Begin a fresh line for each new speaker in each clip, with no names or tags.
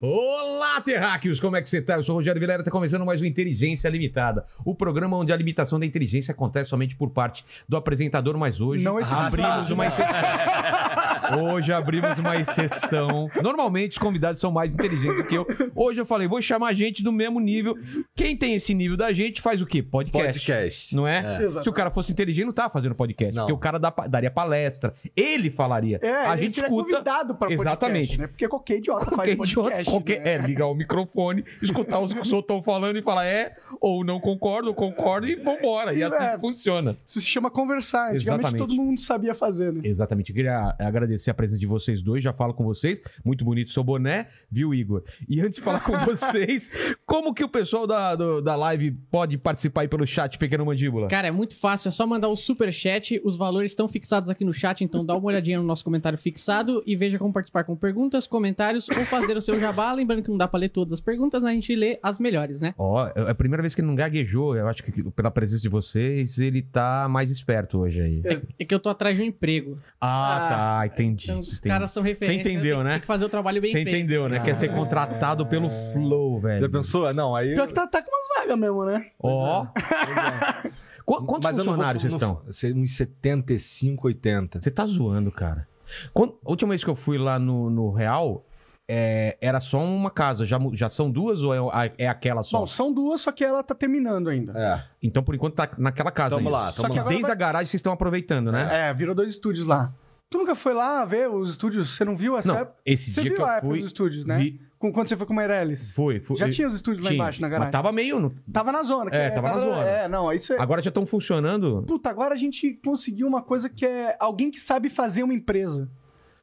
Olá, terráqueos! Como é que você tá? Eu sou o Rogério Vilera, tá começando mais um Inteligência Limitada, o programa onde a limitação da inteligência acontece somente por parte do apresentador, mas hoje
Não esse
abrimos
rapaz,
uma
né?
exceção. Hoje abrimos uma exceção. Normalmente os convidados são mais inteligentes do que eu. Hoje eu falei, vou chamar gente do mesmo nível. Quem tem esse nível da gente faz o quê? Podcast.
podcast.
Não é?
Exatamente.
Se o cara fosse inteligente, não tá fazendo podcast.
Não.
Porque o cara dá pa- daria palestra. Ele falaria.
É,
a
ele
gente
seria
escuta.
convidado para
Exatamente.
podcast, né? Porque qualquer idiota
Qualquer
faz
idiota,
podcast.
qualquer-
né?
é, ligar o microfone, escutar os que os outros estão falando e falar é, ou não concordo, ou concordo e vambora. E assim
É.
que funciona.
Isso se chama conversar. Antigamente
Exatamente.
todo mundo sabia fazer, né?
Exatamente. Eu Queria agradecer a presença de vocês dois, já falo com vocês. Muito bonito seu boné, viu, Igor? E antes de falar com vocês, como que o pessoal da, do- da live pode participar aí pelo chat Pequeno Mandíbula?
Cara, é muito fácil, é só mandar o superchat. Os valores estão fixados aqui no chat, então dá uma olhadinha no nosso comentário fixado e veja como participar com perguntas, comentários ou fazer o seu jabá. Lembrando que não dá pra ler todas as perguntas, mas a gente lê as melhores, né?
Ó, é a primeira vez que ele não gaguejou, eu acho que pela presença de vocês, ele tá mais esperto hoje aí.
É que eu tô atrás de um emprego.
Ah,
Ah,
tá, entendi.
Então os
entendi.
caras são referência.
entendeu,
tem que-
né?
Tem que fazer o trabalho bem
Você
feito.
entendeu, né? Quer ser contratado pelo Flow, velho.
Já pensou? Não, aí.
Pior que tá, tá com umas vagas mesmo, né?
Ó.
é.
Qu- Quantos
Mas eu não vou-
funcionários vocês
não-
estão?
se- Uns 75, 80.
Você tá zoando, cara. Quando- a última vez que eu fui lá no, no Real, é, era só uma casa. Já, mu- já são duas ou é, é aquela só?
Bom, são duas, só que ela tá terminando ainda.
É.
Então, por enquanto, tá naquela casa.
Tamo
isso.
lá,
só
tamo
que
lá.
desde a garagem vocês estão aproveitando, né?
É, virou dois estúdios lá. Tu nunca foi lá ver os estúdios? Você não viu essa
Não,
época?
esse
Você
dia
viu
que eu
a época
fui...
dos estúdios, né?
vi-
Com, quando você foi com o Meirelles?
Foi, foi.
Já tinha os estúdios lá
Tinha,
embaixo na
Mas
garagem.
tava meio... no-
Tava na zona. que
É, tava na zona.
É, não, isso é...
Agora já estão funcionando...
Puta, agora a gente conseguiu uma coisa que é alguém que sabe fazer uma empresa.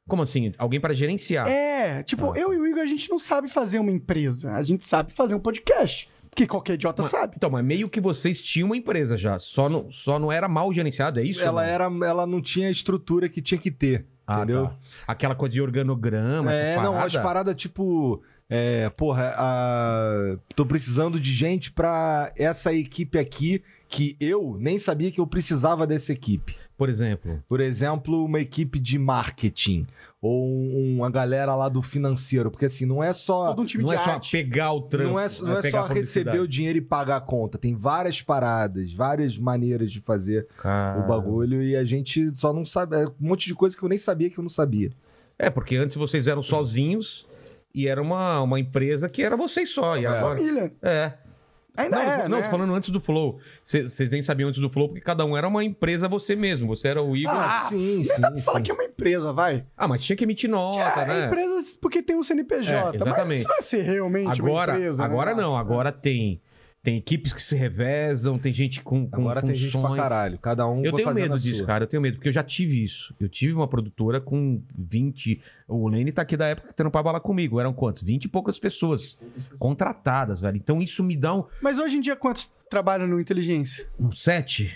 Como assim? Alguém pra gerenciar.
É, tipo,
Ah.
eu e o Igor, a gente não sabe fazer uma empresa. A gente sabe fazer um podcast. Que qualquer idiota sabe.
Então, mas meio que vocês tinham uma empresa já. Só não, só não era mal gerenciada, é isso?
ela,
não?
era, ela não tinha a estrutura que tinha que ter.
Ah,
entendeu?
tá. Aquela coisa de organograma,
é,
essa
não, as
parada.
paradas tipo. É, porra, a... tô precisando de gente pra essa equipe aqui que eu nem sabia que eu precisava dessa equipe.
Por exemplo.
Por exemplo, uma equipe de marketing ou um- uma galera lá do financeiro, porque assim, não é só
Todo um time
não
de
é só
arte.
pegar o trampo.
Não é, não é só receber o dinheiro e pagar a conta. Tem várias paradas, várias maneiras de fazer
Ah.
o bagulho e a gente só não sabe. É um monte de coisa que eu nem sabia que eu não sabia.
É, porque antes vocês eram sozinhos e era uma, uma empresa que era vocês só. E
É.
agora...
Família.
É.
Ainda
Não,
é,
não
né?
tô falando antes do Flow. Cê- Vocês nem sabiam antes do Flow, porque cada um era uma empresa você mesmo. Você era o Igor. Ah,
Ah,
sim,
Dá pra falar que é uma empresa, vai.
mas tinha que emitir nota,
é,
né?
empresas porque tem um CNPJ.
É,
mas
exatamente.
isso vai ser realmente
Agora,
uma empresa, né?
agora não. Agora tem, tem equipes que se revezam, tem gente com, com
Agora tem gente pra
funções.
caralho. Cada um
Eu
vai
tenho
fazendo
medo
a
disso,
sua.
cara. Eu tenho medo, porque eu já tive isso. Eu tive uma produtora com 20. O Lene tá aqui da época que trampava lá comigo. Eram quantos? 20 e poucas pessoas contratadas, velho. Então isso me dá um,
Mas hoje em dia, quantos trabalham no Inteligência?
um 7.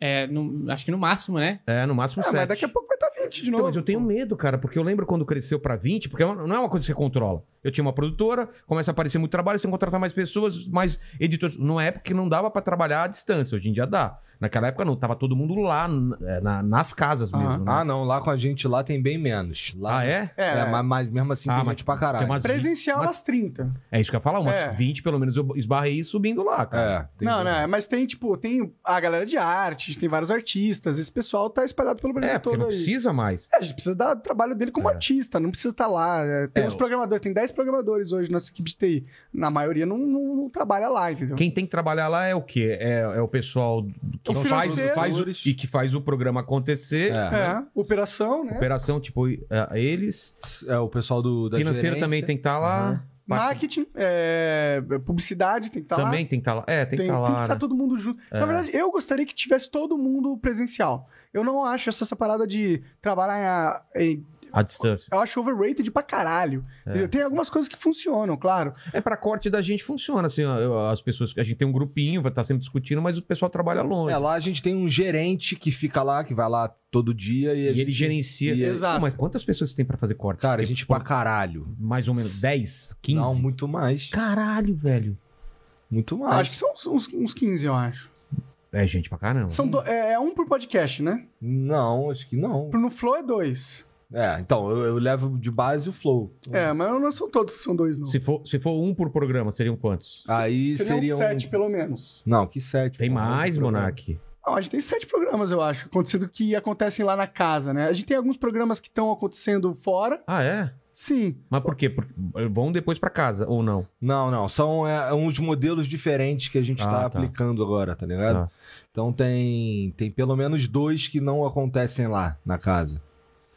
É, no- acho que no máximo, né?
É, no máximo
Ah,
7.
mas daqui a pouco
tá
vai estar 20 de
Então,
novo.
mas eu tenho medo, cara, porque eu lembro quando cresceu pra 20, porque é uma- não é uma coisa que você controla. Eu tinha uma produtora, começa a aparecer muito trabalho, você tem que contratar mais pessoas, mais editores. Numa época que não dava pra trabalhar à distância, hoje em dia dá. Naquela época não, tava todo mundo lá, na- na- nas casas
Aham.
mesmo. né?
Ah, não, lá com a gente lá tem bem menos. Lá,
Ah, é?
É,
É,
mas, mas mesmo assim
Ah,
tem
mas
gente pra caralho.
Tem umas 20
Presencial às 30.
É isso que eu ia falar, umas
É.
20 pelo menos eu esbarrei subindo lá, cara.
É, tem
Não,
gente-
não, mas tem, tipo, tem a galera de arte, tem vários artistas, esse pessoal tá espalhado pelo Brasil
É, porque
todo
não
aí.
precisa mais.
É, a gente precisa dar o trabalho dele como
É.
artista, não precisa estar lá. é, Tem
É,
uns
o-
programadores, tem 10 programadores hoje na nossa equipe de TI. Na maioria não, não- não trabalha lá, entendeu?
Quem tem que trabalhar lá é o quê? É, é o pessoal que
O
faz,
financeiro.
faz o, e que faz o programa acontecer.
É.
É, operação, né?
Operação, tipo, é, eles.
É, o pessoal do da
Financeiro
gerência.
também tem que estar lá.
Aham.
Parte-
Marketing, é, publicidade tem que estar Tá lá.
também tem que estar lá. É, tem,
Tem,
que estar
tem que tá
lá.
estar
né?
todo mundo junto. Na verdade, eu gostaria que tivesse todo mundo presencial. Eu não acho essa, essa parada de trabalhar em,
A distância.
Eu acho overrated pra caralho. entendeu? Tem algumas coisas que funcionam, claro.
É pra corte da gente funciona, assim, ó, eu- as pessoas. A gente tem um grupinho, vai estar sempre discutindo, mas o pessoal trabalha longe.
É, lá a gente tem um gerente que fica lá, que vai lá todo dia e,
e
a
ele
gente-
gerencia.
e- é-
Exato. mas quantas pessoas tem pra fazer corte?
Cara, a
Porque,
gente
pô,
pra caralho.
mais ou menos 10, 15.
Não, muito mais.
Caralho, velho.
Muito
Eu
mais.
acho que são uns- uns, uns 15, eu acho.
É gente pra caramba.
São do- é, é um por podcast, né?
Não, acho que não.
Pro No Flow é dois.
É, então, eu, eu levo de base o flow.
É,
Uhum.
mas não são todos que são dois, não.
Se for, se for um por programa, seriam quantos?
Aí seria
Seriam
um...
sete, pelo menos.
Não, que sete.
Tem
pô,
mais,
não problema.
Monark.
Não, a gente tem sete programas, eu acho, acontecendo que acontecem lá na casa, né? A gente tem alguns programas que estão acontecendo fora.
Ah, é?
Sim.
Mas por quê? Porque vão depois pra casa, ou não?
Não, não. São é, uns modelos diferentes que a gente
Ah,
tá,
tá.
aplicando agora, tá ligado?
Tá.
Então tem, tem pelo menos dois que não acontecem lá na casa.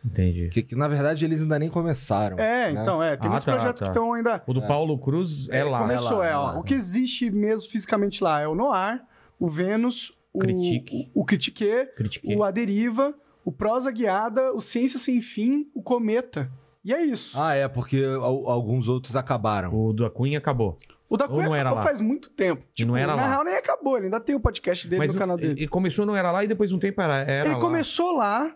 Entendi.
Que, que, na verdade eles ainda nem começaram.
É,
né?
então, é. Tem
Ah,
muitos
tá,
projetos
tá.
que estão ainda.
O do Paulo Cruz é, lá.
Começou,
lá,
é,
é
ó.
lá.
O que existe mesmo fisicamente lá é o Noir, o Vênus, o
Critique.
o, o Critique,
Critiquei.
o A Deriva, o Prosa Guiada, o Ciência Sem Fim, o Cometa. E é isso.
Ah, é, porque al- alguns outros acabaram.
O do Acunha acabou.
o da
ou
Cunha
não era
acabou
lá?
faz muito tempo. Tipo,
não era
na
lá.
real nem acabou, ele ainda tem o podcast dele
Mas
no
o-
canal dele.
Ele começou, não era lá, e depois um tempo era, era
ele
lá.
começou lá,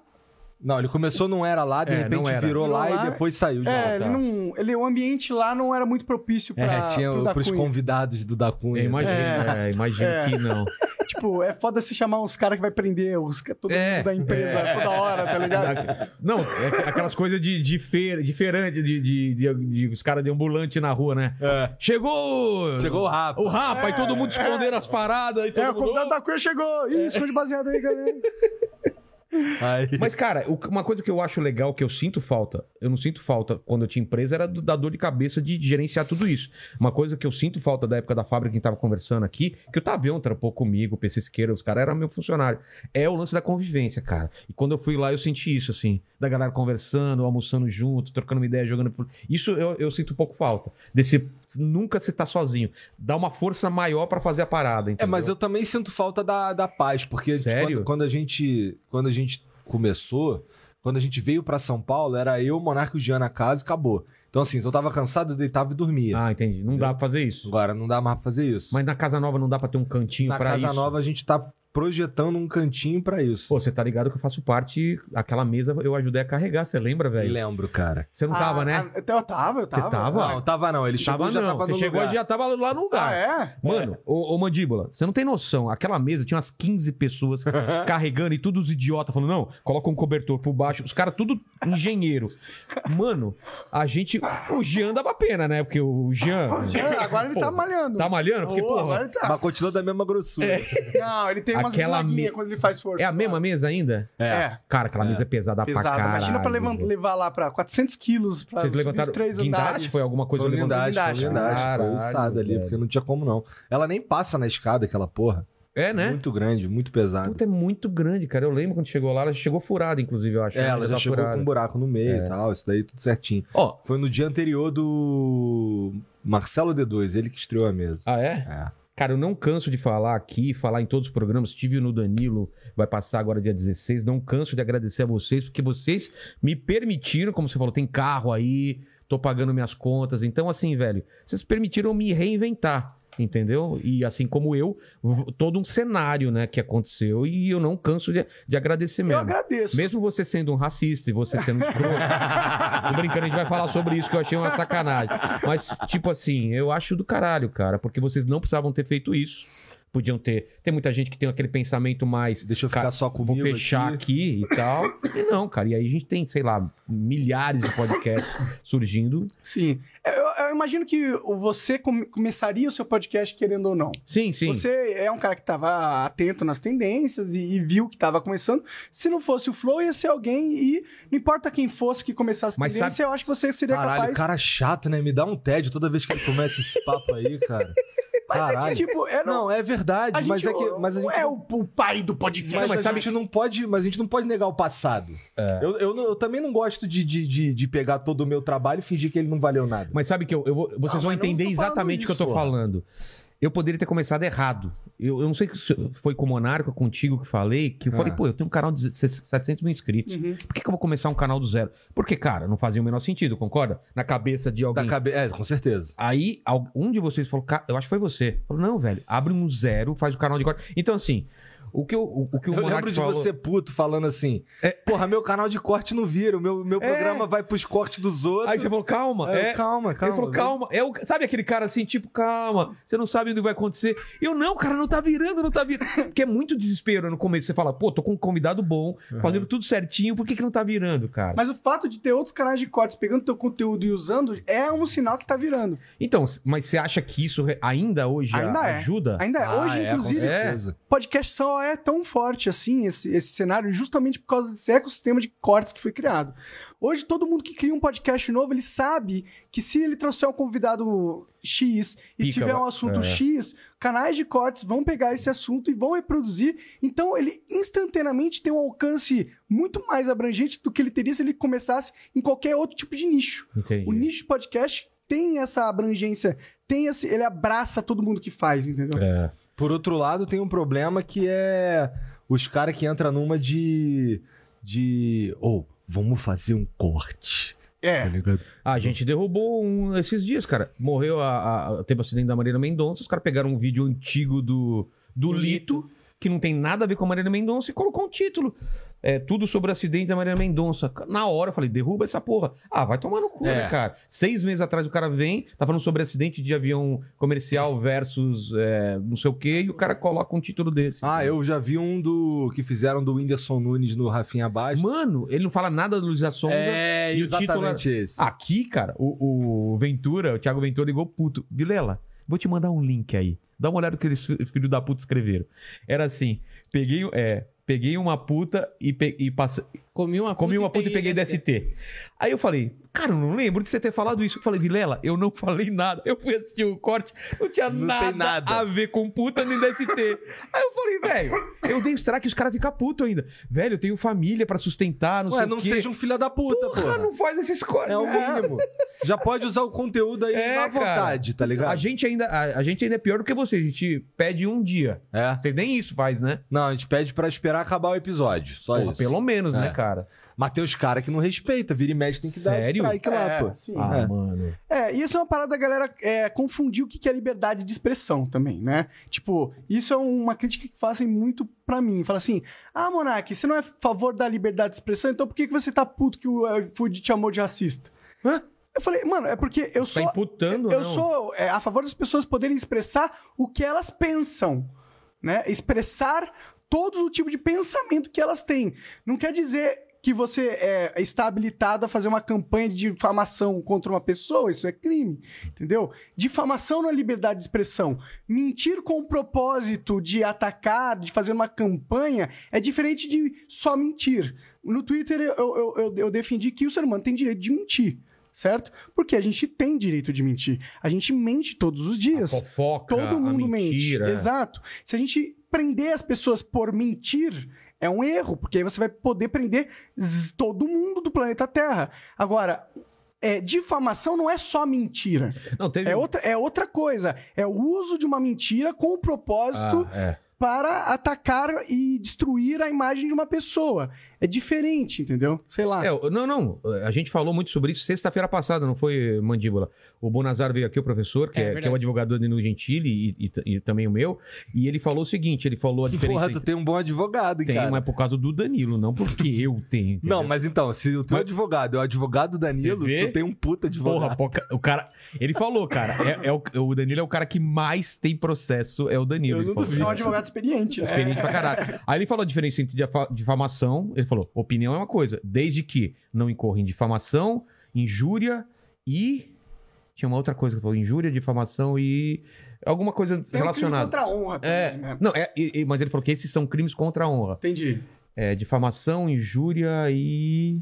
Não, ele começou, não era lá, de
É, não
repente
era.
virou lá
Virou lá.
e depois saiu de
tá.
É,
volta.
ele não, ele, o ambiente lá não era muito propício pra,
É, tinha
pro da
pros
Cunha.
convidados do da Cunha.
Eu imagino,
É.
é, imagino
É.
que não.
Tipo, é foda se chamar uns caras que vai prender os, ca- todo
É.
mundo da empresa toda hora, tá ligado?
Não, é aquelas coisas de, de feira, de feirante, de, de, de- de- os caras de ambulante na rua, né?
É.
Chegou!
Chegou o Rafa.
o rapa, e todo mundo escondendo as paradas. E todo
É, o
mundo-
convidado da Cunha chegou. Ih, esconde baseado aí, galera.
Aí-
Mas, cara, o- uma coisa que eu acho legal, que eu sinto falta, eu não sinto falta quando eu tinha empresa, era do- da dor de cabeça de gerenciar tudo isso. Uma coisa que eu sinto falta da época da fábrica, quem tava conversando aqui, que o Tavião trampou comigo, o PC Siqueira, os caras eram meu funcionário. É o lance da convivência, cara. E quando eu fui lá, eu senti isso, assim, da galera conversando, almoçando junto, trocando uma ideia, jogando. fu- Isso eu, eu sinto um pouco falta. Desse nunca se tá sozinho. Dá uma força maior pra fazer a parada,
É,
entendeu?
mas eu também sinto falta da, da paz, porque de
Sério?
Quando, quando a gente quando a gente começou, quando a gente veio pra São Paulo, era eu, Monarca e o Jean na casa e acabou. Então assim, se eu tava cansado, eu deitava e dormia.
Ah, entendi. Não dá pra fazer isso.
Agora não dá mais pra fazer isso.
Mas na Casa Nova não dá pra ter um cantinho
na
pra
casa
isso.
nova a gente tá projetando um cantinho pra isso.
Pô, você tá ligado que eu faço parte. Aquela mesa eu ajudei a carregar, você lembra,
Me
velho?
lembro, cara.
Você não tava, né?
Ah, eu tava, eu tava.
tava?
Não, tava não, ele chegou
tava
e já
não.
tava
você
no
chegou
lugar.
e já tava lá no lugar.
Ah, é?
Mano, ô, ô, mandíbula, você não tem noção. Aquela mesa tinha umas 15 pessoas carregando e todos os idiotas falando: não, coloca um cobertor por baixo. Os caras, tudo engenheiro. Mano, a gente. O Jean dava pena, né? Porque o Jean.
É, Agora ele
Pô,
tá malhando.
Tá malhando? Porque,
Ô,
porra.
agora ele tá.
Mas continua da mesma grossura.
É.
Não, ele tem umas
Aquela
deslaguinhas
me-
quando ele faz força. né?
É a mesma mesa ainda?
É,
Cara, aquela mesa é pesada pra
pesado.
caralho.
Imagina pra levan-
velho.
levar lá pra 400 quilos, pra
Vocês
subir
levantaram.
os três
Guindaste?
andares.
Foi alguma coisa
Foi um
eu levantei?
lindade,
Guindaste.
foi lindade. Foi
né? Caralho,
usado ali,
velho.
porque não tinha como não. Ela nem passa na escada, aquela porra.
É, né?
Muito grande, muito pesado.
Puta, é muito grande, cara. Eu lembro quando chegou lá, ela chegou furada, inclusive, eu acho. É.
É, ela já
tá
chegou
furada.
com um buraco no meio e tal, isso daí tudo certinho.
Ó,
Foi no dia anterior do Marcelo D2, ele que estreou a mesa.
ah, é?
É.
Cara, eu não canso de falar aqui, falar em todos os programas. Tive no Danilo, vai passar agora dia 16. Não canso de agradecer a vocês, porque vocês me permitiram, como você falou, tem carro aí, tô pagando minhas contas. Então, assim, velho, vocês permitiram me reinventar, entendeu? E assim como eu, v- todo um cenário, né, que aconteceu. E eu não canso de, de agradecer
Eu
mesmo.
agradeço.
Mesmo você sendo um racista e você sendo um escroto. tô brincando, a gente vai falar sobre isso, que eu achei uma sacanagem. Mas, tipo assim, eu acho do caralho, cara, porque vocês não precisavam ter feito isso. Podiam ter. Tem muita gente que tem aquele pensamento mais.
Deixa eu
Ca-
ficar só comigo
Vou fechar
aqui.
aqui. e tal. E não, cara. E aí a gente tem, sei lá, milhares de podcasts surgindo.
Sim. Eu, eu imagino que você come- começaria o seu podcast querendo ou não.
Sim, sim.
Você é um cara que estava atento nas tendências e, e viu que estava começando. Se não fosse o Flow, ia ser alguém e não importa quem fosse que começasse a
Mas
tendência, eu acho que você seria
Caralho,
capaz.
cara chato, né? Me dá um tédio toda vez que ele começa esse papo aí, cara.
mas é
Caralho.
que, tipo, era
Não, é verdade,
a gente
mas é que. Mas a
não
gente
é o, o pai do podcast.
Mas,
Não, mas É.
a
sabe-
gente não pode, mas a gente não pode negar o passado. Eu, eu não- eu também não gosto de, de, de- de pegar todo o meu trabalho e fingir que ele não valeu nada.
Mas sabe que eu, eu vou- vocês
Não,
vão
Ah, mas eu não
entender
tô falando
exatamente o que eu tô
isso, ó.
falando. eu poderia ter começado errado. Eu, eu não sei se foi com o Monarca, contigo que falei, que eu falei,
Ah. Uhum.
pô, eu tenho um canal de 700 mil inscritos. Por que, que eu vou começar um canal do zero? Porque, cara, não fazia o menor sentido, concorda? Na cabeça de
Da
alguém.
cabe... É, com certeza.
Aí, al- um de vocês falou, "Ca- eu acho que foi você. Falou, não, velho, abre um zero, faz o canal de corte. Então, assim, o que, eu, o, o que o
Eu
Monark
lembro de
falou-
você puto falando assim: Porra, meu canal de corte não vira, o meu, meu
É.
programa vai pros cortes dos outros.
Aí você falou, calma,
Aí eu,
é,
calma, calma.
ele falou,
vai-
calma. É o, sabe aquele cara assim, tipo, calma, você não sabe o que vai acontecer. Eu, não, cara, não tá virando, não tá virando. Porque é muito desespero no começo. Você fala, pô, tô com um convidado bom, fazendo tudo certinho, por que, que não tá virando, cara?
Mas o fato de ter outros canais de cortes pegando teu conteúdo e usando é um sinal que tá virando.
Então, mas você acha que isso re- ainda hoje
Ainda
a-
é.
ajuda?
Ainda é.
Ah,
Hoje,
é, com
inclusive,
certeza.
podcast só é tão forte assim, esse, esse cenário, justamente por causa desse ecossistema de cortes que foi criado. Hoje, todo mundo que cria um podcast novo, ele sabe que se ele trouxer um convidado X e
Pica,
tiver um
vai-
assunto
é.
X, canais de cortes vão pegar esse assunto e vão reproduzir. Então, ele instantaneamente tem um alcance muito mais abrangente do que ele teria se ele começasse em qualquer outro tipo de nicho.
Entendi.
O nicho de podcast tem essa abrangência, tem esse, ele abraça todo mundo que faz, entendeu?
É.
Por outro lado, tem um problema que é os caras que entram numa de. de. Ou, vamos fazer um corte.
É.
Tá ligado?
A gente derrubou um esses dias, cara. Morreu a. a- teve o acidente da Marina Mendonça, os caras pegaram um vídeo antigo do, do
Do
Lito, que não tem nada a ver com a Marina Mendonça, e colocou um título. É, tudo sobre o acidente da Marina Mendonça. Na hora eu falei, derruba essa porra. Ah, vai tomar no cu,
É.
né, cara? Seis meses atrás o cara vem, tá falando sobre acidente de avião comercial versus é, não sei o quê, e o cara coloca um título desse.
Ah, eu já vi um do. que fizeram do Whindersson Nunes no Rafinha Baixo.
Mano, ele não fala nada do Luiz Assunza.
É,
e o título Ah,
exatamente esse.
Aqui, cara, o, o Ventura, o Thiago Ventura ligou puto. Vilela, vou te mandar um link aí. Dá uma olhada no que eles fi- filho da puta escreveram. Era assim, peguei, é, peguei uma puta e, pe- e passe-
Comi uma
comi uma puta e peguei DST. Aí eu falei, cara, eu não lembro de você ter falado isso. Eu falei, Vilela, eu não falei nada. Eu fui assistir o corte, não tinha
Não tem
nada,
nada.
a ver com puta nem DST. Aí eu falei, velho, eu dei, será que os caras ficam putos ainda? Velho, eu tenho família pra sustentar, não
Ué,
sei
não
o quê.
seja um filho da puta,
Porra,
porra.
não faz esses cortes.
É o mínimo. Já pode usar o conteúdo aí
É,
à vontade, tá
A
ligado?
gente ainda, a, a gente ainda é pior do que você. A gente pede um dia.
É.
Vocês nem isso faz, né?
Não, a gente pede pra esperar acabar o episódio. Só
Porra,
isso.
pelo menos,
É.
né, cara?
Mas tem os caras que não respeita, vira e mexe, tem que
Sério?
dar strike lá, pô.
sim.
Ah,
É.
mano.
É, e isso é uma parada da galera é, confundir o que que é liberdade de expressão também, né? Tipo, isso é uma crítica que fazem muito pra mim. Fala assim, ah, Monark, você não é a favor da liberdade de expressão, então por que, que você tá puto que o iFood te chamou de racista?
Hã?
Eu falei, mano, é porque eu
Tá
sou...
imputando,
Eu
não.
sou é, a favor das pessoas poderem expressar o que elas pensam, né? Expressar todo o tipo de pensamento que elas têm. Não quer dizer que você é, está habilitado a fazer uma campanha de difamação contra uma pessoa, isso é crime, entendeu? Difamação não é liberdade de expressão. Mentir com o propósito de atacar, de fazer uma campanha, é diferente de só mentir. No Twitter eu- eu- eu- eu defendi que o ser humano tem direito de mentir certo? Porque a gente tem direito de mentir. A gente mente todos os
A
dias.
fofoca,
Todo mundo
a mentira.
mente. Exato. Se a gente prender as pessoas por mentir, é um erro, porque aí você vai poder prender z- todo mundo do planeta Terra. Agora, é, difamação não é só mentira.
Não, teve
É
um-
outra, é outra coisa. É o uso de uma mentira com o propósito
Ah, é.
para atacar e destruir a imagem de uma pessoa. É diferente, entendeu? Sei lá.
É, eu- não, não. A gente falou muito sobre isso sexta-feira passada, não foi, Mandíbula? O Bonazar veio aqui, o professor, que
É,
é, que é
verdade.
o advogado do Danilo Gentili e, e t- e também o meu, e ele falou o seguinte: ele falou a diferença.
Porra, tu
entre-
tem um bom advogado, hein,
tem,
cara.
mas é por causa do Danilo, não porque eu tenho. entendeu?
Não, mas então, se o teu
Mas-
advogado é o advogado Danilo,
Você vê?
tu tem um puta
Porra,
advogado.
pô, o cara. Ele falou, cara. É, é o, o Danilo é o cara que mais tem processo, é o Danilo.
Eu
ele
não
falou.
É um advogado experiente, né?
Experiente pra caralho. Aí ele falou a diferença entre difa- difamação. Ele falou: opinião é uma coisa, desde que não incorra em difamação, injúria e. Tinha uma outra coisa que ele falou: injúria, difamação e. Alguma coisa
Tem um crime
relacionada.
contra a honra
É.
também, né?
Não, é, e- e- mas ele falou que esses são crimes contra a honra.
Entendi.
É, difamação, injúria e.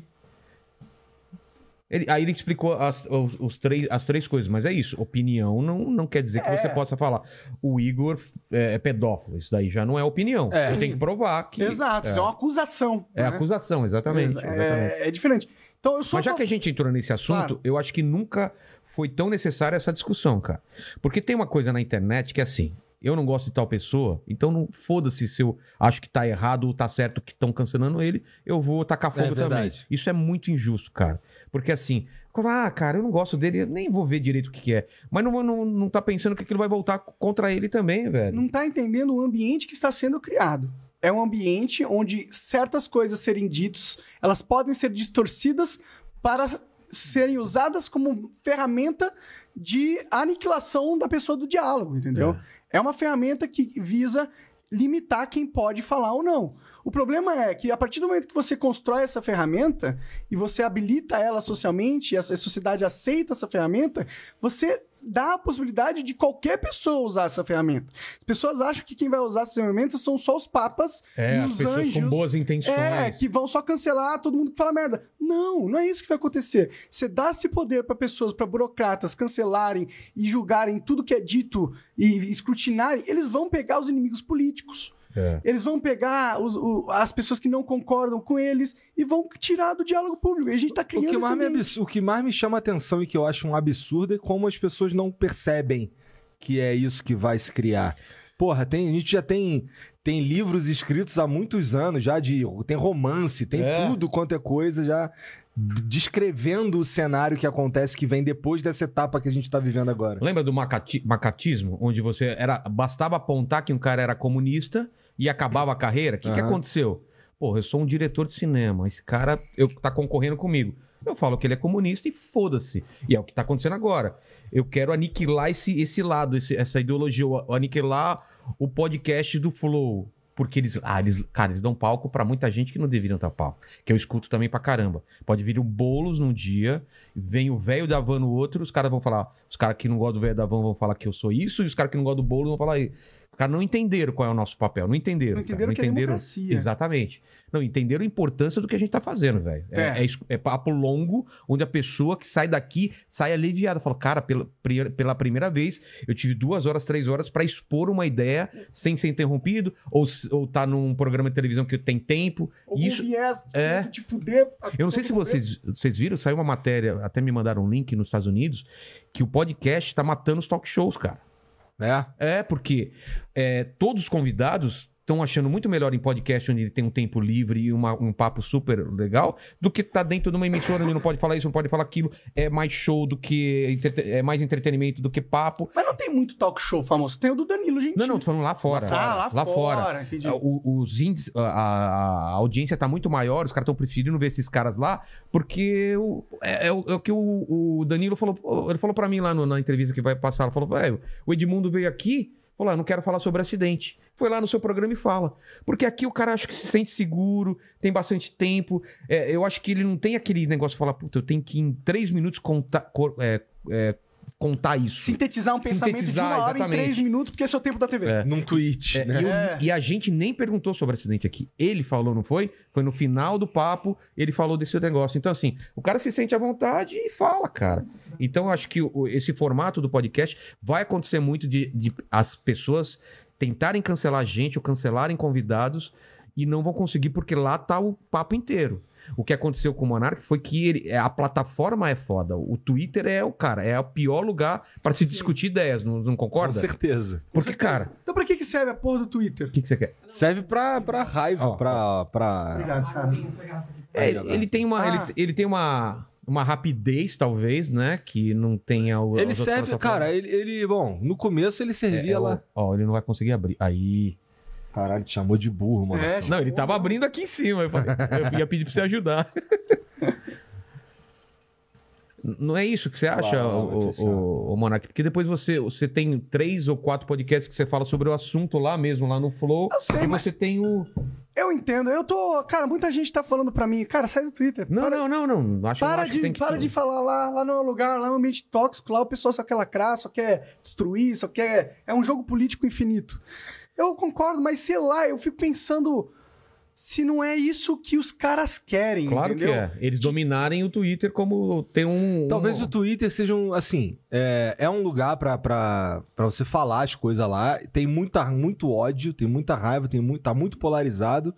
Ele- aí ele explicou as, os, os três, as três coisas, mas é isso. Opinião não, não quer dizer que
É.
você possa falar. O Igor é, é pedófilo, isso daí já não é opinião.
É.
Você tem que provar que.
Exato, isso é uma acusação.
É
né?
acusação, exatamente.
É,
exatamente.
é diferente. Então eu sou.
Mas já
a
que a gente entrou nesse assunto,
Claro.
eu acho que nunca foi tão necessária essa discussão, cara. Porque tem uma coisa na internet que é assim. Eu não gosto de tal pessoa, então não foda-se se eu acho que tá errado ou tá certo que estão cancelando ele, eu vou tacar fogo também.
verdade.
Isso é muito injusto, cara. Porque assim, ah, cara, eu não gosto dele, eu nem vou ver direito o que, que é. Mas não, não, não tá pensando que aquilo vai voltar contra ele também, velho.
não está entendendo o ambiente que está sendo criado. É um ambiente onde certas coisas serem ditas, elas podem ser distorcidas para serem usadas como ferramenta de aniquilação da pessoa do diálogo, entendeu? É, uma ferramenta que visa limitar quem pode falar ou não. O problema é que a partir do momento que você constrói essa ferramenta e você habilita ela socialmente, e a a sociedade aceita essa ferramenta, você dá a possibilidade de qualquer pessoa usar essa ferramenta. As pessoas acham que quem vai usar essas ferramentas são só os papas
É,
e
as
os
pessoas
anjos.
com boas intenções.
É, que vão só cancelar todo mundo que fala merda. Não, não é isso que vai acontecer. Você dá esse poder para pessoas, para burocratas cancelarem e julgarem tudo que é dito e escrutinarem, eles vão pegar os inimigos políticos.
É.
Eles vão pegar os- o- as pessoas que não concordam com eles e vão tirar do diálogo público. E a gente tá
O
criando
que,
esse
mais me
é
ambiente.
abs- o que mais me chama a atenção e que eu acho um absurdo é como as pessoas não percebem que é isso que vai se criar. Porra, tem, a gente já tem, tem livros escritos há muitos anos já de tem romance, tem
É.
tudo quanto é coisa já d- descrevendo o cenário que acontece que vem depois dessa etapa que a gente tá vivendo agora.
Lembra do macati- macatismo? Onde você era. Bastava apontar que um cara era comunista e acabava a carreira? O que, que
Aham.
aconteceu? Porra, eu sou um diretor de cinema. Esse cara eu, tá concorrendo comigo. Eu falo que ele é comunista e foda-se. E é o que tá acontecendo agora. Eu quero aniquilar esse, esse lado, esse- essa ideologia, eu- eu aniquilar o podcast do Flow. Porque eles, ah, eles, cara, eles dão palco pra muita gente que não deveriam dar palco. Que eu escuto também pra caramba. Pode vir o Boulos num dia, vem o velho da van no outro, os caras vão falar, os caras que não gostam do velho da van vão falar que eu sou isso, e os caras que não gostam do Boulos vão falar isso. Os caras não entenderam qual é o nosso papel, não entenderam.
Não
cara,
entenderam que é democracia.
Exatamente. Não entenderam a importância do que a gente tá fazendo, velho. É,
É.
é es- é papo longo, onde a pessoa que sai daqui sai aliviada. Fala, cara, pela, pri- pela primeira vez eu tive duas horas, três horas pra expor uma ideia sem ser interrompido, ou, s- ou tá num programa de televisão que tem tempo.
Algum
Isso,
viés
é.
de fuder. a
eu não sei se
todo momento.
vocês, vocês viram, saiu uma matéria, até me mandaram um link nos Estados Unidos, que o podcast tá matando os talk shows, cara.
Né?
É, porque é, todos os convidados estão achando muito melhor em podcast, onde ele tem um tempo livre e uma- um papo super legal, do que tá dentro de uma emissora onde não pode falar isso, não pode falar aquilo. É mais show do que. entrete- É mais entretenimento do que papo.
Mas não tem muito talk show famoso. Tem o do Danilo Gentili.
Não, não, tô falando lá fora.
Ah, lá, fora. É Entendi.
Ah, o- os índices, a, a- a audiência tá muito maior, os caras estão preferindo ver esses caras lá, porque o- é, é o, é o que o, o Danilo falou, ele falou pra mim lá no- na entrevista que vai passar, ele falou, velho, o Edmundo veio aqui, falou, ah, não quero falar sobre acidente. Foi lá no seu programa e fala. Porque aqui o cara acho que se sente seguro, tem bastante tempo, é, eu acho que ele não tem aquele negócio de falar, puta, eu tenho que em três minutos contar, cor- é, é, contar isso.
Sintetizar um pensamento de
Sintetizar,
uma hora em três
exatamente.
minutos, porque esse é o tempo da TV.
É.
Num tweet,
É,
né?
e, eu-
É.
e a gente nem perguntou sobre o acidente aqui. Ele falou, não foi? Foi no final do papo, ele falou desse negócio. Então, assim, o cara se sente à vontade e fala, cara. Então, eu acho que o- esse formato do podcast vai acontecer muito de, de as pessoas tentarem cancelar a gente ou cancelarem convidados e não vão conseguir, porque lá tá o papo inteiro. O que aconteceu com o Monark foi que ele, a plataforma é foda. O Twitter é o cara, é o pior lugar para se
Sim.
discutir ideias, não, não
Com
concorda?
certeza.
Porque, cara,
Então pra que, que serve a porra do Twitter?
o que, que você quer?
Serve pra, pra raiva,
Ó,
pra, pra...
Obrigado, cara.
É,
Aí,
ele,
agora.
ele tem uma,
Ah.
ele, ele tem uma, uma rapidez, talvez, né? Que não tem o.
Ele
as outras
serve,
plataformas.
cara, ele, ele- bom, no começo ele
É,
servia
é o-
lá.
Ó, ele não vai conseguir abrir. Aí.
Caralho, te chamou de burro, mano.
É,
Não, ele tava abrindo aqui em cima. Eu, falei, eu ia pedir pra você ajudar. Não é isso que você acha,
Lá, lá, vai
o,
fechar.
o, Monark? Porque depois você, você tem três ou quatro podcasts que você fala sobre o assunto lá mesmo, lá no Flow.
Eu sei,
e
mas-
você tem o.
Eu entendo, eu tô. Cara, muita gente tá falando pra mim, cara, sai do Twitter.
Não,
para,
não, não, não. Acho,
Para,
acho que
de,
tem que um-
para de falar lá, lá não é lugar, lá é um ambiente tóxico, lá o pessoal só quer lacrar, só quer destruir, só quer. É um jogo político infinito. Eu concordo, mas sei lá, eu fico pensando. se não é isso que os caras querem,
Claro
entendeu?
que é. Eles dominarem o Twitter como tem um. um-
Talvez o Twitter seja um, assim, é, é um lugar pra- pra pra você falar as coisas lá. Tem muita, muito ódio, tem muita raiva, tem muito, tá muito polarizado.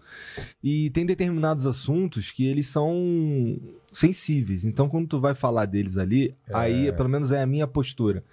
E tem determinados assuntos que eles são sensíveis. Então, quando tu vai falar deles ali, aí, pelo menos é a minha postura.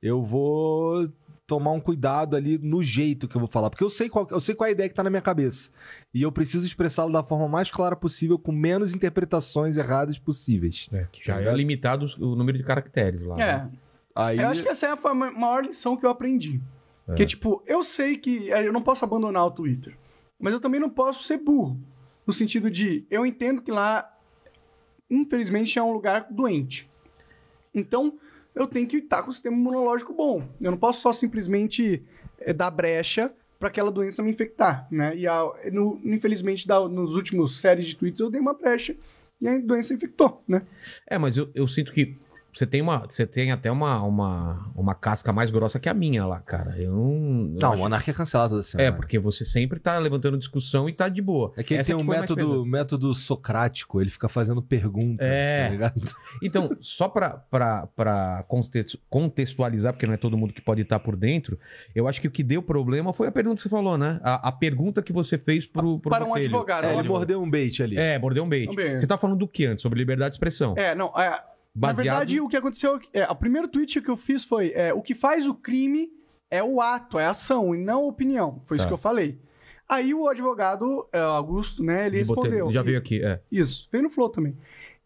Eu vou tomar um cuidado ali no jeito que eu vou falar. Porque eu sei qual, eu sei qual é a ideia que tá na minha cabeça. E eu preciso expressá-lo da forma mais clara possível, com menos interpretações erradas possíveis.
É, que já é limitado os- o número de caracteres lá. né?
É,
Aí...
eu acho que essa foi a ma- maior lição que eu aprendi. Porque, tipo, eu sei que é, eu não posso abandonar o Twitter. Mas eu também não posso ser burro. No sentido de, eu entendo que lá, infelizmente, é um lugar doente. Então, eu tenho que estar com o sistema imunológico bom. Eu não posso só simplesmente eh, dar brecha para aquela doença me infectar, né? E, a- no- infelizmente, da- nos últimos séries de tweets, eu dei uma brecha e a doença infectou, né?
É, mas eu, eu sinto que você tem uma, você tem até uma, uma, uma casca mais grossa que a minha lá, cara. Eu não. eu
Não, o
acho-
Monark é cancelado toda semana.
Um É, porque você sempre tá levantando discussão e tá de boa.
É que ele
Essa
tem um
que foi a mais
método, método socrático, ele fica fazendo perguntas,
É.
tá ligado?
Então, só para contextualizar, porque não é todo mundo que pode estar por dentro, eu acho que o que deu problema foi a pergunta que você falou, né? A, a pergunta que você fez pro, pro
Para um
Botelho.
advogado.
É, ele
Olha,
mordeu um bait ali.
É, mordeu um bait.
Um bait.
Você tá falando do que antes? Sobre liberdade de expressão.
É, não, é,
Baseado...
Na verdade, o que aconteceu. É, o primeiro tweet que eu fiz foi: é, o que faz o crime é o ato, é a ação, e não a opinião. Foi isso
Tá.
que eu falei. Aí o advogado, é, Augusto, né, ele
de Botelho.
respondeu.
Já veio aqui, é.
Isso, veio no Flow também.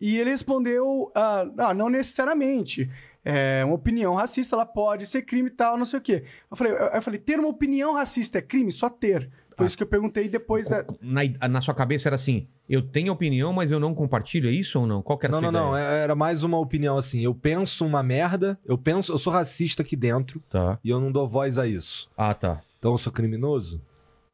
E ele respondeu: ah, ah, não necessariamente. É, uma opinião racista, ela pode ser crime e tal, não sei o quê. Eu falei, eu- eu falei, ter uma opinião racista é crime? Só ter. Foi
Ah.
isso que eu perguntei depois é, da.
Na, na sua cabeça era assim, eu tenho opinião, mas eu não compartilho, é isso ou não? Qual que era a
Não,
sua
não, não.
ideia?
é- Era mais uma opinião assim. Eu penso uma merda, eu penso, eu sou racista aqui dentro
Tá.
e eu não dou voz a isso.
Ah, tá.
Então eu sou criminoso,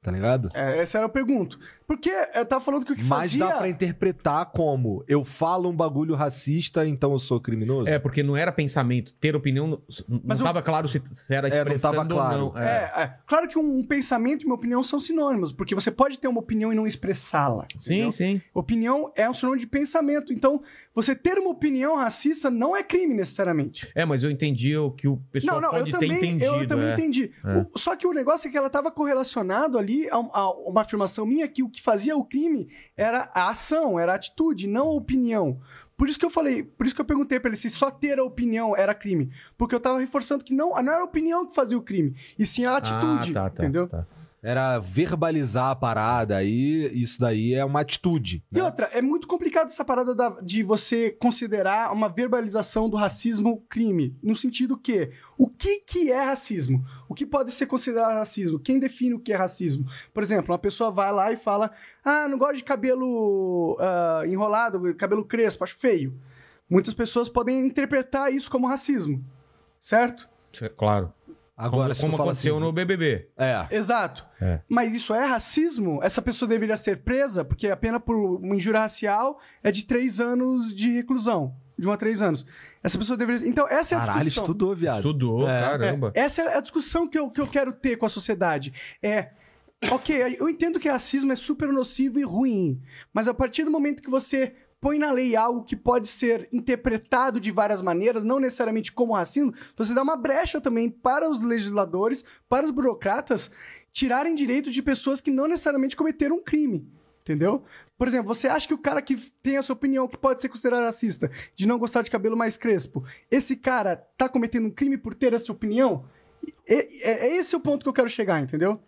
tá ligado?
É, essa era a pergunta. Porque eu tava falando que o que
Mas
fazia.
dá pra interpretar como eu falo um bagulho racista, então eu sou criminoso.
É, porque não era pensamento. Ter opinião, não- não
Mas o-
estava claro se, se era
É, não tava
expressando
claro.
ou não. É.
É, é. claro que um pensamento e uma opinião são sinônimos, porque você pode ter uma opinião e não expressá-la.
Sim,
entendeu?
sim.
Opinião é um sinônimo de pensamento. Então, você ter uma opinião racista não é crime necessariamente.
É, mas eu entendi o que o pessoal
não, não, eu
pode ter
também,
entendido.
eu também
é.
entendi.
É.
O- só que o negócio é que ela estava correlacionado ali a, um, a uma afirmação minha que o que fazia o crime era a ação, era a atitude, não a opinião. Por isso que eu falei, por isso que eu perguntei pra ele se só ter a opinião era crime. Porque eu tava reforçando que não, não era a opinião que fazia o crime, e sim a atitude.
Ah, tá, tá,
entendeu?
tá.
Era verbalizar a parada, aí isso daí é uma atitude.
E
né?
outra, é muito complicado essa parada da- de você considerar uma verbalização do racismo crime. No sentido que, o que, que é racismo? O que pode ser considerado racismo? Quem define o que é racismo? Por exemplo, uma pessoa vai lá e fala: Ah, não gosto de cabelo ah, enrolado, cabelo crespo, acho feio. Muitas pessoas podem interpretar isso como racismo, certo?
Cê- Claro.
Agora,
como
se tu
como
fala
aconteceu
assim,
no BBB.
É.
Exato.
É.
Mas isso é racismo? Essa pessoa deveria ser presa porque a pena por uma injúria racial é de três anos de reclusão. De um a três anos. Essa pessoa deveria. Então, essa é a
Caralho,
discussão.
estudou, viado.
Estudou,
É.
caramba.
É, essa é a discussão que eu, que eu quero ter com a sociedade. É. Ok, eu entendo que racismo é super nocivo e ruim, mas a partir do momento que você põe na lei algo que pode ser interpretado de várias maneiras, não necessariamente como racismo, você dá uma brecha também para os legisladores, para os burocratas tirarem direitos de pessoas que não necessariamente cometeram um crime. Entendeu? Por exemplo, você acha que o cara que tem essa opinião que pode ser considerado racista, de não gostar de cabelo mais crespo, esse cara tá cometendo um crime por ter essa opinião? E- É, é esse o ponto que eu quero chegar, entendeu?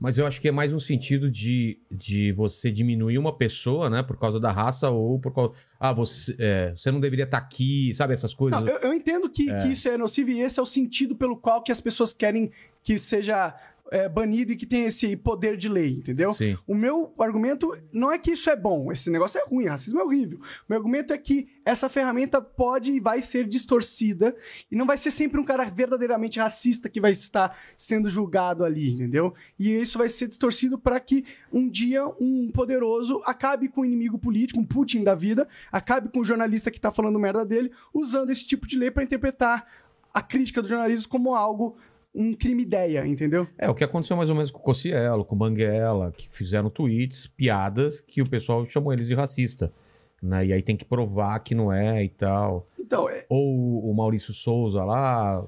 Mas eu acho que é mais um sentido de, de você diminuir uma pessoa, né? Por causa da raça ou por causa. Ah, você, é, você não deveria estar aqui, sabe? Essas coisas.
Não, eu, eu entendo que, que isso é nocivo e esse é o sentido pelo qual que as pessoas querem que seja é, banido e que tenha esse poder de lei, entendeu?
Sim.
O meu argumento não é que isso é bom, esse negócio é ruim, racismo é horrível. O meu argumento é que essa ferramenta pode e vai ser distorcida e não vai ser sempre um cara verdadeiramente racista que vai estar sendo julgado ali, entendeu? E isso vai ser distorcido para que um dia um poderoso acabe com o inimigo político, um Putin da vida, acabe com o jornalista que tá falando merda dele, usando esse tipo de lei para interpretar a crítica do jornalismo como algo um crime ideia, entendeu?
É, o que aconteceu mais ou menos com o Cossielo, com o Banguela, que fizeram tweets, piadas, que o pessoal chamou eles de racista. Né? E aí tem que provar que não é e tal.
Então, é,
Ou o Maurício Souza lá.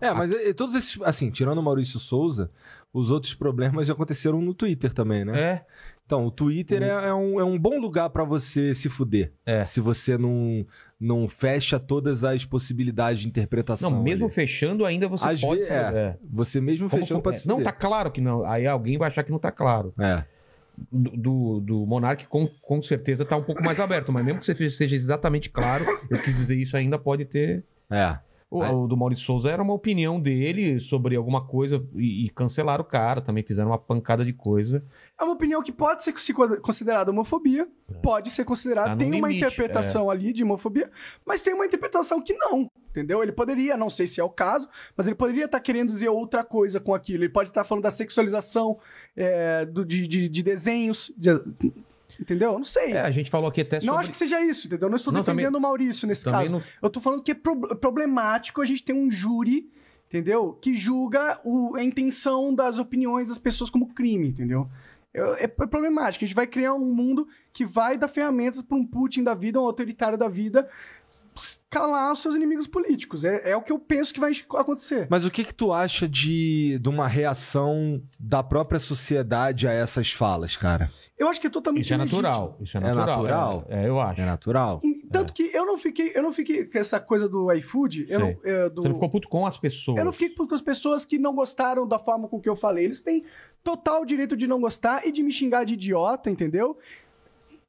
É, mas é, é, todos esses, assim, tirando o Maurício Souza, os outros problemas aconteceram no Twitter também, né?
É.
Então, o Twitter é, é um, é um bom lugar pra você se fuder.
É.
Se você não, não fecha todas as possibilidades de interpretação.
Não, mesmo
ali.
fechando, ainda você
Às
pode.
vezes,
saber.
é.
É.
Você mesmo
Como
fechando
for-
pode
é,
se
Não, tá
fuder.
claro que não. Aí alguém vai achar que não tá claro.
É.
Do, do, do Monark, com, com certeza, tá um pouco mais aberto. Mas mesmo que você seja- seja exatamente claro, eu quis dizer isso, ainda pode ter
É.
O,
Aí-
o do Maurício Souza era uma opinião dele sobre alguma coisa e, e cancelaram o cara. Também fizeram uma pancada de coisa.
é uma opinião que pode ser se- considerada homofobia, pode ser
Tá
considerada,
no
tem uma
limite, é.
interpretação ali de homofobia, mas tem uma interpretação que não, entendeu? Ele poderia, não sei se é o caso, mas ele poderia estar querendo dizer outra coisa com aquilo. Ele pode estar falando da sexualização é, do- de, de- de desenhos, de- entendeu? Eu Não sei.
É, a gente falou aqui até
Não
sobre...
acho que seja isso, entendeu? Eu Não estou
Não,
defendendo
também-
o Maurício nesse
também
caso.
não-
Eu tô falando que é pro- problemático a gente ter um júri, entendeu? Que julga o- a intenção das opiniões das pessoas como crime, entendeu? Eu- É, é problemático. A gente vai criar um mundo que vai dar ferramentas para um Putin da vida, um autoritário da vida, ps- calar os seus inimigos políticos. É, é o que eu penso que vai acontecer.
Mas o que que tu acha de, de uma reação da própria sociedade a essas falas, cara?
Eu acho que é totalmente
Isso é
ilegítimo.
natural. É. Isso é
É
natural.
natural?
É, é, eu acho.
É natural?
E- Tanto que eu não fiquei, eu não fiquei com essa coisa do iFood,
Sei.
eu não, é, do,
Você não ficou puto com as pessoas.
Eu não fiquei com as pessoas que não gostaram da forma com que eu falei. Eles têm total direito de não gostar e de me xingar de idiota, entendeu?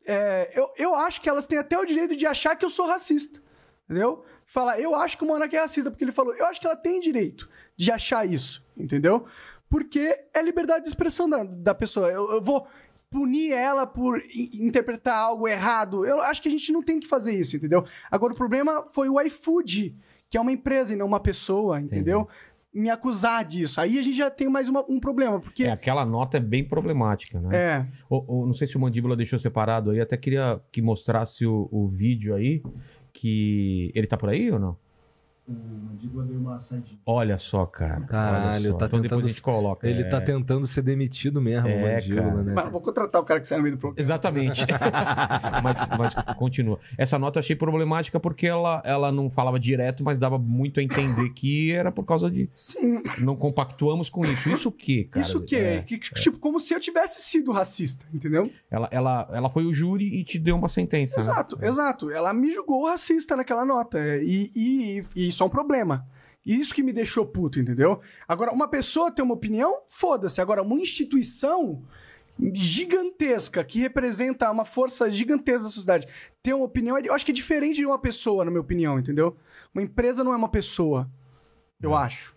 É, eu, eu acho que elas têm até o direito de achar que eu sou racista, entendeu? Falar, eu acho que o Monark é racista, porque ele falou, eu acho que ela tem direito de achar isso, entendeu? Porque é liberdade de expressão da, da pessoa. Eu, eu vou punir ela por i- interpretar algo errado. Eu acho que a gente não tem que fazer isso, entendeu? Agora, o problema foi o iFood, que é uma empresa e não uma pessoa, entendeu? Me acusar disso. Aí a gente já tem mais uma- um problema, porque...
É, aquela nota é bem problemática, né?
é.
O- o- não sei se o Mandíbula deixou separado aí. Até queria que mostrasse o, o vídeo aí. Que... Ele tá por aí ou não? Olha só, cara. Olha
Caralho,
só.
tá
então depois
tentando-
a gente coloca.
Ele
é.
tá tentando ser demitido mesmo,
É,
mandíbula,
cara.
né?
Mas eu vou contratar o cara que sai no meio do programa.
Exatamente. mas, mas continua. Essa nota eu achei problemática porque ela, ela não falava direto, mas dava muito a entender que era por causa de.
Sim,
Não compactuamos com isso. Isso o quê, cara?
isso que,
É.
que- tipo, como se eu tivesse sido racista, entendeu?
Ela, ela, ela foi o júri e te deu uma sentença. né?
Exato,
É.
exato. Ela me julgou racista naquela nota. E, e- e isso é um problema. E Isso que me deixou puto, entendeu? Agora, uma pessoa tem uma opinião, foda-se. Agora, uma instituição gigantesca que representa uma força gigantesca da sociedade ter uma opinião, eu acho que é diferente de uma pessoa, na minha opinião, entendeu? Uma empresa não é uma pessoa, eu
É.
acho.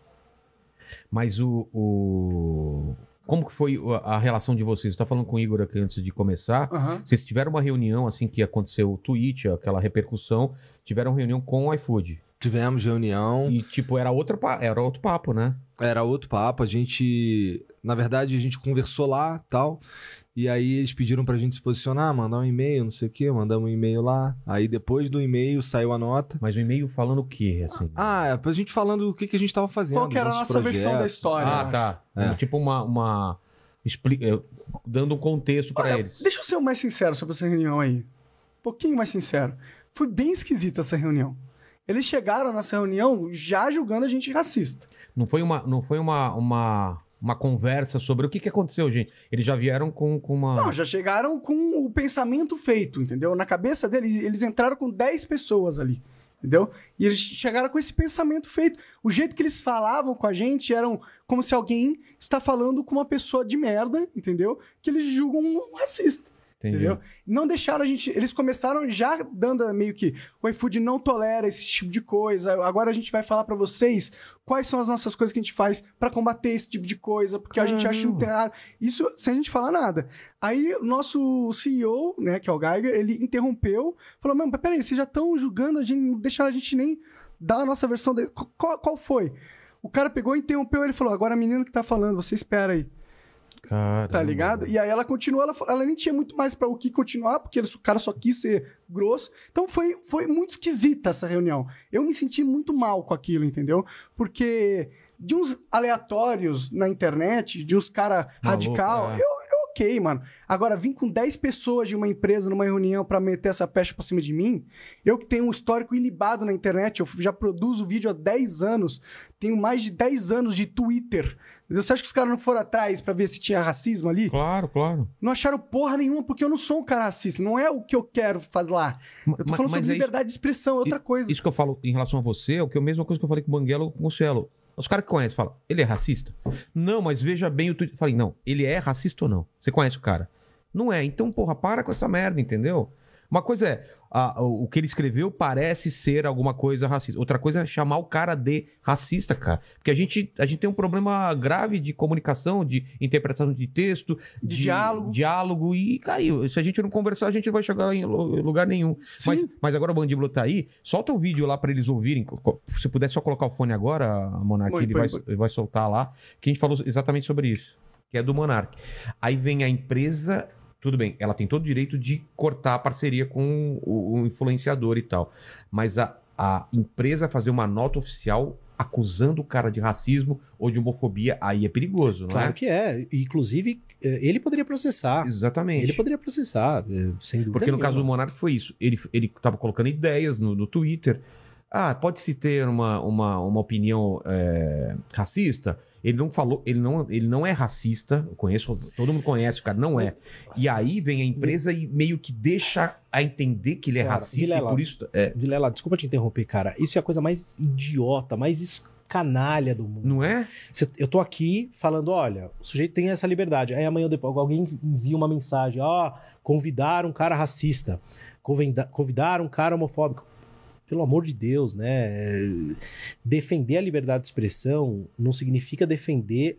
Mas o, o. Como que foi a relação de vocês? Eu tava falando com o Igor aqui antes de começar.
Aham.
Vocês tiveram uma reunião assim que aconteceu o tweet, aquela repercussão. Tiveram reunião com o iFood.
Tivemos reunião,
E, tipo, era, outra, pa- era outro papo, né?
era outro papo, a gente... Na verdade, a gente conversou lá, tal, e aí eles pediram pra gente se posicionar, mandar um e-mail, não sei o quê, mandamos um e-mail lá. Aí depois do e-mail saiu a nota.
Mas o e-mail falando o quê, assim?
Ah, é pra gente falando o que, que a gente tava fazendo.
Qual que era a
nossos
nossa versão da
projetos.
história?
Ah,
eu
tá.
É.
Tipo uma. uma expli- eh, Dando um contexto pra
Olha,
eles.
Deixa eu ser o mais sincero sobre essa reunião aí. Um pouquinho mais sincero. Foi bem esquisita essa reunião. Eles chegaram nessa reunião já julgando a gente racista.
Não foi uma, não foi uma, uma, uma conversa sobre o que, que aconteceu, gente. Eles já vieram com, com uma.
Não, já chegaram com o pensamento feito, entendeu? Na cabeça deles, eles entraram com 10 pessoas ali, entendeu? E eles chegaram com esse pensamento feito. O jeito que eles falavam com a gente eram como se alguém está falando com uma pessoa de merda, entendeu? Que eles julgam um racista.
Entendi.
Entendeu? Não deixaram a gente. Eles começaram já dando meio que o iFood não tolera esse tipo de coisa. Agora a gente vai falar pra vocês quais são as nossas coisas que a gente faz pra combater esse tipo de coisa, porque a gente acha
Caramba.
muito errado. Isso sem a gente falar nada. Aí o nosso CEO, né, que é o Geiger, ele interrompeu, falou: Mano, mas peraí, vocês já estão julgando a gente, não deixaram a gente nem dar a nossa versão. De... Qu- Qual, qual foi? O cara pegou, interrompeu, ele falou: Agora a menina que tá falando, você espera aí.
Caramba.
Tá ligado? E aí ela continua, ela, ela nem tinha muito mais pra o que continuar, porque ele- o cara só quis ser grosso. Então foi, foi muito esquisita essa reunião. Eu me senti muito mal com aquilo, entendeu? Porque de uns aleatórios na internet, de uns cara
Maluco,
radical,
é.
eu, eu ok, mano. Agora, vim com 10 pessoas de uma empresa numa reunião pra meter essa peste pra cima de mim, eu que tenho um histórico ilibado na internet, eu já produzo vídeo há 10 anos, tenho mais de 10 anos de Twitter. entendeu? Você acha que os caras não foram atrás pra ver se tinha racismo ali?
Claro, claro.
Não acharam porra nenhuma, porque eu não sou um cara racista. Não é o que eu quero fazer lá. Eu tô
Ma-
falando
mas
sobre
é isso-
liberdade de expressão, é outra coisa.
Isso que eu falo em relação a você é o que é a mesma coisa que eu falei com o Banguelo com o Celo. Os caras que conhecem falam, ele é racista? Não, mas veja bem o tweet. Eu Falei, não, ele é racista ou não? Você conhece o cara? Não é. Então, porra, para com essa merda, entendeu? Uma coisa é, a- o o que ele escreveu parece ser alguma coisa racista. Outra coisa é chamar o cara de racista, cara. Porque a gente, a gente tem um problema grave de comunicação, de interpretação de texto,
De diálogo.
diálogo e, caiu. Se a gente não conversar, a gente não vai chegar em lu- lugar nenhum.
Sim.
Mas, mas agora o Mandíbula tá aí, solta o vídeo lá pra eles ouvirem. Co- co- Se puder só colocar o fone agora, Monark,
Põe,
ele
põe,
vai,
põe.
ele vai soltar lá, que a gente falou exatamente sobre isso, que é do Monark. Aí vem a empresa, tudo bem, ela tem todo o direito de cortar a parceria com o, o influenciador e tal, mas a, a empresa fazer uma nota oficial acusando o cara de racismo ou de homofobia, aí é perigoso, não
Claro
é?
que é. Inclusive, eh, ele poderia processar.
Exatamente.
Ele poderia processar, eh, sem dúvida.
Porque no caso do
nenhuma.
Monark foi isso. Ele, ele tava colocando ideias no, no Twitter. Ah, pode-se ter uma, uma, uma opinião é, racista. Ele não falou, ele não, ele não é racista. Eu conheço, todo mundo conhece, o cara não é. E aí vem a empresa e meio que deixa a entender que ele é
Cara,
racista
Vilela.
e por isso. É,
Vilela, desculpa te interromper, cara. Isso é a coisa mais idiota, mais es- canalha do mundo.
não é?
Cê- eu tô aqui falando, olha, o sujeito tem essa liberdade. Aí amanhã ou depois alguém envia uma mensagem, ó, convidar um cara racista, convida- convidar um cara homofóbico. Pelo amor de Deus, né? É, Defender a liberdade de expressão não significa defender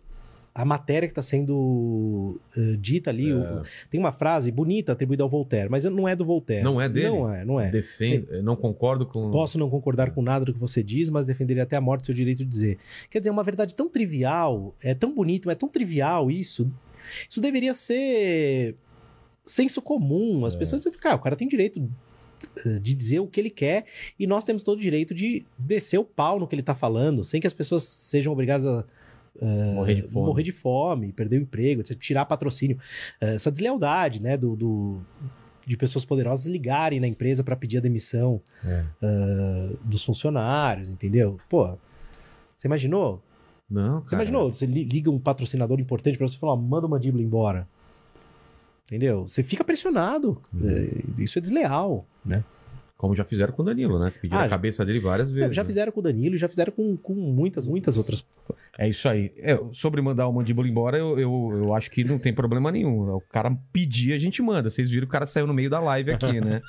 a matéria que está sendo eh, dita
É.
ali. O- Tem uma frase bonita atribuída ao Voltaire, mas não é do Voltaire.
Não é dele?
Não é, não é.
Defendo, eu não concordo com.
Posso não concordar com nada do que você diz, mas defenderei até a morte seu direito de dizer. Quer dizer, é uma verdade tão trivial, é tão bonito, mas é tão trivial isso. Isso deveria ser senso comum. As pessoas dizem, cara, o cara tem direito eh, de dizer o que ele quer e nós temos todo o direito de descer o pau no que ele tá falando, sem que as pessoas sejam obrigadas a
morrer de fome.
É, morrer de fome, perder o emprego, etc., tirar patrocínio. Eh, Essa deslealdade, né, do, do- de pessoas poderosas ligarem na empresa para pedir a demissão
É.
eh, dos funcionários, entendeu? Pô, você imaginou?
Não,
Você
cara.
imaginou? Você li- liga um patrocinador importante para você e fala, "Ó, manda o mandíbula embora. Entendeu? Você fica pressionado.
Uhum.
Eh, Isso é desleal, né?
Como já fizeram com o Danilo, né? Pediram
Ah,
a
já-
cabeça dele várias vezes.
já
né?
fizeram com o Danilo, já fizeram com, com muitas, muitas outras.
É isso aí. É, sobre mandar o mandíbula embora, eu, eu, eu acho que não tem problema nenhum. O cara pedir, a gente manda. Vocês viram que o cara saiu no meio da live aqui, né?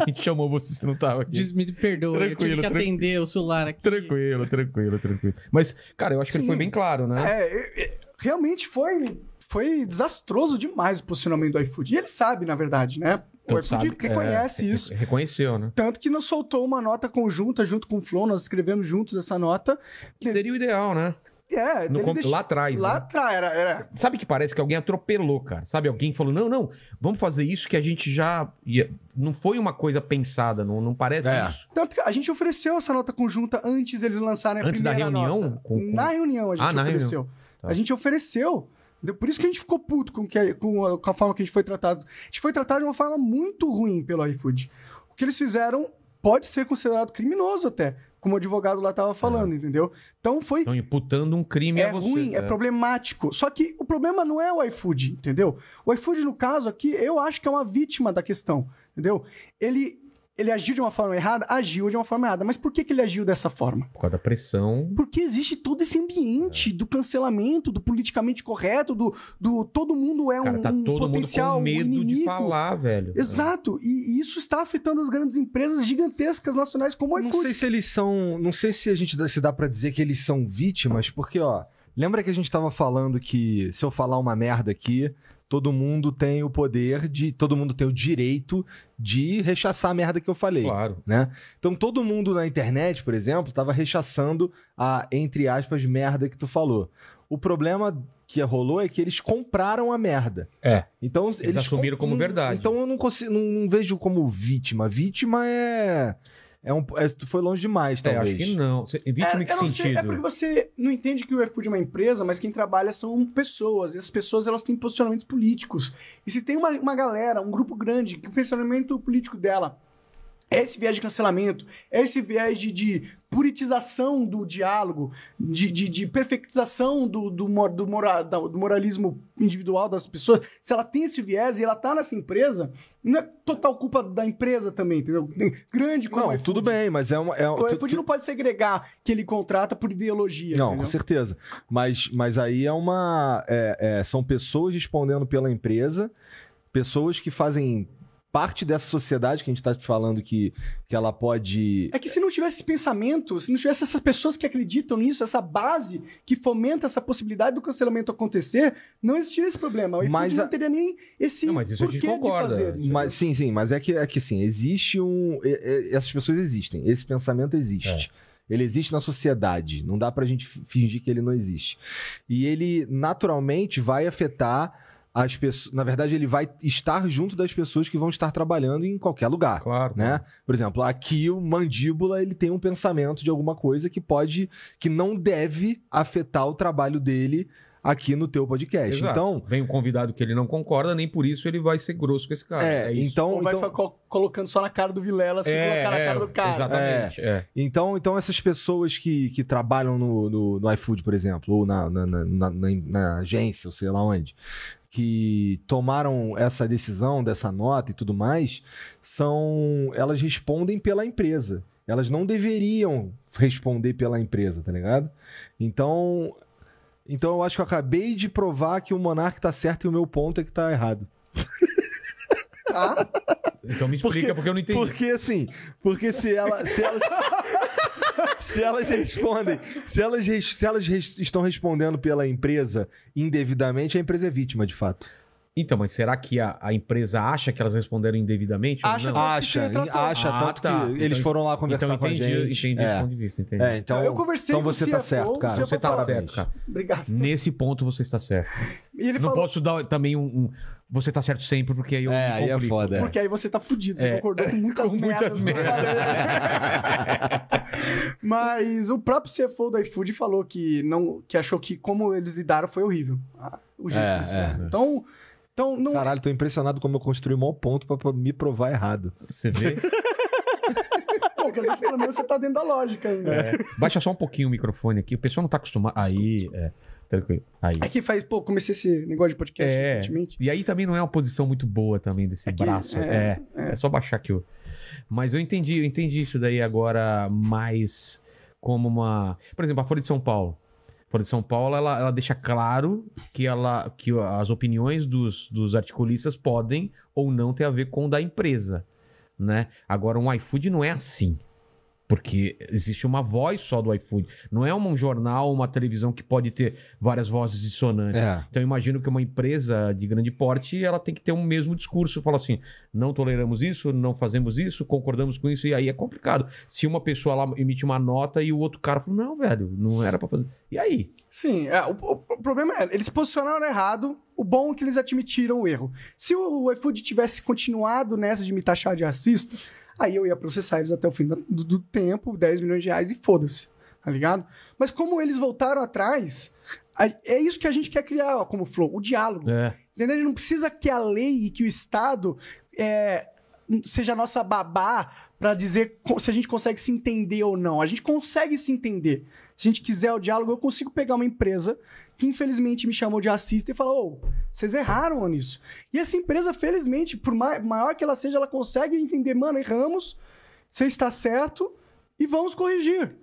a gente chamou você, você não tava aqui.
Diz- Me perdoa, eu tive
Tranquilo,
que
tranquilo.
atender o celular aqui.
Tranquilo, tranquilo, tranquilo. Mas, cara, eu acho que ele
Sim.
foi bem claro, né?
É, é, é, realmente foi, foi desastroso demais o posicionamento do iFood. E ele sabe, na verdade, né? O
Então,
iFood
sabe,
reconhece
é,
isso.
re- Reconheceu, né?
Tanto que não soltou uma nota conjunta junto com o Flow, nós escrevemos juntos essa nota.
Que seria o ideal, né?
É,
No
ele
com-
deixou-
Lá atrás.
lá
né?
atrás, era, era
Sabe que parece que alguém atropelou, cara? Sabe? Alguém falou: não, não, vamos fazer isso que a gente já. ia- Não foi uma coisa pensada, não, não parece
É.
isso.
Tanto que a gente ofereceu essa nota conjunta antes deles lançarem a
Antes da
primeira
reunião
nota.
com- com-
Na reunião a gente
Ah, na
ofereceu.
Tá.
A gente ofereceu. Entendeu? Por isso que a gente ficou puto com, que- com a, com a forma que a gente foi tratado. A gente foi tratado de uma forma muito ruim pelo iFood. O que eles fizeram pode ser considerado criminoso até, como o advogado lá tava
É.
falando, entendeu? Então foi
Estão imputando um crime
é
a você.
ruim, é
né?
problemático. Só que o problema não é o iFood, entendeu? O iFood, no caso aqui, eu acho que é uma vítima da questão, entendeu? Ele, ele agiu de uma forma errada? Agiu de uma forma errada. Mas por que, que ele agiu dessa forma?
Por causa da pressão.
Porque existe todo esse
É.
ambiente do cancelamento, do politicamente correto, do, do todo mundo é um,
Cara, tá
um
todo mundo
potencial
com medo
inimigo.
de falar, né? velho.
Exato, e, e isso está afetando as grandes empresas gigantescas nacionais como o
Não
iFood.
sei se eles são. Não sei se a gente dá- se dá pra dizer que eles são vítimas, porque, ó. Lembra que a gente tava falando que se eu falar uma merda aqui, todo mundo tem o poder de. Todo mundo tem o direito de rechaçar a merda que eu falei.
Claro.
né? Então todo mundo na internet, por exemplo, tava rechaçando a, entre aspas, merda que tu falou. O problema que rolou é que eles compraram a merda.
É.
Então eles,
assumiram
com-
como
não-
verdade.
Então eu não consigo, não, não vejo como vítima. Vítima é é um, é, tu foi longe demais,
É,
talvez.
acho que não. Cê- Vítima em que
eu não sei, é porque
sentido?
você não entende que o iFood é uma empresa, mas quem trabalha são pessoas. E as pessoas elas têm posicionamentos políticos. E se tem uma, uma galera, um grupo grande, que o posicionamento político dela é esse viés de cancelamento, é esse viés de, de puritização do diálogo, de, de, de perfectização do, do, mor- do mora- da- do moralismo individual das pessoas. Se ela tem esse viés e ela tá nessa empresa, não é total culpa da empresa também, entendeu? Tem- Grande como o
Não,
iFood.
tudo bem, mas é uma. É,
O
tu-
iFood
tu-
não pode segregar que ele contrata por ideologia.
Não, com
entendeu?
certeza. Mas, mas aí é uma. é- é, são pessoas respondendo pela empresa, pessoas que fazem parte dessa sociedade que a gente está te falando que, que ela pode.
É que se não tivesse esse pensamento, se não tivesse essas pessoas que acreditam nisso, essa base que fomenta essa possibilidade do cancelamento acontecer, não existiria esse problema. O iFood
Mas
não
a-
teria nem esse
Não, mas isso a gente
porquê de
concorda.
fazer. entendeu?
Mas, sim, sim, mas é que, é que assim, existe um. é- é- essas pessoas existem, esse pensamento existe. Ele existe na sociedade, não dá pra gente fi- fingir que ele não existe. E ele naturalmente vai afetar as pessoas. Na verdade, ele vai estar junto das pessoas que vão estar trabalhando em qualquer lugar.
Claro.
né? Por exemplo, aqui o mandíbula ele tem um pensamento de alguma coisa que pode, que não deve afetar o trabalho dele aqui no teu podcast.
Exato.
Então,
Vem um convidado que ele não concorda, nem por isso ele vai ser grosso com esse cara.
é,
Ah, isso. É,
então,
Ou vai
então, É,
ficar co- colocando só na cara do Vilela, sem colocar na assim cara do cara.
Exatamente. é.
então, então essas pessoas que, que trabalham no, no, no iFood, por exemplo, ou na, na, na, na- na- na agência, ou sei lá onde, que tomaram essa decisão dessa nota e tudo mais, são elas respondem pela empresa. Elas não deveriam responder pela empresa, tá ligado? Então, então eu acho que eu acabei de provar que o Monark tá certo e o meu ponto é que tá errado.
Então me explica, porque, eu não entendi.
Porque assim, porque se ela. Se elas, se elas respondem. Se elas, res- se elas res- estão respondendo pela empresa indevidamente, a empresa é vítima, de fato.
Então, mas será que a, a empresa acha que elas responderam indevidamente
Acha
ou não?
que-
Acha,
você tratou.
acha,
Ah,
tanto
tá.
que
Então
eles
isso-
foram lá conversar
então
com
entendi,
a gente.
entendi um esse
é.
ponto de vista, entendi.
É, então,
Eu conversei
então
com o
você tá
CFO,
certo, cara.
seu
Você tá
Parabéns.
certo, cara.
Obrigado.
Nesse ponto você está certo.
E ele
não
falou,
posso dar também um, um- Você está certo sempre, porque aí eu.
É,
me
aí é
complico.
foda, é.
porque aí você tá fudido, você
É.
concordou com muitas
Com muitas
merdas. que eu falei. Mas o próprio CFO do iFood falou que não, que achou que como eles lidaram foi horrível. Ah, O jeito
É,
que eles
é.
fizeram. Então, então
é.
não
Caralho, tô impressionado como eu construí um mau ponto pra pra me provar errado.
Você vê?
Bom, quer dizer, que pelo menos você tá dentro da lógica ainda. É,
Baixa só um pouquinho o microfone aqui. O pessoal não tá acostumado. Aí, é. Tranquilo. Aí.
É que faz, pô, comecei esse negócio de podcast
É.
recentemente.
E aí também não é uma posição muito boa também desse
É que-
braço. É,
é,
é. só baixar aqui o. Mas eu entendi, eu entendi isso daí agora mais como uma. Por exemplo, a Folha de São Paulo. A Folha de São Paulo, ela, ela deixa claro que, ela, que as opiniões dos, dos articulistas podem ou não ter a ver com o da empresa. Né? Agora, um iFood não é assim. Porque existe uma voz só do iFood. Não é um jornal, uma televisão que pode ter várias vozes dissonantes.
É.
Então eu imagino que uma empresa de grande porte ela tem que ter o mesmo discurso, falar assim, não toleramos isso, não fazemos isso, concordamos com isso e aí é complicado. Se uma pessoa lá emite uma nota e o outro cara fala, não, velho, não era pra fazer. E aí?
Sim, é, o, o- o problema é, eles se posicionaram errado, o bom é que eles admitiram o erro. Se o, o iFood tivesse continuado nessa de me taxar de racista, aí eu ia processar eles até o fim da- do, do tempo, 10 milhões de reais e foda-se, tá ligado? Mas como eles voltaram atrás, a- é isso que a gente quer criar ó, como flow, o diálogo.
É,
Entendeu? A gente não precisa que a lei e que o Estado é, seja a nossa babá pra dizer co- se a gente consegue se entender ou não. A gente consegue se entender. Se a gente quiser o diálogo, eu consigo pegar uma empresa que infelizmente me chamou de racista e falar: ô, vocês erraram nisso. E essa empresa, felizmente, por ma- maior que ela seja, ela consegue entender: mano, erramos, você está certo e vamos corrigir.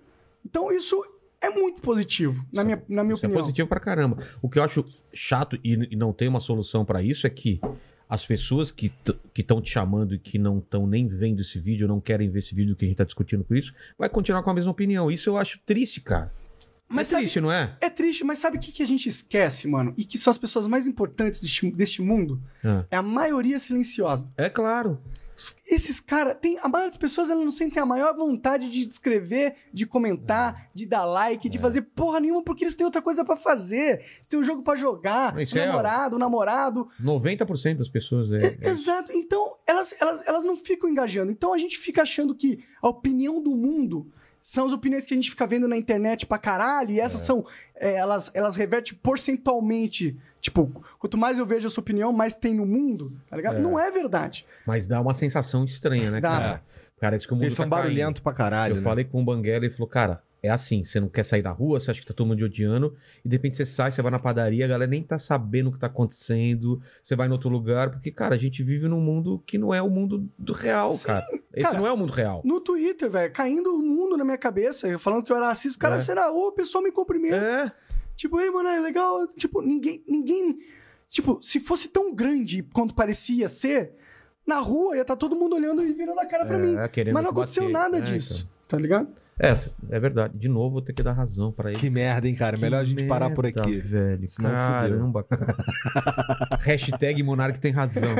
Então isso é muito positivo, na minha, na minha
isso é
opinião.
positivo pra caramba. O que eu acho chato e, e não tem uma solução pra isso é que as pessoas que estão te chamando e que não estão nem vendo esse vídeo, não querem ver esse vídeo que a gente tá discutindo com isso, vai continuar com a mesma opinião. Isso eu acho triste, cara.
Mas
Mas é
sabe-
triste, não é?
É triste, mas sabe o que, que a gente esquece, mano? E que são as pessoas mais importantes deste, deste mundo?
Ah.
É a maioria silenciosa.
É claro.
Esses caras, tem a maioria das pessoas ela não sentem a maior vontade de escrever, de
É.
comentar, de dar like, de fazer porra nenhuma, porque eles têm outra coisa pra fazer. Eles têm um jogo pra jogar,
Mas
um
isso é-
namorado, um namorado.
90% das pessoas é. é-
Exato. Então, elas, elas, elas não ficam engajando. Então a gente fica achando que a opinião do mundo são as opiniões que a gente fica vendo na internet pra caralho, e essas são. é, elas, elas revertem porcentualmente. Tipo, quanto mais eu vejo a sua opinião, mais tem no mundo, tá ligado? Não é verdade.
Mas dá uma sensação estranha, né,
Dá.
cara? Parece que o mundo
Eles são
tá caindo.
barulhentos pra caralho.
Eu
né?
falei com o Banguela e ele falou, cara, é assim, você não quer sair na rua, você acha que tá todo mundo te odiando, e de repente você sai, você vai na padaria, a galera nem tá sabendo o que tá acontecendo, você vai em outro lugar, porque, cara, a gente vive num mundo que não é o mundo do real,
Sim,
cara. Esse
cara.
não é o mundo real.
No Twitter, velho, caindo o mundo na minha cabeça, eu falando que eu era racista, o cara,
É.
será? Ô, o pessoal me cumprimenta.
É,
Tipo, ei, mano, é legal. Tipo, ninguém, ninguém. Tipo, se fosse tão grande quanto parecia ser, na rua ia estar todo mundo olhando e virando a cara pra mim.
é, querendo
Mas não
te bater.
aconteceu nada
É,
disso, tá ligado?
então. É, é verdade. De novo, vou ter que dar razão pra ele.
Que merda, hein, cara? Melhor a gente
Que
parar por
merda,
aqui.
velho.
Senão fudeu.
Caramba, cara. Hashtag Monark tem razão.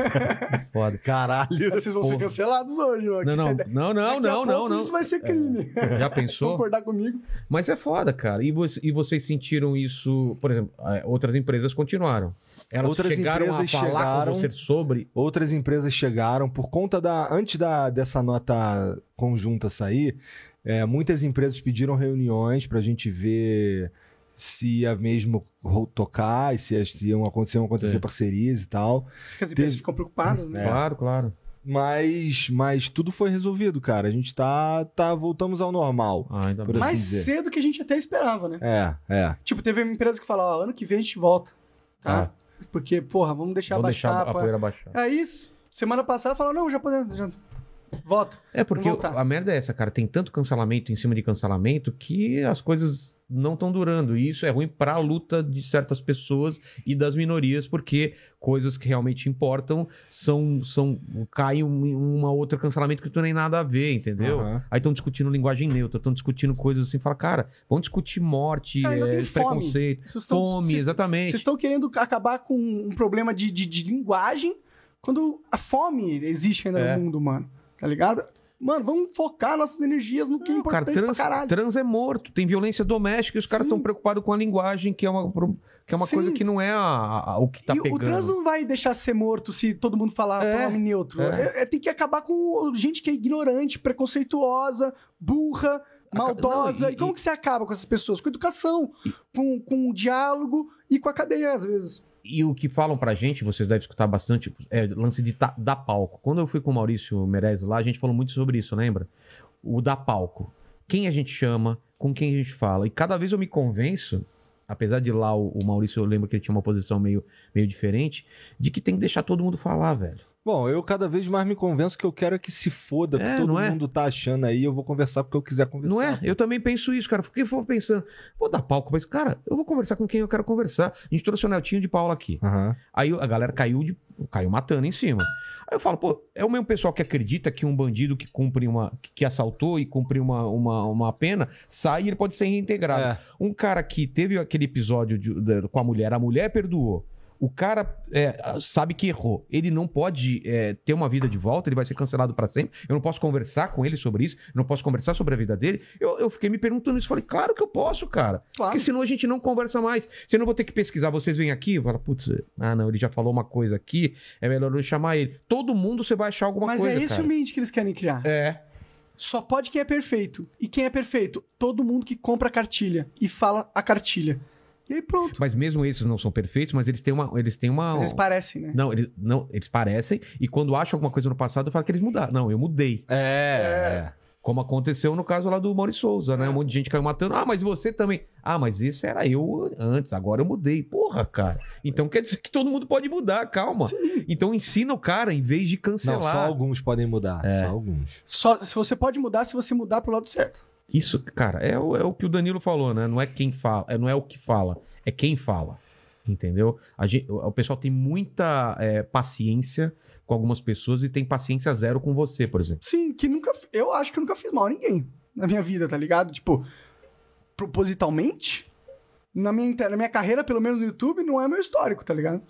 Foda.
Caralho.
Vocês vão ser
Porra.
cancelados hoje, ó. que
Não,
isso
não,
é-
não, não,
Daqui a
não, não,
pouco
não. É.
Isso vai ser crime.
Já pensou?
Concordar comigo?
Mas é foda, cara. E, vo- e vocês sentiram isso, por exemplo, eh, outras empresas continuaram. Elas
Outras
chegaram a falar
empresas chegaram-
com você sobre.
Outras empresas chegaram por conta da. Antes da, dessa nota conjunta sair, é, muitas empresas pediram reuniões pra gente ver se ia mesmo ro- tocar e se as- se iam acontecer, iam acontecer
Sim.
parcerias e tal.
Porque as empresas
Teve-
ficam preocupadas,
É.
né?
Claro, claro.
Mas, mas tudo foi resolvido, cara. A gente tá, tá voltamos ao normal.
Ah, ainda
Por
bem.
assim
Mais
dizer.
cedo que a gente até esperava, né?
É, é.
Tipo, teve uma empresa que falou, ó, ano que vem a gente volta, tá?
Tá.
Porque, porra, vamos deixar
Vou deixar
baixar.
a
pá.
poeira baixar.
Aí, s- semana passada, falaram, não, já podemos. Já... Volta.
É porque
Vamos voltar.
a merda é essa, cara. Tem tanto cancelamento em cima de cancelamento que as coisas não estão durando. E isso é ruim pra luta de certas pessoas e das minorias, porque coisas que realmente importam são. são caem um, em uma outra cancelamento que tu nem nada a ver, entendeu?
Aham.
Aí estão discutindo linguagem neutra, estão discutindo coisas assim, fala, cara, vamos discutir morte,
Cara, ainda
eh,
tem fome. Então,
preconceito,
Vocês estão-
fome,
vocês-
exatamente.
Vocês estão querendo acabar com um problema de, de, de linguagem quando a fome existe ainda
É.
no mundo, mano. Tá ligado? Mano, vamos focar nossas energias no que é
Não, cara,
importante
trans,
pra caralho.
trans é morto, tem violência doméstica e os caras
Sim.
estão preocupados com a linguagem, que é uma, que é uma
Sim.
coisa que não é a- a- o que tá
e o
pegando.
trans não vai deixar ser morto se todo mundo falar
É.
pronome neutro.
É.
É- é- tem que acabar com gente que é ignorante, preconceituosa, burra,
Aca-
maldosa.
Não, e-
e, como
e-
que você acaba com essas pessoas? Com educação, com, com o diálogo e com a cadeia, às vezes.
E o que falam pra gente, vocês devem escutar bastante, é lance de ta- dar palco. Quando eu fui com o Maurício Meirelles lá, a gente falou muito sobre isso, lembra? O dar palco. Quem a gente chama, com quem a gente fala. E cada vez eu me convenço, apesar de lá o, o Maurício, eu lembro que ele tinha uma posição meio, meio diferente, de que tem que deixar todo mundo falar, velho.
Bom, eu cada vez mais me convenço que eu quero é que se foda,
É,
que todo
não é?
mundo tá achando aí, eu vou conversar porque eu quiser conversar.
Não é? Eu também penso isso, cara. Porque eu vou pensando, vou dar palco pra isso. Cara, eu vou conversar com quem eu quero conversar. A gente trouxe o Neltinho de Paula aqui.
Aham.
Aí a galera caiu de, caiu matando em cima. Aí eu falo, pô, é o mesmo pessoal que acredita que um bandido que cumpre uma que assaltou e cumpriu uma, uma, uma pena sai e ele pode ser reintegrado.
É.
Um cara que teve aquele episódio de- da- com a mulher, a mulher perdoou. O cara é, sabe que errou. Ele não pode é, ter uma vida de volta, ele vai ser cancelado pra sempre. Eu não posso conversar com ele sobre isso, eu não posso conversar sobre a vida dele. Eu, eu fiquei me perguntando isso. Falei, claro que eu posso, cara.
Claro.
Porque senão a gente não conversa mais. Senão eu vou ter que pesquisar. Vocês vêm aqui e falam, putz, ah não, ele já falou uma coisa aqui, é melhor não chamar ele. Todo mundo você vai achar alguma
Mas
coisa.
é esse
cara.
o ambiente que eles querem criar.
É.
Só pode quem é perfeito. E quem é perfeito? Todo mundo que compra a cartilha e fala a cartilha. E aí pronto.
Mas mesmo esses não são perfeitos, mas eles têm uma. Eles têm uma.
Às vezes parecem, né?
Não, eles, não, eles parecem, e quando acham alguma coisa no passado, eu falo que eles mudaram. Não, eu mudei.
É.
Como aconteceu no caso lá do Maurício Souza, né? Um monte de gente caiu matando. Ah, mas você também. Ah, mas esse era eu antes, agora eu mudei. Porra, cara. Então quer dizer que todo mundo pode mudar, calma. Então ensina o cara em vez de
Não, só
cancelar.
alguns podem mudar.
É.
Só alguns.
Só se você pode mudar se você mudar pro lado certo.
Isso, cara, é, o- é o que o Danilo falou, né? Não é quem fala, é- não é o que fala, é quem fala. Entendeu? A gente, o o pessoal tem muita é, paciência com algumas pessoas e tem paciência zero com você, por exemplo.
Sim, que nunca. Eu acho que eu nunca fiz mal a ninguém na minha vida, tá ligado? Tipo, propositalmente, na minha, inte- na minha carreira, pelo menos no YouTube, não é meu histórico, tá ligado?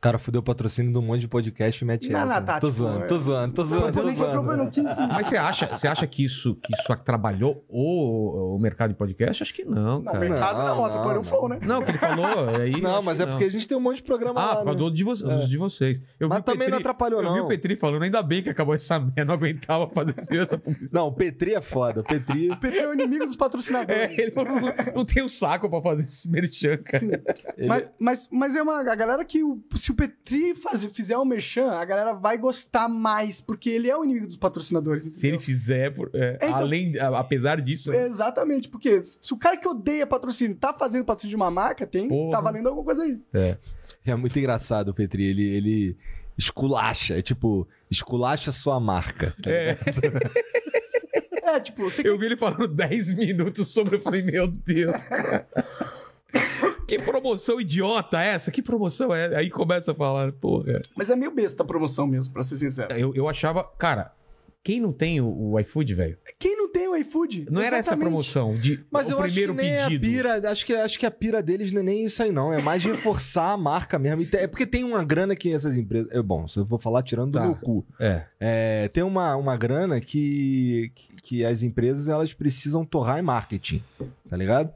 Cara, fudeu o patrocínio de um monte de podcast e mete
Não,
essa.
não, tá,
tô
tipo,
zoando, tô zoando, tô zoando,
Mas
tô
eu nem
zoando.
comprou, mas eu não quis isso.
Mas você acha, você acha que isso que isso atrapalhou o, o mercado de podcast? Acho que não,
Não,
cara.
mercado não,
Não,
não atrapalhou o
não,
flow, né?
Não, o que ele falou aí.
Não,
acho
mas
que
é porque a gente tem um monte de programa
Ah,
lá,
por
né?
causa do- de, vo- de vocês. Eu vi
Mas
o
também não atrapalhou,
Eu vi
não.
o Petri falando, ainda bem que acabou essa merda, não aguentava fazer essa publicidade.
Não, o Petri é foda. O Petri.
O PT é o inimigo dos patrocinadores.
É, ele falou, não, não tem o saco pra fazer esse merchan, cara.
ele-
Mas, mas, mas é uma a galera que, o- se o Petri faz- fizer o merchan, a galera vai gostar mais, porque ele é o inimigo dos patrocinadores.
Se ele
entendeu?
fizer, por- é,
Então-
além, a- apesar disso,
É.
né?
Exatamente, porque se o cara que odeia patrocínio tá fazendo patrocínio de uma marca, tem,
Porra.
tá valendo alguma coisa aí.
É muito engraçado o Petri. Ele, ele esculacha. É tipo, esculacha sua marca.
É,
É, tipo, você
eu vi ele falando 10 minutos sobre, eu falei, meu Deus, cara. Que promoção idiota é essa? Que promoção é? Aí começa a falar, porra.
Mas é meio besta a promoção mesmo, pra ser sincero.
Eu, eu achava, cara, quem não tem o, o iFood, velho?
Quem não tem o iFood?
Não era essa a
Exatamente.
promoção de
Mas
o
eu acho que
primeiro
nem é a
pedido.
pira, acho que, acho que a pira deles não é nem isso aí não, é mais reforçar a marca mesmo. E te- É porque tem uma grana que essas empresas, é bom, se eu vou falar tirando do
Tá.
meu cu.
É.
É, tem uma, uma grana que, que as empresas elas precisam torrar em marketing, tá ligado?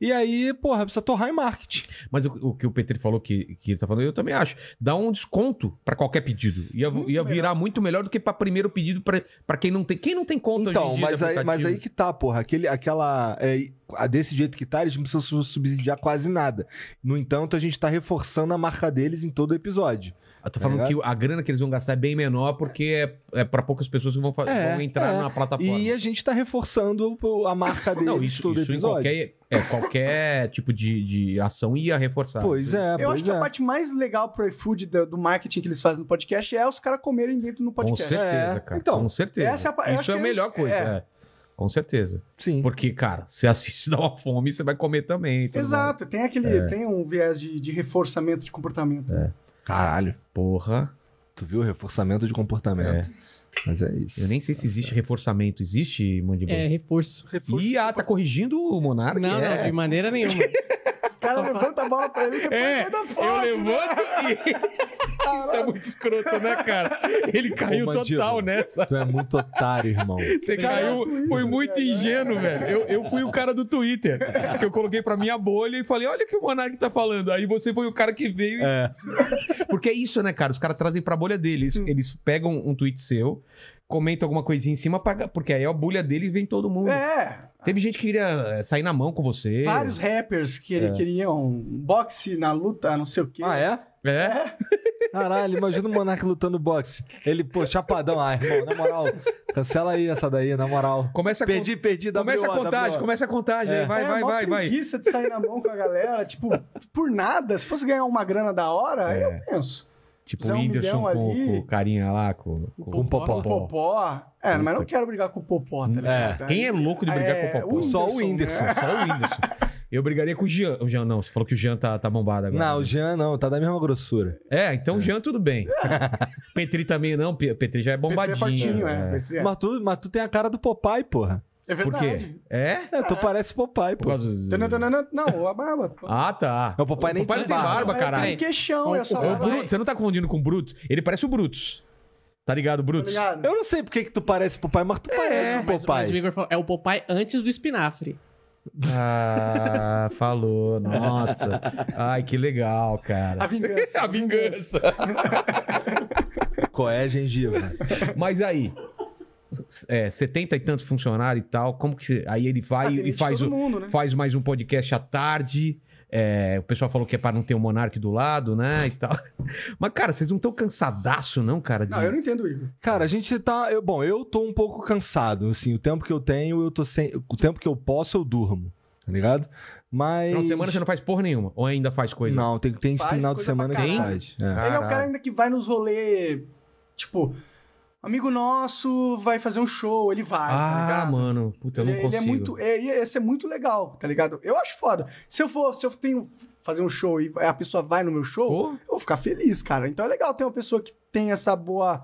E aí, porra, precisa torrar em marketing.
Mas o, o que o Petri falou que, que ele tá falando, eu também acho. Dá um desconto pra qualquer pedido. Ia,
Muito
ia virar muito melhor do que pra primeiro pedido pra pra quem não tem. Quem não tem conta hoje
Então,
em dia de
mas aí, mas aí
aplicativo?
que tá, porra. Aquele, aquela. é, a- desse jeito que tá, eles não precisam su- subsidiar quase nada. No entanto, a gente tá reforçando a marca deles em todo episódio.
Eu tô falando
Tá
que a grana que eles vão gastar é bem menor porque é, é para poucas pessoas que vão, fa-
É,
vão entrar
é.
na plataforma.
E a gente tá reforçando o- a marca deles
Não,
em
isso,
todo
isso em
episódio.
qualquer, é, qualquer tipo de, de ação ia reforçar.
Pois é,
Eu acho
pois
que a
é.
parte mais legal pro iFood do, do marketing que eles fazem no podcast é os caras comerem dentro no
Com
podcast.
certeza,
É,
cara.
então,
com certeza.
essa é a pa- eu acho
isso é a
que
melhor
eles-
coisa.
é.
é. Com certeza.
Sim.
Porque, cara, você assiste dá uma fome, você vai comer também. tudo
Exato, tem aquele,
É.
tem um viés de, de reforçamento de comportamento.
Caralho,
mais. Porra.
tu viu o reforçamento de comportamento. Mas é isso.
Eu nem sei se existe reforçamento. Existe, mandíbula?
É, reforço.
Reforço.
Ih, ah, tá corrigindo o Monark?
Não,
é.
não, de maneira nenhuma.
O cara levanta a bola pra ele e depois
É,
manda
Eu
fora.
levanto e. Isso é muito escroto, né, cara? Ele caiu
Ô, Mandíbula.
total nessa.
Tu é muito otário, irmão.
Você caiu,
né?
foi muito
É.
ingênuo, velho. Eu, eu fui o cara do Twitter, que eu coloquei pra minha bolha e falei, olha o que o Monark tá falando. Aí você foi o cara que veio. e- É. Porque é isso, né, cara? Os caras trazem pra bolha deles. Eles pegam um tweet seu, comentam alguma coisinha em cima, paga- porque aí a bolha dele vem todo mundo.
É,
Teve gente que queria eh, sair na mão com você.
vários rappers que ele queriam boxe na luta, não sei o quê.
Ah, é?
É.
Caralho, imagina o Monark lutando boxe. Ele, pô, chapadão. Ah, irmão, na moral, cancela aí essa daí, na moral.
Começa a, con-
Perdi, perdi, da
começa a contagem, começa a contagem.
É.
aí, Vai,
é,
vai,
mó
vai, vai.
preguiça de sair na mão com a galera, tipo, por nada. Se fosse ganhar uma grana da hora, aí
É.
eu penso.
Tipo
Zé
o
um
Whindersson
milhão
com,
ali.
com o carinha lá, com,
Com um popó.
Popó. É, mas não quero brigar com o Popó, tá ligado?
Quem é louco de brigar
É,
com o né? popó?
o
Só o
Whindersson,
Whindersson.
Só o Whindersson. Eu brigaria com o Jean. O Jean, não, você falou que o Jean tá, tá bombado agora.
Não, o Jean não, tá da mesma grossura.
É, então o Jean tudo bem. Petri também não, Pe- Petri já é
Petri
bombadinho.
é fortinho, é. Petri é.
Mas, tu, mas tu tem a cara do Popeye, porra.
É
né? Por
verdade.
quê? É?
É, tu parece Popeye,
Por
pô.
causa do...
Tananana- Não, a barba.
Ah, tá.
Não, o Popeye nem
não tem barba,
É
caralho.
queixão,
O-
é só
o-
Ô,
barba.
Popó-
Brutus, você não tá confundindo com o Brutus? Ele parece o Brutus. Tá ligado,
Tá
Brutus?
ligado?
Eu não sei porque que tu parece Popeye, mas tu
É,
parece o
mas, mas o
Popeye.
Igor falou, é o Popeye antes do espinafre.
Ah, falou. Nossa. Ai, que legal,
A
cara.
vingança.
A vingança.
Qual é, gengiva?
Mas aí, é, 70 e tantos funcionários e tal, como que. Aí ele vai e
Demite
faz,
é todo
o-
mundo, né?
faz mais um podcast à tarde. é, o pessoal falou que é pra não ter o Monark do lado, né? E tal. Mas, cara, vocês não estão cansadaço, não, cara? de-
Não, eu não entendo o Igor.
Cara, a gente tá. Eu, bom, eu tô um pouco cansado. Assim, o tempo que eu tenho, eu tô sem. O tempo que eu posso, eu durmo. Tá ligado? Mas.
Final de semana você não faz porra nenhuma. Ou ainda faz coisa?
Não, tem, tem esse
Faz
final de
coisa
semana que
pra caralho.
faz. É.
Ele é o cara
Caralho.
ainda que vai nos rolê, tipo, amigo nosso vai fazer um show, ele vai, tá
Ah,
ligado?
mano. Puta, eu
ele,
não consigo.
ele é muito, ele, esse é muito legal, tá ligado? Eu acho foda. Se eu for, se eu tenho fazer um show e a pessoa vai no meu show,
Pô,
eu vou ficar feliz, cara. Então é legal ter uma pessoa que tem essa boa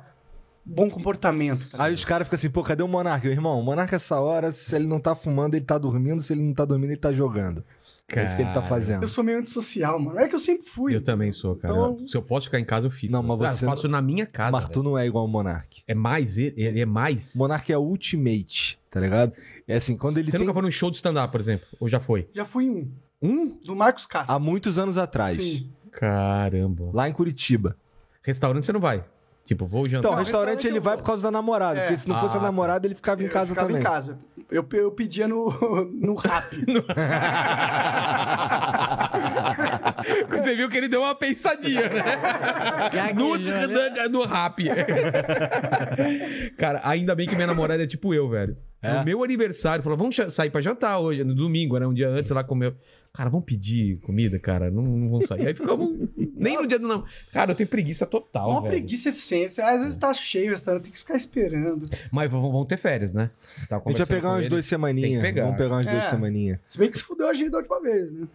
bom comportamento. Tá
Aí os caras ficam assim, pô, cadê o é Monarca? Irmão, o Monarca essa hora, se ele não tá fumando, ele tá dormindo, se ele não tá dormindo, ele tá jogando. É isso que ele tá fazendo.
Eu sou meio antissocial, mano. É que eu sempre fui.
Eu também sou, cara.
Então-
Se eu posso ficar em casa, eu fico.
Não, mas
Cara,
você
eu faço na minha casa.
Mas tu
velho.
não é igual o Monark.
É mais ele, ele é mais.
Monark é ultimate, tá ligado? É assim, quando ele
Você
tem...
nunca foi num show de stand-up, por exemplo? Ou já foi?
Já fui em um.
Um?
Do Marcos Castro.
Há muitos anos atrás,
Sim.
Caramba.
lá em Curitiba.
Restaurante você não vai. Tipo, vou jantar.
Então, o
Não,
restaurante
restaurante
ele
eu
vai
vou.
por causa da namorada,
É.
porque se não fosse
Ah,
a
tá.
namorada, ele ficava em casa
eu ficava
também.
em casa. Eu, pe- eu pedia no, no rap.
Você viu que ele deu uma pensadinha, né? no, no, no rap. Cara, ainda bem que minha namorada é tipo eu, velho.
É?
No meu aniversário, falou: vamos cha- sair pra jantar hoje, no domingo, né? Um dia antes, ela comeu. Cara, vamos pedir comida, cara. Não, não vamos sair. Aí ficamos. Nem no dia do namoro. Cara, eu tenho preguiça total,
Uma
velho.
preguiça essência. Às
É.
vezes tá cheio o restaurante, tem que ficar esperando.
Mas vão, vão ter férias, né? Tava
A gente
conversando
vai pegar
com
umas
ele.
duas
Tem que
semaninhas.
pegar.
Vamos pegar umas duas
É.
semaninhas.
Se bem que se fudeu a gente da última vez, né?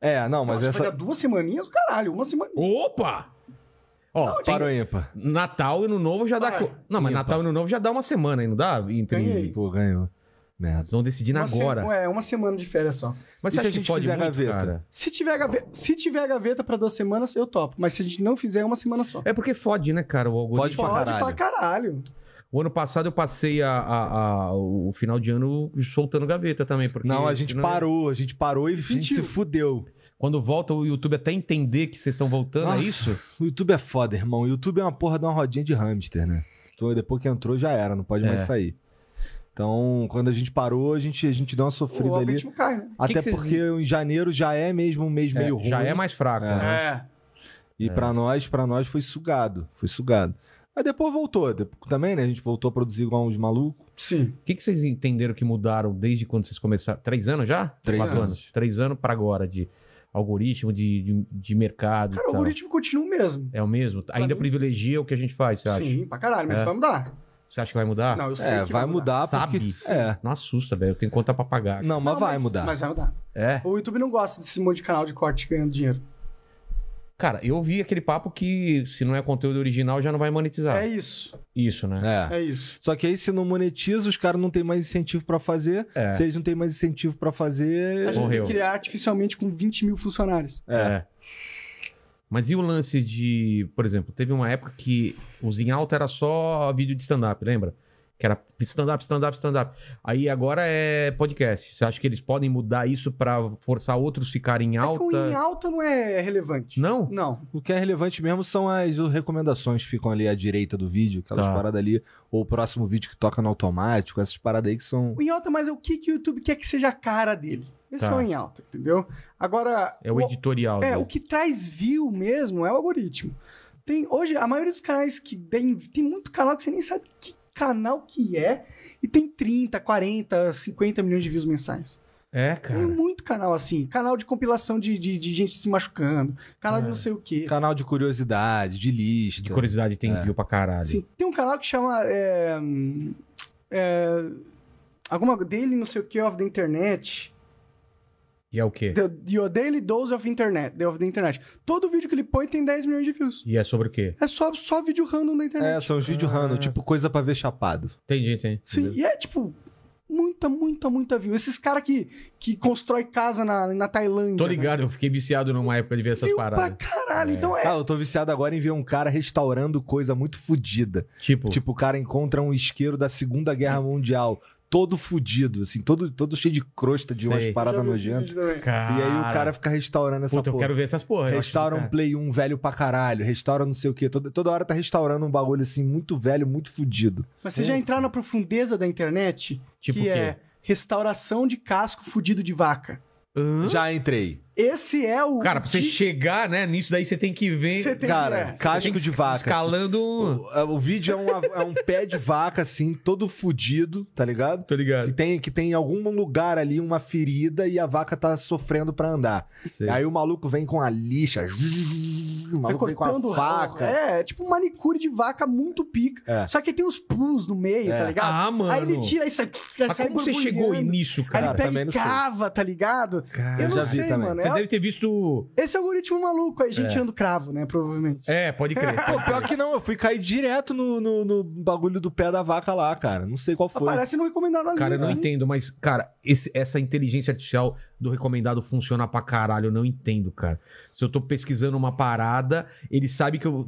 É, não, mas
Acho que foi
essa.
há duas semaninhas, caralho. Uma semana.
Opa! Ó, tem-
Parou ímpar.
Natal e Ano Novo já dá.
Vai.
co- Não, mas
Ih,
Natal e Ano Novo já dá uma semana, aí, não dá? Entre.
Ganhei.
Pô, ganhou. Merda.
Eles vão decidindo
Uma
agora.
se- É, uma semana de férias só.
Mas
E
você
se
acha
a gente
que pode
fizer
muito,
gaveta?
cara?
Se tiver, gaveta, se tiver gaveta pra duas semanas, eu topo. Mas se a gente não fizer, é uma semana só.
É porque fode, né, cara, o
Fode
algoritmo.
pra caralho.
pra caralho.
O ano passado eu passei a, a- a- o final de ano soltando gaveta também. Porque
Não, a gente
senão-
parou, a gente parou e a gente
Mentiu.
se fudeu.
Quando volta o YouTube até entender que vocês estão voltando, é
Nossa.
isso?
O YouTube é foda, irmão. O YouTube é uma porra de uma rodinha de hamster, né? Então, depois que entrou, já era, não pode mais
É.
sair. Então, quando a gente parou, a gente, a gente deu uma
O
sofrida ali.
algoritmo cai, né?
Até
que vocês-
porque em janeiro já é mesmo um mês meio
É,
ruim.
já é mais fraco, né?
É.
E pra nós, para nós foi sugado, foi sugado. Mas depois voltou, de- também, né? A gente voltou a produzir igual uns malucos.
Sim.
O que, que vocês entenderam que mudaram desde quando vocês começaram? Três anos já?
Três
Quatro
anos.
Três anos pra agora de algoritmo, de, de, de mercado. e
Cara, o
Então.
tal.
algoritmo continua o mesmo.
É o mesmo? Ainda
mim-
privilegia o que a gente faz, você acha?
Sim, pra caralho, mas
É.
vai mudar.
Você acha que vai mudar?
Não, eu sei
É,
que
vai mudar,
Sabe?
porque é.
Não assusta, velho. Eu tenho conta pra pagar.
Não, mas
Não,
vai mudar.
Mas vai mudar.
É.
O YouTube não gosta desse monte de canal de corte ganhando dinheiro.
Cara, eu vi aquele papo que se não é conteúdo original já não vai
Tá.
monetizar.
É isso.
Isso, né?
É.
É isso.
Só que aí se não monetiza, os caras não têm mais incentivo pra fazer.
É.
Se eles não têm mais incentivo pra
A
fazer,
gente tem
Morreu.
que criar artificialmente com 20 mil funcionários.
É.
Mas e o lance de, por exemplo, teve uma época que os em alta era só vídeo de stand-up, lembra? Que era stand-up, stand-up, stand-up. Aí agora é podcast. Você acha que eles podem mudar isso pra forçar outros ficarem em
É que
alta?
o em alta não é relevante.
Não?
Não.
o que é relevante mesmo são as recomendações que ficam ali à direita do vídeo, aquelas
Tá.
paradas ali, ou o próximo vídeo que toca no automático, essas paradas aí que são.
O em alta, mas é o que, que o YouTube quer que seja a cara dele. Esse
Tá.
é o em alta, entendeu? Agora.
É o editorial.
É,
né?
o que traz view mesmo é o algoritmo. Tem, hoje, a maioria dos canais que tem. Tem muito canal que você nem sabe que canal que é. E tem 30, 40, 50 milhões de views mensais.
É,
Tem
cara.
muito canal assim. Canal de compilação de, de, de gente se machucando. Canal
É.
de não sei o quê.
Canal de curiosidade, de lista.
De curiosidade tem view pra caralho.
Sim, tem um canal que chama. é, hum, é, alguma Daily não sei o que of the internet.
E é o quê?
The, your Daily Dose of Internet. The of the internet. Todo vídeo que ele põe tem 10 milhões de views.
E é sobre o quê?
É só, só vídeo random da internet.
É, são os vídeos random,
Ah.
tipo coisa pra ver chapado.
Entendi, entendi.
Sim, e é tipo. Muita, muita, muita view. Esses caras que, que constrói casa na, na Tailândia.
Tô
né?
ligado, eu fiquei viciado numa época de ver essas
View pra
paradas. Tá
caralho. Então é.
Ah, eu tô viciado agora em ver um cara restaurando coisa muito fodida.
Tipo,
Tipo, o cara encontra um isqueiro da Segunda Guerra Mundial, todo fudido, assim, todo, todo cheio de crosta de umas
Sei.
paradas
já vi esse
nojentas.
vídeo também.
E aí o cara fica restaurando essa
Puta, eu
porra.
quero ver essas porra. eu acho
Restaura
do
um
cara.
Play 1 velho pra caralho, restaura não sei o quê. Toda, toda hora tá restaurando um bagulho assim, muito velho, muito fudido.
Mas você já entrar na profundeza da internet,
Tipo o
que
quê?
é restauração de casco fudido de vaca.
Hã?
Já entrei.
Esse é o.
Cara, pra você
Tipo de-
chegar, né, nisso daí você tem que ver.
Você tem-
Cara,
é,
tem
casco
que
de vaca.
Escalando um.
O, é, o vídeo é, uma- é um pé de vaca, assim, todo fudido, tá ligado?
Tô
Que
ligado.
tem, que tem em algum lugar ali uma ferida e a vaca tá sofrendo pra andar.
Sei.
Aí o maluco vem com a lixa O maluco vem com a
o ralo.
faca.
É, é tipo um manicure de vaca muito pica.
É.
Só que tem uns pus no meio,
É.
tá ligado?
Ah, mano.
Aí ele tira isso
Mas como você chegou nisso,
Aí
cara? Ah,
ele
Cara,
pega
também
e
não sei.
cava, tá ligado?
Cara,
eu
eu
não
já vi
sei,
também.
mano.
Você
É-
deve ter visto.
Esse algoritmo maluco aí,
É.
gente tirando cravo, né? Provavelmente.
É, pode crer.
Pô, pior que não, eu fui cair direto no, no- no bagulho do pé da vaca lá, cara. Não sei
Ah,
qual foi.
Aparece no recomendado ali.
Cara, eu não
né?
entendo, mas, cara, esse- essa inteligência artificial do recomendado funciona pra caralho. Eu não entendo, cara. Se eu tô pesquisando uma parada, ele sabe que eu.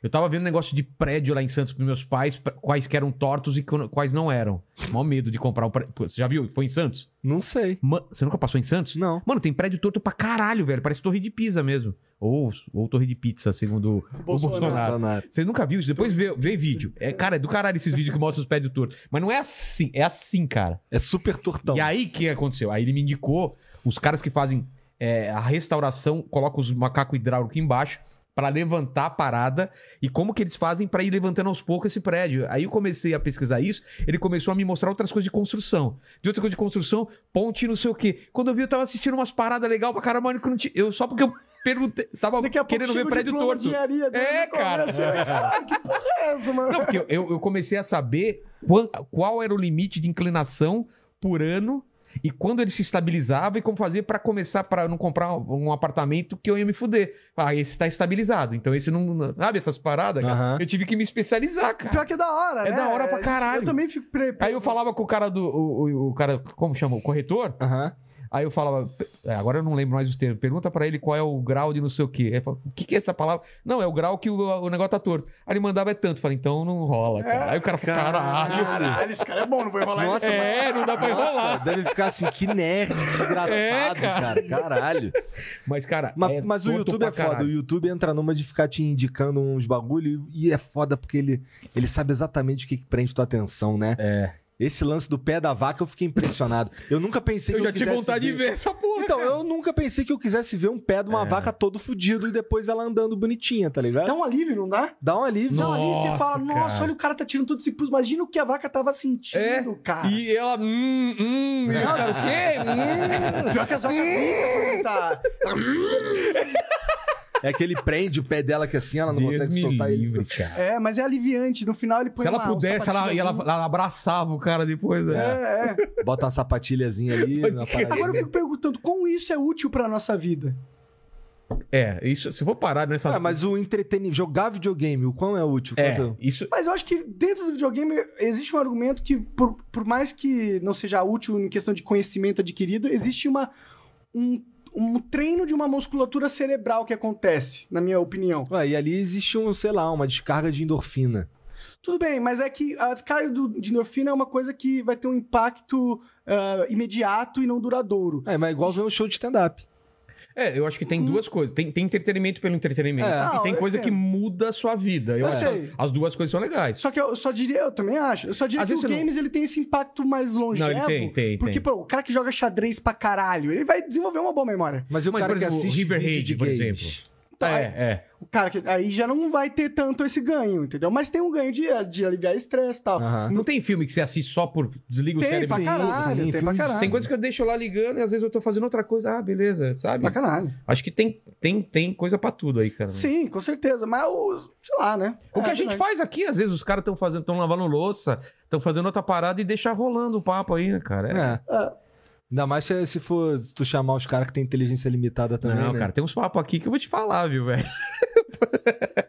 Eu tava vendo um negócio de prédio lá em Santos pros meus pais, pra- quais que eram tortos e quando- quais não eram. Mó medo de comprar o prédio. Você já viu? Foi em Santos?
Não sei.
Ma- Você nunca passou em Santos?
Não.
Mano, tem prédio torto pra caralho, velho. Parece torre de pizza mesmo. Ou, ou torre de pizza, segundo o
Bolsonaro.
Bolsonaro.
Bolsonaro.
Você nunca viu isso? Depois vê, vê vídeo. É, cara, é do caralho esses vídeos que mostram os pés do torto. Mas não é assim, é assim, cara.
É super tortão.
E aí, o que aconteceu? Aí ele me indicou os caras que fazem é, a restauração, colocam os macacos hidráulicos embaixo pra levantar a parada e como que eles fazem pra ir levantando aos poucos esse prédio. Aí eu comecei a pesquisar isso, ele começou a me mostrar outras coisas de construção. De outra coisa de construção, ponte não sei o quê. Quando eu vi, eu tava assistindo umas paradas legais pra caramba, mas eu não tinha- eu, só porque eu perguntei, tava
Daqui a pouco
querendo
chega
ver
o
prédio
diploma de
torto.
engenharia dele
É,
no comércio. Caralho, que porra é essa, mano?
Não, porque eu, eu comecei a saber quan- qual, era o limite de inclinação por ano e quando ele se estabilizava e como fazer pra começar pra não comprar um apartamento que eu ia me fuder. Ah, esse tá estabilizado, então esse não. Sabe essas paradas, cara?
Aham.
Eu tive que me especializar, cara.
Pior que é da hora,
É
né?
da hora pra
Eu-
caralho.
Eu também fico pre...
Aí eu falava com o cara do. O, o- o cara, como chama? O corretor?
Aham.
Aí eu falava, é, agora eu não lembro mais os termos. Pergunta pra ele qual é o grau de não sei o quê. Aí ele falou, o que, que é essa palavra? Não, é o grau que o, o negócio tá torto. Aí ele mandava é tanto. Eu Falei, então não rola, cara. Aí o cara falou, caralho.
Caralho, esse cara é bom, não vou enrolar
Nossa,
É, não dá pra
Nossa,
enrolar.
deve ficar assim, que nerd, desgraçado,
É,
cara. Caralho.
Mas, cara.
Mas,
é
mas o
torto
YouTube
pra
é foda.
caralho.
O YouTube entra numa de ficar te indicando uns bagulho e é foda porque ele, ele sabe exatamente o que, que prende tua atenção, né? É. Esse lance do pé da vaca eu fiquei impressionado. Eu nunca pensei
Eu
que
já tive
quisesse
vontade de ver essa porra.
Então,
cara.
eu nunca pensei que eu quisesse ver um pé de
É.
uma vaca todo fudido e depois ela andando bonitinha, tá ligado?
Então,
Dá um alívio, não dá?
Dá um alívio.
Não, ali você
Nossa,
fala, nossa,
cara. É,
olha o cara tá tirando todo esse pus. Imagina o que a vaca tava sentindo, cara.
E ela. Hum, hum. E eu, cara, o quê? Hum.
Pior que as vacas gritam quando tá.
É que ele prende o pé dela que assim ela não
Deus
consegue
me
soltar
livre,
ele.
cara.
É, mas é aliviante. No final ele põe
Se ela
uma- um
pudesse, ela, e ela,
sapatinho
ela abraçava o cara depois. né?
É, é.
Bota uma sapatilhazinha ali na parada.
Agora eu fico perguntando como isso é útil pra nossa vida.
É, isso. Se for parar nessa.
Ah, mas o entretenimento, jogar videogame, o quão é útil?
É,
Quanto-
isso.
Mas eu acho que dentro do videogame existe um argumento que, por, por mais que não seja útil em questão de conhecimento adquirido, existe uma, um, um treino de uma musculatura cerebral que acontece, na minha opinião.
Ué, e ali existe um, sei lá, uma descarga de endorfina.
Tudo bem, mas é que a descarga do, de endorfina é uma coisa que vai ter um impacto ah, imediato e não duradouro.
É, mas é igual ver um show de stand-up.
É, eu acho que tem duas coisas. Tem, tem entretenimento pelo entretenimento.
Uhum. É.
e tem
Ah, eu
coisa que
entendo.
muda a sua vida. Eu
Eu
acho
sei.
que As duas coisas são legais.
Só que eu só diria, eu também acho, eu só diria
Às
que o
vezes você não-
games ele tem esse impacto mais longevo.
Não, ele tem, tem,
Porque,
tem.
pô, o cara que joga xadrez pra caralho, ele vai desenvolver uma boa memória.
Mas e o
Mas,
cara
por
que
exemplo,
assiste
River
vídeo
Raid,
de
por
games?
exemplo.
Então,
Tá.
é, é.
O cara, que- aí já não vai ter tanto esse ganho, entendeu? Mas tem um ganho de, de aliviar estresse e tal.
Aham.
Não tem filme que você assiste só por desliga o
Tem
cérebro.
pra
e
caralho,
sim,
tem pra
filme-
caralho.
Tem coisa que eu deixo lá ligando e às vezes eu tô fazendo outra coisa. Ah, beleza, sabe?
pra caralho.
Acho que tem, tem, tem coisa pra tudo aí, cara.
Sim, com certeza. Mas, o- sei lá, né?
O que
É,
a gente
verdade.
faz aqui, às vezes os caras estão fazendo, estão lavando louça, estão fazendo outra parada e deixar rolando o papo aí, né, cara? É.
É. Ainda mais se, se for se tu chamar os caras que tem inteligência limitada também.
Não,
né?
cara, tem uns papos aqui que eu vou te falar, viu, velho?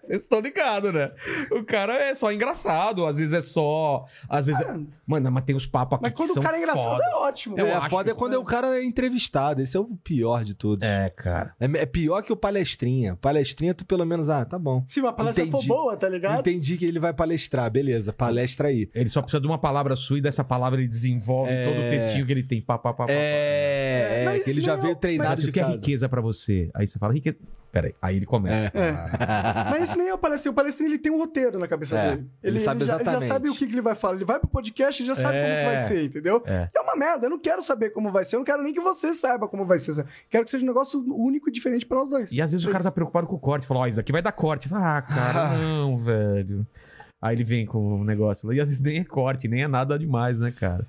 Vocês estão ligados, né? O cara é só engraçado, às vezes é só. Às vezes. é- Mano, mas tem uns papos aqui
Ah. Mas
que
quando
são
o cara é engraçado,
foda.
é ótimo.
Eu
é,
acho.
foda é quando é o cara é entrevistado. Esse é o pior de todos. É,
É, cara.
é pior que o palestrinha. Palestrinha, tu pelo menos, ah, tá bom.
Se uma palestra for
Entendi.
boa, tá ligado?
Entendi que ele vai palestrar, beleza, palestra aí.
Ele só precisa de uma palavra sua e dessa palavra ele desenvolve todo
É.
o textinho que ele tem. Pá, pá, pá, pá,
É,
mas
que ele
isso
já
não-
veio
Mas
treinado
assim,
de
o que é
casa. É.
riqueza pra você? Aí você fala, riqueza. Peraí, aí ele começa.
É. Mas esse nem é o palestrinho. O palestrinho, ele tem um roteiro na cabeça
É,
dele.
ele sabe
já, já
exatamente.
sabe o que, que ele vai falar. Ele vai pro podcast e já sabe
É.
como que vai ser, entendeu?
É.
É. uma merda. Eu não quero saber como vai ser. Eu não quero nem que você saiba como vai ser. sabe? Quero que seja um negócio único e diferente pra nós dois.
E às vezes o cara tá preocupado com o corte. Fala, ó, isso daqui vai dar corte. Fala, ah, cara, não, velho. Aí ele vem com o negócio. lá. E às vezes nem é corte, nem é nada demais, né, cara?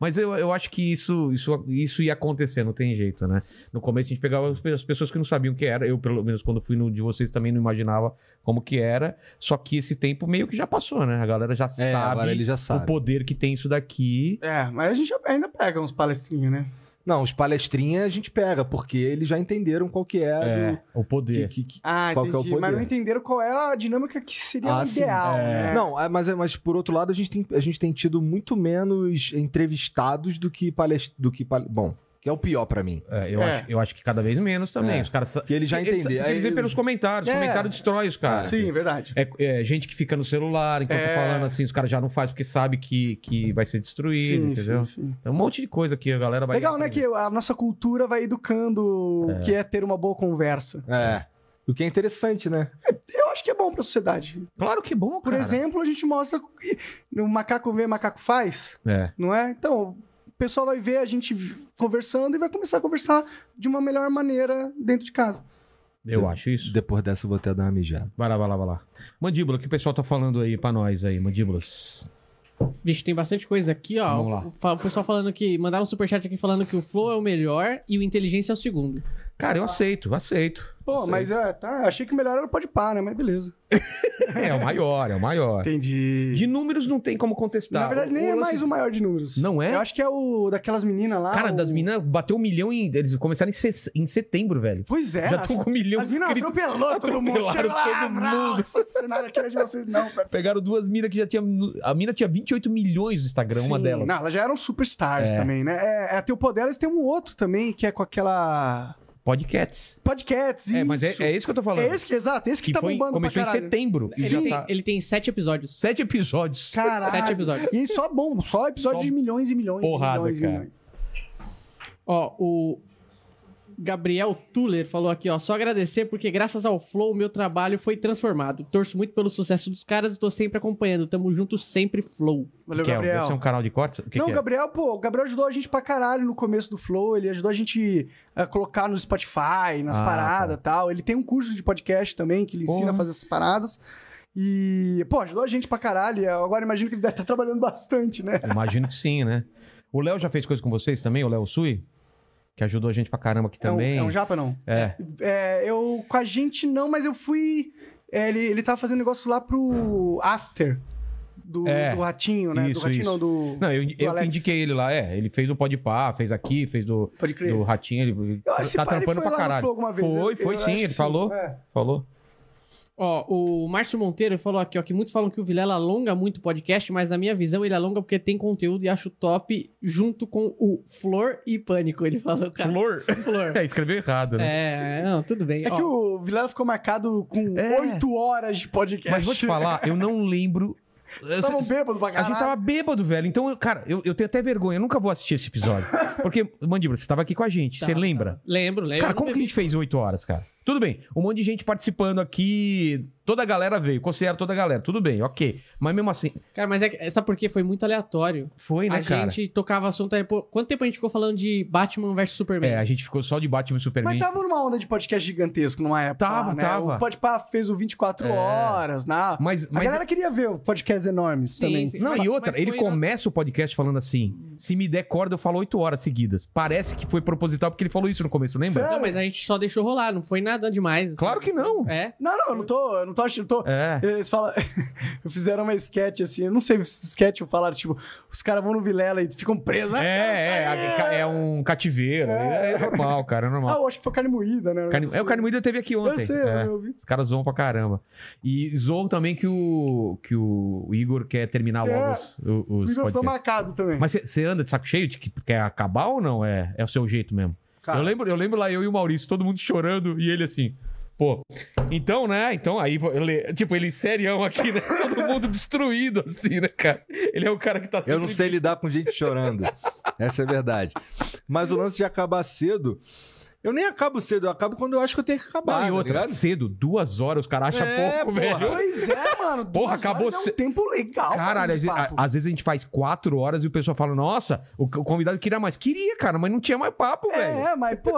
Mas eu, eu acho que isso, isso, isso ia acontecer, não tem jeito, né? No começo a gente pegava as pe- as pessoas que não sabiam o que era. Eu, pelo menos, quando fui no de vocês, também não imaginava como que era. Só que esse tempo meio que já passou, né? A galera já
É, agora
sabe
ele já
o
sabe.
poder que tem isso daqui.
É, mas a gente ainda pega uns palestrinhos, né?
Não, os palestrinhas a gente pega, porque eles já entenderam qual que é,
É,
do-
o poder.
que- que- que-
Ah,
Qual que é o
entendi. mas
poder?
não entenderam qual é a dinâmica que seria
Ah,
o
sim.
é.
ideal, né?
Não, ah, mas, mas por outro lado, a gente, tem, a gente tem tido muito menos entrevistados do que palest... do que pal- Bom, que é o pior pra mim.
É, eu,
É.
Acho, eu acho que cada vez menos também.
É.
Os caras. sa-
Que eles já
Eles-
entenderam.
Eles vêm
Aí-
pelos comentários. Os
É.
comentários destrói os caras.
Sim, verdade.
É, é, gente que fica no celular enquanto
É.
falando assim, os caras já não faz porque sabe que, que vai ser destruído, entendeu?
sim.
Tem um monte de coisa que a galera vai.
Legal, né? Que a nossa cultura vai educando o que é ter uma boa conversa.
É. O que é interessante, né?
Eu acho que é bom pra sociedade.
Claro que é bom,
Por
cara.
exemplo, a gente mostra no macaco vê, macaco faz,
É.
não é? Então, o pessoal vai ver a gente conversando e vai começar a conversar de uma melhor maneira dentro de casa.
Eu acho isso.
Depois dessa eu vou até dar uma mijada.
Vai lá, vai lá, vai lá. Mandíbula, o que o pessoal tá falando aí pra nós aí, mandíbulas?
Vixe, tem bastante coisa aqui, ó.
Vamos lá.
O, fa- o pessoal falando que. Mandaram um superchat aqui falando que o Flow é o melhor e o Inteligência é o segundo.
Cara, eu aceito, eu aceito.
Pô,
Sei.
mas é, tá, achei que o melhor era o pode par, né? Mas beleza.
É, é o maior, é o maior.
Entendi.
De números não tem como contestar.
Na verdade, nem é
Tá, lance-
mais o maior de números.
Não é?
Eu acho que é o daquelas meninas lá.
Cara,
o-
das meninas bateu um milhão em. Eles começaram em, se- em setembro, velho.
Pois é,
Já
as-
estão com um milhão
As
de
minas
inscritos.
atropelou todo mundo.
Atropelaram
Chegou lá,
todo
"Ah,
mundo."
Esse cenário aqui não é de vocês, não. cara.
tá? Pegaram duas minas que já tinha. A mina tinha 28 milhões no Instagram, uma
Sim.
delas.
Não, elas já eram superstars também, né? É, é, tem o Podelas tem um outro também, que é com aquela.
Podcasts.
Podcasts.
É, mas é,
isso.
é isso que eu tô falando.
É esse que, exato, esse que,
que
tá
foi,
bombando
começou em
pra caralho.
setembro. E já
Ele tem,
tá-
ele tem sete episódios.
Sete episódios.
Caralho.
Sete episódios.
E só bom, só episódio
Só
de milhões e milhões. e
porrada,
milhões, e
cara.
milhões.
Ó, o Gabriel Tuller falou aqui, ó, só agradecer porque graças ao Flow meu trabalho foi transformado. Torço muito pelo sucesso dos caras e tô sempre acompanhando. Tamo junto sempre, Flow.
Valeu,
que é? Deve
Gabriel.
ser um canal de cortes? O que
não,
que é?
o Gabriel, pô, o Gabriel ajudou a gente pra caralho no começo do Flow. Ele ajudou a gente a colocar no Spotify, nas
Ah,
paradas e tal. Ele tem um curso de podcast também que ele ensina
Porra.
a fazer essas paradas. E, pô, ajudou a gente pra caralho. Eu Agora imagino que ele deve estar trabalhando bastante, né?
Imagino que sim, né? O Léo já fez coisa com vocês também, o Léo Sui? Que ajudou a gente pra caramba aqui também.
É um, é um japa, não?
É.
É, eu com a gente não, mas eu fui. é, ele, ele tava fazendo negócio lá pro After. Do,
É.
do ratinho, né?
Isso,
do ratinho,
isso.
não, do.
Não, eu, eu que
Alex.
indiquei ele lá, é. Ele fez o Podpah, fez aqui, fez do,
Pode crer.
do Ratinho. Ele
Eu acho
tá
que esse pai, ele
trampando
foi
pra
lá no
caralho.
Flow alguma vez,
Foi,
eu-
foi
eu
sim,
acho
ele
que sim,
falou.
é.
Falou.
Ó, o Márcio Monteiro falou aqui, ó, que muitos falam que o Vilela alonga muito o podcast, mas na minha visão ele alonga porque tem conteúdo e acho top junto com o Flor e Pânico, ele falou, cara.
Flor.
Flor.
É, escreveu errado, né?
É, não, tudo bem.
É
ó.
que o Vilela ficou marcado com
É.
oito horas de podcast.
Mas vou te falar, eu não lembro. Eu-
Tava um bêbado pra
A
caralho.
gente tava bêbado, velho. Então, eu- cara, eu, eu tenho até vergonha. Eu nunca vou assistir esse episódio. Porque, Mandíbula, você tava aqui com a gente.
Tá,
você
tá.
lembra?
Lembro, lembro.
Cara, como que a gente fez oito horas, cara? Tudo bem. Um monte de gente participando aqui. Toda a galera veio. Considero toda a galera. Tudo bem, ok. Mas mesmo assim,
Cara, mas é, que- sabe por quê? Foi muito aleatório.
foi, né,
a
cara?
gente tocava assunto aí, pô, quanto tempo a gente ficou falando de Batman versus Superman?
É, a gente ficou só de Batman e Superman.
tá,
Mas tava numa onda de podcast gigantesco numa época.
Tava,
lá, né?
tava. É.
O Podpah fez o 24 horas, né?
Mas-
A
mas-
galera queria ver o podcast enormes
Sim,
também.
sim.
Não,
Mas-
e outra,
mas
ele
foi né? na-
começa o podcast falando assim: se me der corda, eu falo oito horas seguidas. Parece que foi proposital, porque ele falou isso no começo, lembra?
Sério?
Não, mas a gente só deixou rolar, não foi nada demais. assim.
Claro que não.
É.
Não, não, eu não tô, eu não tô achando. eu Tô...
É.
Eles falam. Fizeram uma sketch assim, eu não sei se sketch falaram, tipo, os caras vão no Vilela e ficam presos.
É,
Ah,
é,
cara, sai!
a- é um cativeiro. É, normal, cara, é
Ah,
normal.
eu acho que foi carne moída, né?
Carne- É, o Carne Moída teve aqui ontem.
Eu sei,
é.
eu vi.
Os caras zoam pra caramba. E zoam também que o, que o Igor quer terminar logo
É.
os, o-
O
os
Igor ficou
podcasts.
marcado também.
Mas você anda de saco cheio? De que quer acabar ou não? É, é o seu jeito mesmo.
Cara.
Eu, lembro, eu lembro lá, eu e o Maurício, todo mundo chorando e ele assim. Pô, então, né? Então aí, vou- ele, tipo, ele serião aqui, né? Todo mundo destruído, assim, né, cara? Ele é o cara que tá
Eu não sei lidar com gente chorando. Essa é a verdade. Mas o lance de acabar cedo. Eu nem acabo cedo, eu acabo quando eu acho que eu tenho que acabar.
Não, Ah, e
tá
outra,
ligado?
cedo, duas horas, os caras acham
É,
pouco,
porra.
velho.
Pois é, mano. duas
Porra,
horas
acabou
É um
se-
tempo legal.
Caralho, às
de
vezes,
papo.
a- às vezes a gente faz quatro horas e
É.
o pessoal fala, nossa, o, c- o convidado queria mais. Queria, cara, mas não tinha mais papo, velho.
É, mas, pô.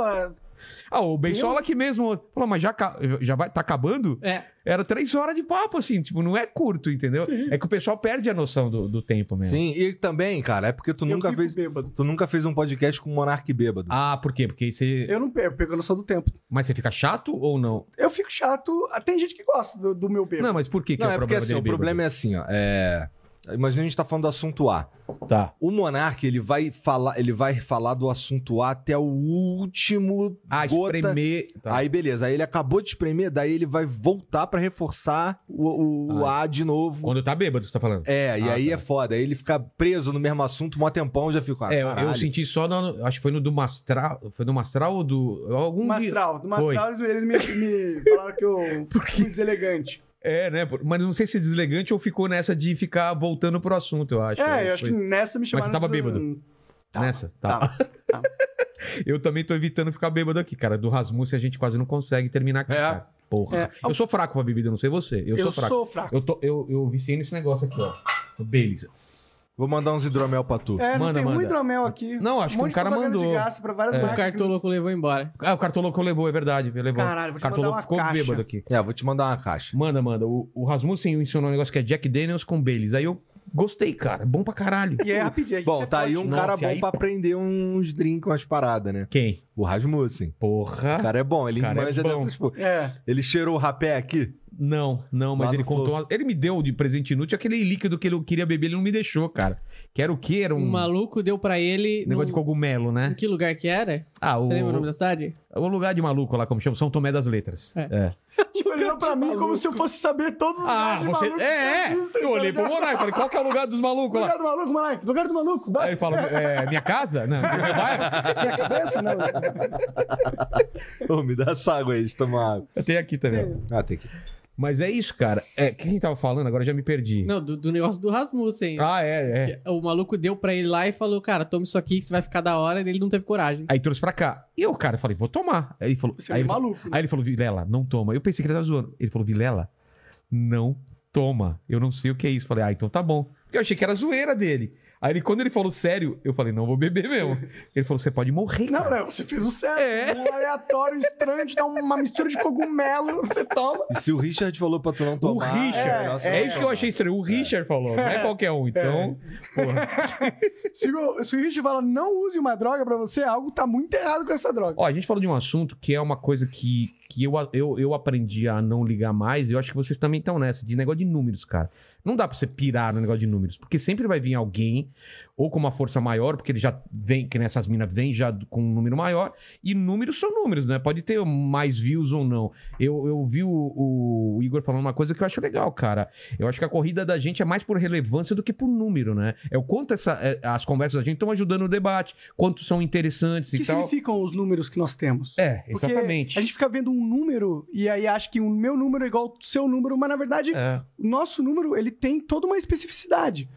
Ah, o Beisola aqui mesmo. Falou, mas já, ca- já vai, tá acabando?
É,
Era três horas de papo, assim, tipo, não é curto, entendeu? É que o pessoal perde a noção do, do tempo mesmo.
Sim, e também, cara, é porque tu nunca
fico
fez.
bêbado.
Tu nunca fez um podcast com um monarque bêbado.
Ah, por quê? Porque você.
Eu não perco, eu perco a noção do tempo.
Mas você fica chato ou não?
Eu fico chato. ah, Tem gente que gosta do, do meu bêbado.
Não, mas por que, que
não,
é o
é porque
problema
assim, o
dele
problema é assim, ó. É... Imagina a gente tá falando do assunto A.
bêbado? Tá.
O monarque ele vai falar, ele vai falar do assunto A até o último
Ah,
gota.
espremer. Tá.
Aí beleza, aí ele acabou de espremer, daí ele vai voltar pra reforçar o, o- o
Ah,
A de novo.
Quando tá bêbado, você tá falando.
É, e
Ah,
aí
tá.
é foda. Aí ele fica preso no mesmo assunto, mó tempão, já fico, ah,
É, eu-
caralho.
eu senti só no, acho que foi no do Mastral, foi no Mastral ou do algum
Do
um dia-
Mastral. Do Mastral, eles, eles me, me falaram que eu fui deselegante.
É, né? por- Mas não sei se deslegante ou ficou nessa de ficar voltando pro assunto, eu acho.
é, eu acho que nessa me chamaram.
você tava
de- um-
bêbado?
Tava,
Nessa, tá.
tava.
Eu também tô evitando ficar bêbado aqui, cara. Do Rasmussen a gente quase não consegue terminar aqui,
É.
cara. Porra.
É.
Eu sou fraco pra bebida, não sei você. Eu,
Eu,
sou fraco.
sou fraco.
Eu, tô, eu, eu viciei nesse negócio aqui, ó. O Baileys.
Vou mandar uns hidromel pra tu.
É,
tipo, Manda,
não tem
manda.
um hidromel aqui.
Não, acho que
um monte
um cara
de propaganda
mandou.
de graça pra várias
É.
o
marcas.
cartoloco levou embora.
Ah, o Cartoloco levou, é verdade. Levou.
Caralho, vou te
Cartoloco
mandar uma
ficou
caixa.
bêbado aqui.
É, vou te mandar uma caixa.
Manda, manda. O, o Rasmussen ensinou um negócio que é Jack Daniels com Baileys. Aí eu gostei, cara. Bom pra caralho.
E é rapidinho. aí
Bom,
você
tá aí
pode-
um
Nossa,
cara
e
bom
aí-
pra aprender uns drinks, umas paradas, né?
Quem?
O Rasmussen.
Porra.
O cara é bom, ele
Cara, é
manja
bom.
dessas porra.
É.
Ele cheirou o rapé aqui?
Não, não, mas
Lá
ele
no
contou. uma- Ele me deu de presente inútil aquele líquido que ele queria beber, ele não me deixou, cara. Que era o quê? Era um
O maluco deu pra ele.
negócio de
num-
cogumelo,
Em
né?
que lugar que era?
Ah, o, é
Você lembra o nome da cidade?
o lugar de maluco lá, como chama? São Tomé das Letras.
É.
Tipo, ele olhou pra mim como se eu fosse saber todos os
Ah,
lugares de
você.
maluco
É,
que
é.
existem,
Eu
tá
olhei pro
ligado?
Monarca e falei, qual que é o lugar dos malucos lá?
Lugar do maluco, moleque. Lugar do maluco.
Aí
Vai.
ele fala, é, minha casa? Não, meu bairro?
Minha cabeça, não.
Ô, me dá essa água aí, deixa eu tomar água.
Eu tenho aqui também.
Ah, tem que.
Mas é isso, cara. É, quem tava falando agora eu já me perdi.
Não, do, do negócio do Rasmussen.
Ah, é, é.
O maluco deu pra ele lá e falou, cara, toma isso aqui que você vai ficar da hora. E ele não teve coragem.
Aí trouxe pra cá. E eu, cara, falei, vou tomar. Aí ele falou.
Você
aí
é
ele falou-
maluco.
Aí ele falou, Vilela, não toma. Eu pensei que ele tava zoando. Ele falou, Vilela, não toma. Eu não sei o que é isso. Falei, ah, então tá bom. Porque eu achei que era zoeira dele. Aí ele, quando ele falou sério, eu falei, não vou beber mesmo. Ele falou, você pode morrer.
Não,
cara.
não, você fez o certo.
É.
Um aleatório estranho de dar uma mistura de cogumelo, você toma.
E se o Richard falou pra tu não
O
tomar.
Richard.
é
É,
melhor você não
isso que eu
tomar.
achei estranho. O Richard falou, não é qualquer um. Então, porra.
Se o, se o Richard fala, não use uma droga pra você, algo tá muito errado com essa droga.
Ó, a gente falou de um assunto que é uma coisa que, que eu, eu, eu aprendi a não ligar mais, e eu acho que vocês também estão nessa, de negócio de números, cara. Não dá pra você pirar no negócio de números, porque sempre vai vir alguém, ou com uma força maior, porque ele já vem, que nessas minas vem já com um número maior, e números são números, né? Pode ter mais views ou não. Eu, eu vi o, o Igor falando uma coisa que eu acho legal, cara. Eu acho que a corrida da gente é mais por relevância do que por número, né? É o quanto essa, é, as conversas da gente estão ajudando o debate, quanto são interessantes
O que
e tal.
significam os números que nós temos?
tá É,
Porque
exatamente.
A gente fica vendo um número e aí acha que o meu número é igual ao seu número, mas na verdade
É.
o nosso número ele tem toda uma especificidade.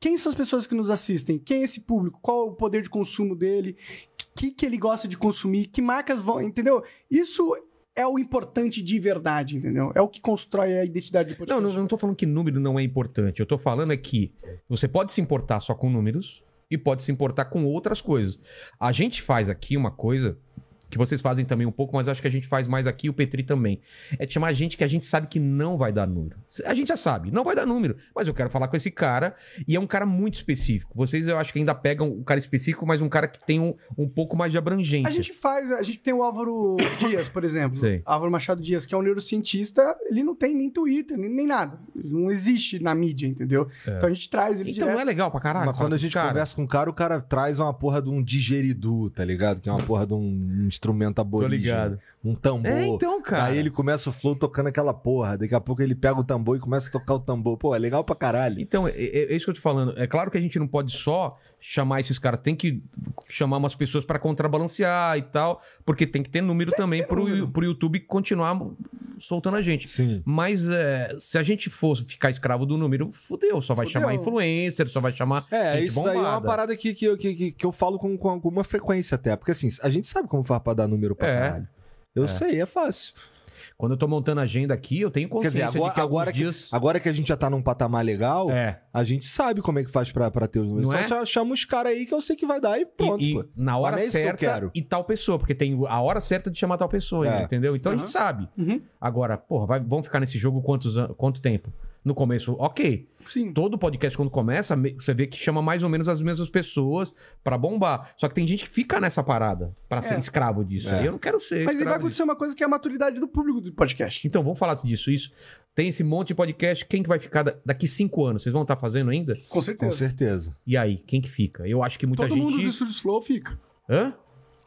Quem são as pessoas que nos assistem? Quem é esse público? Qual é o poder de consumo dele? O que, que ele gosta de consumir? Que marcas vão, entendeu? Isso é o importante de verdade, entendeu? É o que constrói a identidade do
Não,
podcast.
não, não tô falando que número não é importante. Eu tô falando é que você pode se importar só com números e pode se importar com outras coisas. A gente faz aqui uma coisa que vocês fazem também um pouco, mas acho que a gente faz mais aqui e o Petri também. É de chamar gente que a gente sabe que não vai dar número. A gente já sabe, não vai dar número, mas eu quero falar com esse cara e é um cara muito específico. Vocês eu acho que ainda pegam o cara específico, mas um cara que tem um, um pouco mais de abrangência.
A gente faz, a gente tem o Álvaro Dias, por exemplo.
Sei.
Álvaro Machado Dias, que é um neurocientista, ele não tem nem Twitter, nem, nem nada. Ele não existe na mídia, entendeu? Então a gente traz ele
Então não é
direto.
legal pra caralho.
Mas quando a gente
cara.
conversa com o cara, o cara traz uma porra de um digeridu, tá ligado? Que é uma porra de um instrumento
Tô
aborígene.
ligado.
Um tambor.
É, então, cara.
Aí ele começa o flow tocando aquela porra. Daqui a pouco ele pega o tambor e começa a tocar o tambor. Pô, é legal pra caralho.
Então, é, é- é isso que eu tô falando. É claro que a gente não pode só chamar esses caras, tem que chamar umas pessoas pra contrabalancear e tal, porque tem que ter número também pro, pro YouTube continuar soltando a gente.
Sim.
Mas é, se a gente fosse ficar escravo do número, fudeu. Só vai
Fudeu.
chamar influencer, só vai chamar.
É,
gente
isso daí é uma
bombada.
parada que, que, eu- que, que, que eu falo com, com alguma frequência até. Porque assim, a gente sabe como faz pra dar número pra
É.
caralho. Eu sei, é fácil.
Quando eu tô montando a agenda aqui, eu tenho
Quer
consciência
dizer, agora,
de que alguns
agora, que,
dias...
agora que a gente já tá num patamar legal,
É.
a gente sabe como é que faz pra, pra ter os números.
Não
Só
é?
cha- chama os caras aí que eu sei que vai dar e pronto,
e, e
pô.
na hora
Mas é isso que eu
certa
quero.
e tal pessoa, porque tem a hora certa de chamar tal pessoa,
É.
ainda, entendeu? Então a
Aham.
gente sabe.
Uhum.
Agora, porra, vai- vamos ficar nesse jogo quantos, an- quanto tempo? No começo, ok.
Sim.
Todo podcast, quando começa, me- você vê que chama mais ou menos as mesmas pessoas pra bombar. Só que tem gente que fica nessa parada pra ser
É.
escravo disso.
É.
E eu não quero ser
Mas aí vai
escravo disso.
acontecer uma coisa que é a maturidade do público do podcast.
Então, vamos falar disso. Isso. Tem esse monte de podcast. Quem que vai ficar da- daqui cinco anos? Vocês vão estar fazendo ainda?
Com
Com
certeza.
certeza.
E aí, quem que fica? Eu acho que muita
Todo mundo do
gente.
Estúdio Slow fica.
Hã?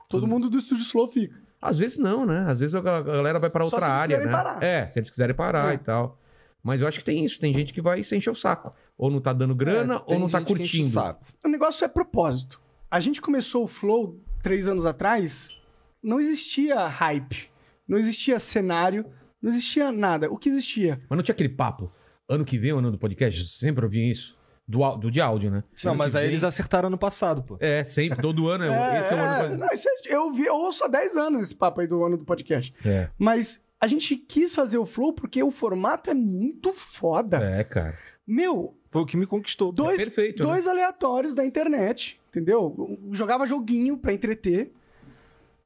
Todo mundo do Estúdio Slow fica.
Às vezes não, né? Às vezes a gal- a galera vai pra
Só
outra
se eles
área, né?
quiserem parar.
É, se eles quiserem parar
É.
e tal. Mas eu acho que tem isso. Tem gente que vai se encher o saco. Ou não tá dando grana,
É,
ou
tem
não tá
gente que enche o
curtindo.
saco.
O negócio é propósito. A gente começou o Flow três anos atrás, não existia hype, não existia cenário, não existia nada. O que existia?
Mas não tinha aquele papo. Ano que vem, o ano do podcast, eu sempre ouvi isso. Do, au- do de áudio, né?
Não,
Ano
mas
que
aí
vem-
eles acertaram no passado, pô.
É, sempre, todo ano. é- esse é o ano. do-
não, isso é- eu, vi, eu ouço há 10 anos esse papo aí do ano do podcast.
É,
Mas a gente quis fazer o Flow porque o formato é muito foda.
é, cara.
Meu,
Foi o que me conquistou.
Então
pô.
dois,
É perfeito, né?
dois aleatórios da internet, entendeu? Um, Jogava joguinho pra entreter.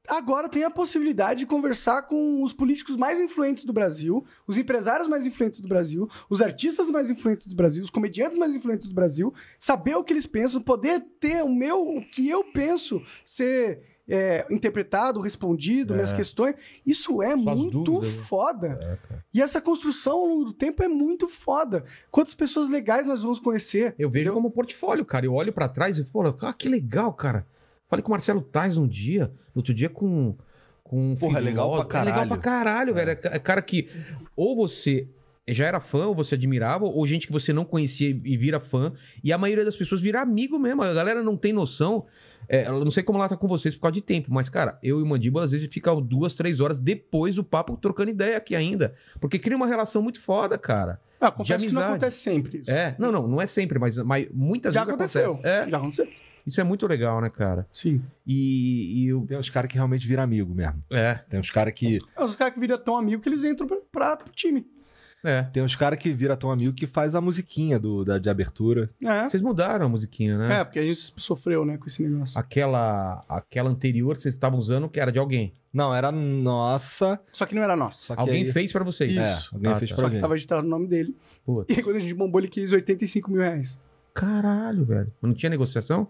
Agora tem a possibilidade de conversar com os políticos mais influentes do Brasil, os empresários mais influentes do Brasil, os artistas mais influentes do Brasil, os comediantes mais influentes do Brasil, saber o que eles pensam, poder ter o meu, o que eu penso ser é, interpretado, respondido, minhas questões. Isso é
Suas
muito
É. dúvidas, né?
foda.
É, cara.
E essa construção ao longo do tempo é muito foda. Quantas pessoas legais nós vamos conhecer?
Eu vejo como portfólio, cara. Eu olho pra trás e falo, ah, que legal, cara. Falei com o Marcelo Tais um dia, no outro dia com. com o
Porra, é legal
Filó.
pra
É legal
caralho.
pra caralho, velho. É ca- é cara que ou você já era fã, ou você admirava, ou gente que você não conhecia e vira fã. E a maioria das pessoas vira amigo mesmo. A galera não tem noção. É, eu não sei como ela tá com vocês por causa de tempo, mas, cara, eu e o Mandíbula às vezes ficam duas, três horas depois do papo trocando ideia aqui ainda. Porque cria uma relação muito foda, cara.
Ah, confesso
De
que não
amizade.
acontece sempre isso.
É, não, não, não é sempre, mas, mas muitas
Já
vezes
aconteceu.
acontece. É,
Já aconteceu.
isso é muito legal, né, cara?
Sim.
E, e eu.
Tem uns caras que realmente viram amigo mesmo.
É,
Tem uns caras que.
É os caras que viram tão amigo que eles entram pra, pra pro time.
é.
Tem uns caras que viram tão amigo que faz a musiquinha do, da, de abertura.
É.
Vocês mudaram a musiquinha, né?
É, porque a gente sofreu, né, com esse negócio.
Aquela, aquela anterior que vocês estavam usando, que era de alguém.
Não, era nossa.
Ah.
Só que não era nosso.
Só que
alguém
aí-
fez pra vocês.
É,
Ah,
alguém fez
tá.
pra
Só que
gente.
tava editado o nome dele.
Puta.
E aí, quando a gente bombou, ele quis 85 mil reais.
Caralho, velho. Não tinha negociação?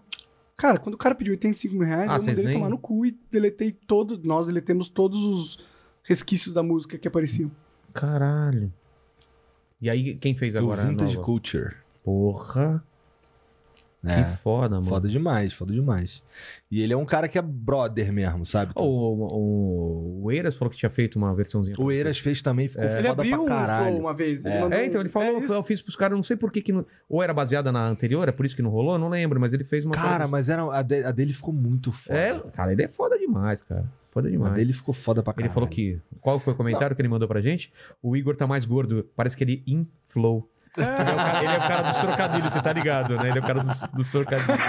Cara, quando o cara pediu 85 mil reais,
Ah,
eu mandei
vocês
ele
nem-
tomar no cu e deletei todo. Nós deletemos todos os resquícios da música que apareciam.
Caralho. E aí, quem fez
Do
agora? a
Vintage
nova?
Culture.
Porra.
É.
Que foda, mano.
Foda demais, foda demais. E ele é um cara que é brother mesmo, sabe?
O, o, o Eiras falou que tinha feito uma versãozinha. pra
O Eiras fez também, ficou
Ele
foda
abriu
pra
um flow
caralho.
uma vez.
É.
mandou
É, então,
um-
ele falou,
É isso.
eu fiz pros caras, não sei por que que não... Ou era baseada na anterior, é por isso que não rolou, não lembro, mas ele fez uma...
Cara,
produção.
mas era, a, de- a dele ficou muito foda.
É, cara, ele é foda demais, cara. Foda
A
demais.
dele ficou foda pra caralho.
Ele falou que... Qual foi o comentário que ele mandou pra gente? O Igor tá mais gordo, parece que ele inflou. Ele é o cara- ele é o cara dos trocadilhos, você tá ligado, né? Ele é o cara dos, dos trocadilhos.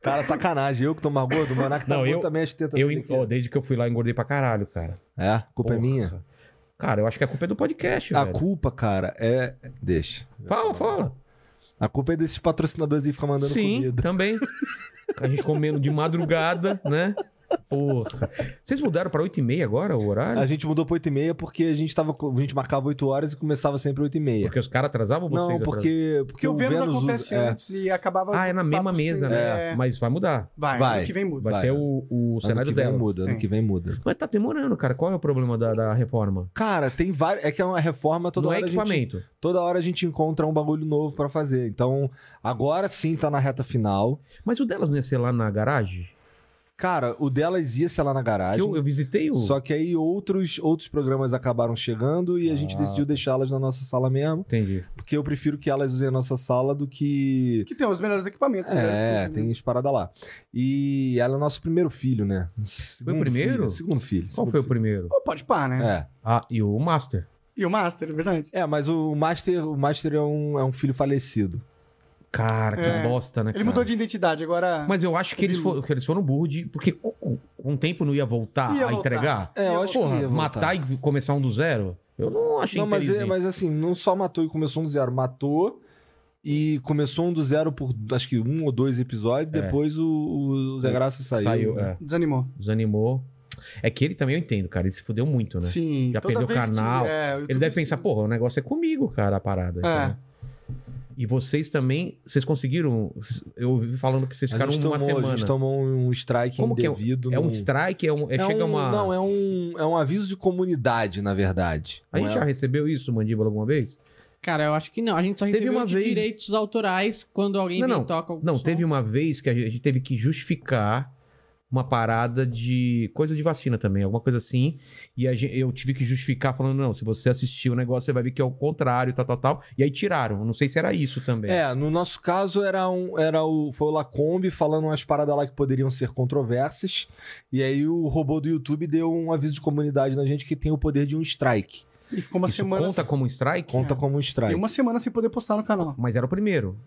Cara, sacanagem. Eu que tô mais gordo, o Monark tá
Não,
gordo
eu-
também, as tetas
Eu,
dele
en-
aqui.
ó, desde que eu fui lá, engordei pra caralho, cara.
É, a culpa é
Porra.
minha.
Cara, eu acho que a culpa é do podcast,
A
velho.
culpa, cara, é... Deixa.
Fala, fala.
A culpa é desses patrocinadores aí que ficam mandando
Sim,
comida.
também. A gente comendo de madrugada, né? Porra. Vocês mudaram pra 8 e meia agora o horário?
A gente mudou pra 8 e meia porque a gente, tava, co- a gente marcava 8 horas e começava sempre 8 e meia.
Porque os caras atrasavam vocês?
Não,
atrasavam?
porque, porque,
Porque o Vênus
usa-
acontece né?
é.
antes e acabava.
Ah, é na mesma mesa, né?
É.
Mas vai mudar.
Vai,
Vai.
ano que vem muda.
Vai,
Vai. né?
ter o, o cenário
ano que vem
delas.
muda, ano
Sim.
que vem muda.
Mas tá demorando, cara. Qual é o problema da, da reforma?
Cara, tem várias. É que é uma reforma toda
Não é
hora. a gente,
equipamento.
toda hora a gente encontra um bagulho novo pra fazer. Então, agora sim tá na reta final.
Mas o delas não ia ser lá na garagem?
Cara, o delas ia ser lá na
Que
garagem.
eu, eu visitei o...
Só que aí outros, outros programas acabaram chegando e a gente
Ah.
decidiu deixá-las na nossa sala mesmo.
Entendi.
Porque eu prefiro que elas usem a nossa sala do que
Que tem os melhores equipamentos.
É,
melhores
tem as paradas lá. E ela é nosso primeiro filho, né? Foi
primeiro?
segundo filho.
Qual
segundo
foi o
filho.
primeiro?
Ou pode pá, né?
É.
Ah, e o Master.
E o Master, é verdade.
É, mas o Master, o Master é, um, é um filho falecido.
Cara, que
É.
bosta, né?
Ele
cara?
mudou de identidade, agora.
Mas eu acho que eles, foram, que eles foram burros de. Porque com com o tempo não ia voltar
Ia
a
voltar.
entregar.
É, eu acho
Porra,
que ia voltar.
matar e começar um do zero? Eu não achei
Não, mas,
inteligente.
mas assim, não só matou e começou um do zero, matou e começou um do zero por acho que um ou dois episódios,
É.
depois o, o Zé Graça saiu. né?
Saiu, é,
Desanimou.
desanimou. É que ele também eu entendo, cara. Ele se fudeu muito, né?
Sim.
Já
toda
perdeu o
vez que-
canal.
é, o
Ele
YouTube-
deve pensar, porra, o negócio é comigo, cara, a parada.
É.
entendeu? E vocês também, vocês conseguiram. Eu ouvi falando que vocês
A
ficaram
gente,
uma
tomou, a
semana.
gente tomou um strike
Como que é?
indevido.
É um
no-
strike, é um. é-
É
chega
um-
uma.
Não, é um, é um aviso de comunidade, na verdade.
A
Não
gente
é-
já recebeu isso, mandíbula, alguma vez?
Cara, eu acho que não. A gente só
Teve
recebeu
uma
de
vez-
direitos autorais quando alguém
Não,
vem
não.
e toca o
Não,
som.
teve uma vez que a gente teve que justificar uma parada de coisa de vacina também, alguma coisa assim. E a gen- eu tive que justificar falando, não, se você assistir o negócio, você vai ver que é o contrário, tal, tal, tal. E aí tiraram. Não sei se era isso também.
É, no nosso caso era um, era o, foi o Lacombe falando umas paradas lá que poderiam ser controversas. E aí o robô do YouTube deu um aviso de comunidade na gente que tem o poder de um strike.
E assim, ficou uma
isso
semana.
conta como um strike?
Conta como um strike.
E uma semana sem poder postar no canal.
Mas era o primeiro.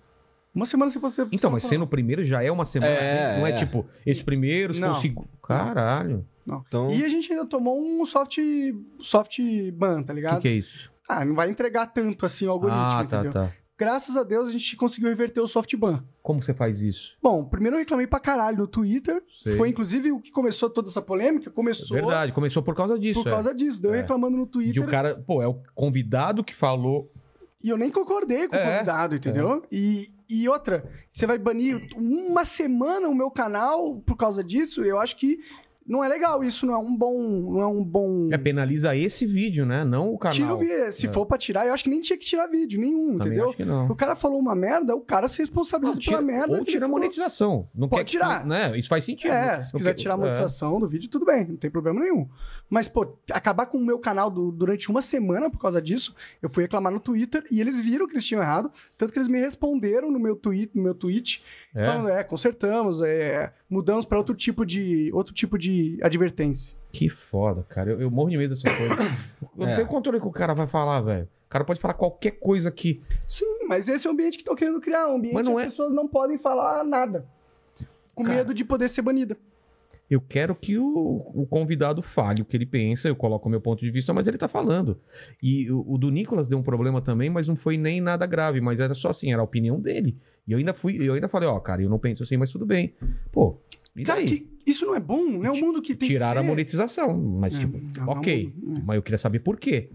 Uma semana sem poder postar
Então,
no
mas
canal.
sendo o primeiro já é uma semana.
É,
não é,
é.
tipo, esse primeiro, se for o
Não.
segundo. Caralho.
Então,
E a gente ainda tomou um soft, soft ban, tá
O que,
ligado?
que é isso?
Ah, não vai entregar tanto assim o algoritmo,
Ah, tá,
entendeu?
tá.
Graças a Deus a gente conseguiu reverter o soft ban.
Como você faz isso?
Bom, primeiro eu reclamei pra caralho no Twitter.
Sei.
Foi inclusive o que começou toda essa polêmica. Começou
é Verdade, começou por causa disso.
por causa disso. Deu
É.
reclamando no
é. De
Twitter.
o cara, pô, é o convidado que falou.
E eu nem concordei com
É,
o convidado, entendeu? E, e outra, você vai banir uma semana o meu canal por causa disso? Eu acho que não é legal. Isso não é um bom. Não é um bom.
É, penaliza esse vídeo, né? Não o canal.
Tira o vídeo. Se
É.
for pra tirar, eu acho que nem tinha que tirar vídeo nenhum,
Também
entendeu?
acho que não.
O cara falou uma merda, o cara se responsabiliza
Não, tira-
pela merda.
ou
que
tira a
ele falou.
monetização. Não
Pode
quer,
tirar.
Né? Isso faz sentido.
É,
Não
se quiser
quer-
tirar a
é.
monetização do vídeo, tudo bem, não tem problema nenhum. Mas, pô, acabar com o meu canal do- durante uma semana por causa disso, eu fui reclamar no Twitter e eles viram que eles tinham errado, tanto que eles me responderam no meu tweet, no meu tweet,
É.
falando, é, consertamos, é, mudamos pra outro tipo de outro tipo de advertência.
Que foda, cara. Eu, eu morro de medo dessa coisa. Eu não
É.
tenho controle do que o cara vai falar, velho. O cara pode falar qualquer coisa aqui.
Sim, mas esse é o ambiente que estão querendo criar, um ambiente
Mas
onde
não
as
é-
pessoas não podem falar nada. Com
Cara.
medo de poder ser banida.
Eu quero que o, o convidado fale o que ele pensa, eu coloco o meu ponto de vista, mas ele tá falando. E o, o do Nicolas deu um problema também, mas não foi nem nada grave, mas era só assim, era a opinião dele. E eu ainda fui, eu ainda falei, ó, cara, eu não penso assim, mas tudo bem. Pô, e
Cara,
daí?
que- isso não é bom, não é um mundo que tem
Tiraram a
que ser...
monetização, mas
É,
tipo,
não,
ok.
não, não.
Mas eu queria saber por quê.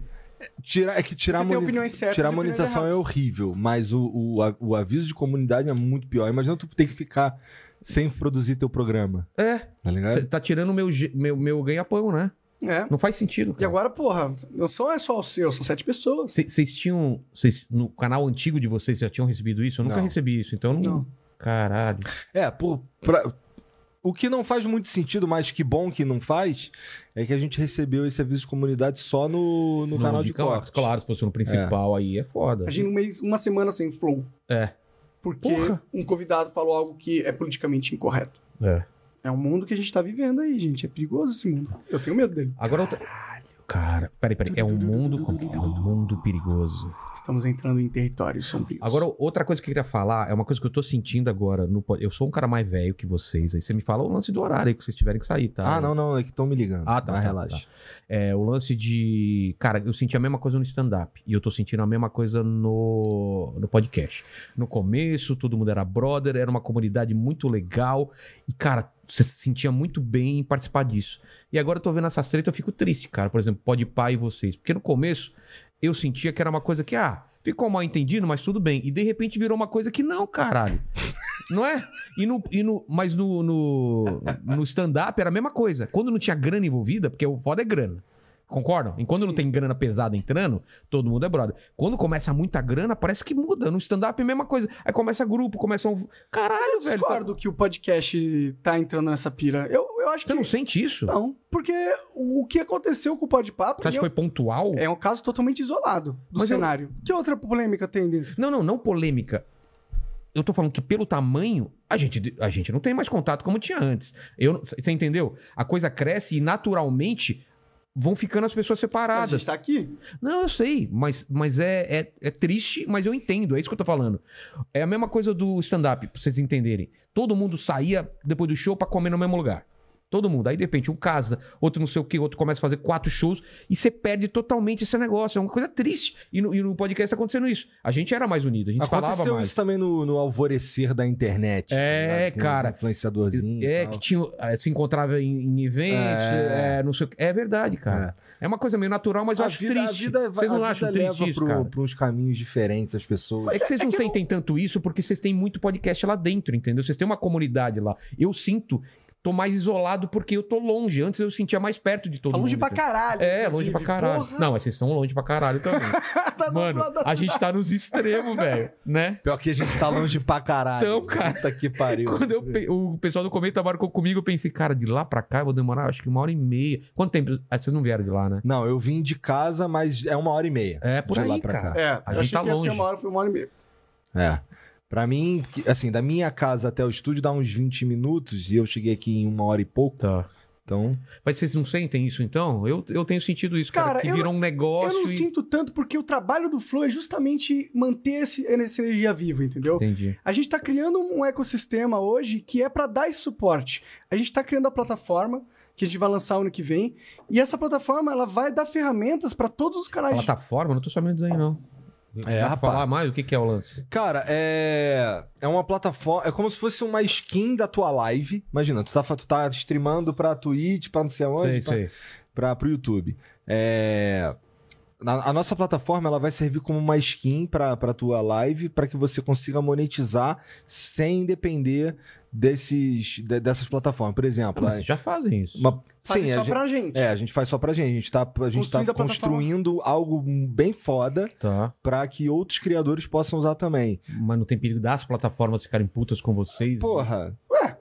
tirar, é que tirar, a
Porque tem
moni-
opiniões certas e
tirar a
opiniões
monetização é
erradas.
horrível, mas o, o, a- o aviso de comunidade é muito pior. Imagina tu ter que ficar sem produzir teu programa,
É,
tá
cê
ligado?
tá tirando o meu, ge- meu, meu ganha-pão, né?
É.
Não faz sentido,
E
cara.
agora, porra, não são é só o seu, são sete pessoas.
Cê- Vocês tinham. Cês, no canal antigo de vocês já tinham recebido isso? Eu nunca
Não.
recebi isso, então eu não.
Não.
Caralho.
É, por, pra- o que não faz muito sentido, mas que bom que não faz, é que a gente recebeu esse aviso de comunidade só no, no
Não,
canal de,
cortes,
cortes.
Claro, se fosse no principal, aí é foda.
Imagina um mês, uma semana sem flow.
É.
Porque
Porra.
um convidado falou algo que é politicamente incorreto.
É.
É um mundo que a gente tá vivendo aí, gente. É perigoso esse mundo. Eu tenho medo dele.
Agora outra. Cara, peraí, peraí. É um mundo. como que É É um mundo perigoso.
Estamos entrando em territórios sombrios.
Agora, outra coisa que eu queria falar é uma coisa que eu tô sentindo agora. No... pod- Eu sou um cara mais velho que vocês. Aí você me fala o lance do horário aí que vocês tiverem que sair, tá?
Ah, não, não, é que estão me ligando.
Ah, tá, tá,
Mas relaxa.
É, o lance de. Cara, eu senti a mesma coisa no stand-up. E eu tô sentindo a mesma coisa no, no podcast. No começo, todo mundo era brother, era uma comunidade muito legal. E, cara, você se sentia muito bem em participar disso. E agora eu tô vendo essas tretas, eu fico triste, cara. Por exemplo, pode pai e vocês. Porque no começo, eu sentia que era uma coisa que, ah, ficou mal entendido, mas tudo bem. E de repente virou uma coisa que não, caralho. Não é? E no, e no, mas no, no, no stand-up era a mesma coisa. Quando não tinha grana envolvida, porque o foda é grana. Concordam? Enquanto não
Sim.
tem grana pesada entrando, todo mundo é brother. Quando começa muita grana, parece que muda. No stand-up é a mesma coisa. Aí começa grupo, começa um. Caralho,
eu
velho. tá-
discordo que o podcast tá entrando nessa pira. Eu, eu acho
Você
que.
não sente isso?
Não, porque o que aconteceu com o podpapo
Você acha que foi pontual?
é um caso totalmente isolado do
Mas eu-
cenário. Que outra polêmica tem dentro?
Não, não, não polêmica. Eu tô falando que pelo tamanho, a gente, a gente não tem mais contato como tinha antes. Eu, não- você entendeu? A coisa cresce e naturalmente vão ficando as pessoas
A gente
separadas.
tá aqui.
Não, eu sei, mas, mas é, é, é triste, mas eu entendo, é isso que eu tô falando. É a mesma coisa do stand-up, pra vocês entenderem. Todo mundo saía depois do show pra comer no mesmo lugar. Todo mundo. Aí, de repente, um casa, outro não sei o que, outro começa a fazer quatro shows e você perde totalmente esse negócio. É uma coisa triste. E no, e no podcast tá acontecendo isso. A gente era mais unido, a gente falava
Aconteceu
mais.
isso também no, no alvorecer da internet. tá
É,
Com
cara.
os um Influenciadorzinho. e
É,
tal.
que tinha, eh, se encontrava em, em eventos,
É.
é, não sei o que. É verdade, cara. É. uma coisa meio natural, mas eu
A
acho
vida-
triste.
A vida, vai-
vocês não
a
acham
vida
triste
leva
isso,
pro-
cara?
pra uns caminhos diferentes as pessoas.
É que vocês não sentem tanto isso porque vocês têm muito podcast lá dentro, entendeu? Vocês têm uma comunidade lá. Eu sinto, tô mais isolado porque eu tô longe. Antes eu sentia mais perto de todo
Tá longe
mundo.
pra
entendeu?
caralho.
É, longe pra caralho. Não, mas vocês estão longe pra caralho também.
Tá do
Mano,
outro lado da
a gente tá nos extremos, velho, né?
Pior que a gente tá longe pra caralho.
Então, cara.
Puta que pariu.
Quando eu pe- o pessoal do Cometa marcou comigo, eu pensei, cara, de lá pra cá eu vou demorar acho que uma hora e meia. Quanto tempo? Ah, vocês não vieram de lá, né?
Não, eu vim de casa, mas é uma hora e meia.
É, por
De
aí,
lá pra
cara.
cá.
É,
A
eu
gente
achei
tá
que ia
longe.
ser uma hora, foi uma hora e meia.
É. Pra mim, que- assim, da minha casa até o estúdio dá uns 20 minutos e eu cheguei aqui em uma hora e pouco.
Tá.
Então,
Mas vocês não sentem isso, então? Eu, eu tenho sentido isso, cara,
Cara,
que
eu
virou um negócio
Eu não
e...
sinto tanto porque o trabalho do Flow é justamente manter esse, essa energia viva, entendeu?
Entendi.
A gente está criando um ecossistema hoje que é para dar esse suporte. A gente está criando a plataforma que a gente vai lançar ano que vem e essa plataforma ela vai dar ferramentas para todos os canais. de-
Plataforma? tá Não tô sabendo disso aí, não.
É,
Dá pra
rapaz.
falar mais? O que, que é o lance?
cara, é é uma plataforma, é como se fosse uma skin da tua live. Imagina, tu tá, fa- tu tá streamando pra Twitch, pra não sei
Sei,
aonde, pra,
sei.
para o YouTube. É, na- a nossa plataforma ela vai servir como uma skin para a tua live, para que você consiga monetizar sem depender desses, de- dessas plataformas. Por
Ah,
exemplo,
mas
a-
vocês já fazem isso.
uma-
Fazer
sim, a
só
gente,
pra gente.
é, a gente faz só pra gente. A gente tá, a gente tá
Construindo a plataforma.
construindo algo bem foda
Tá.
para que outros criadores possam usar também.
Mas não tem perigo das plataformas ficarem putas com vocês?
Porra,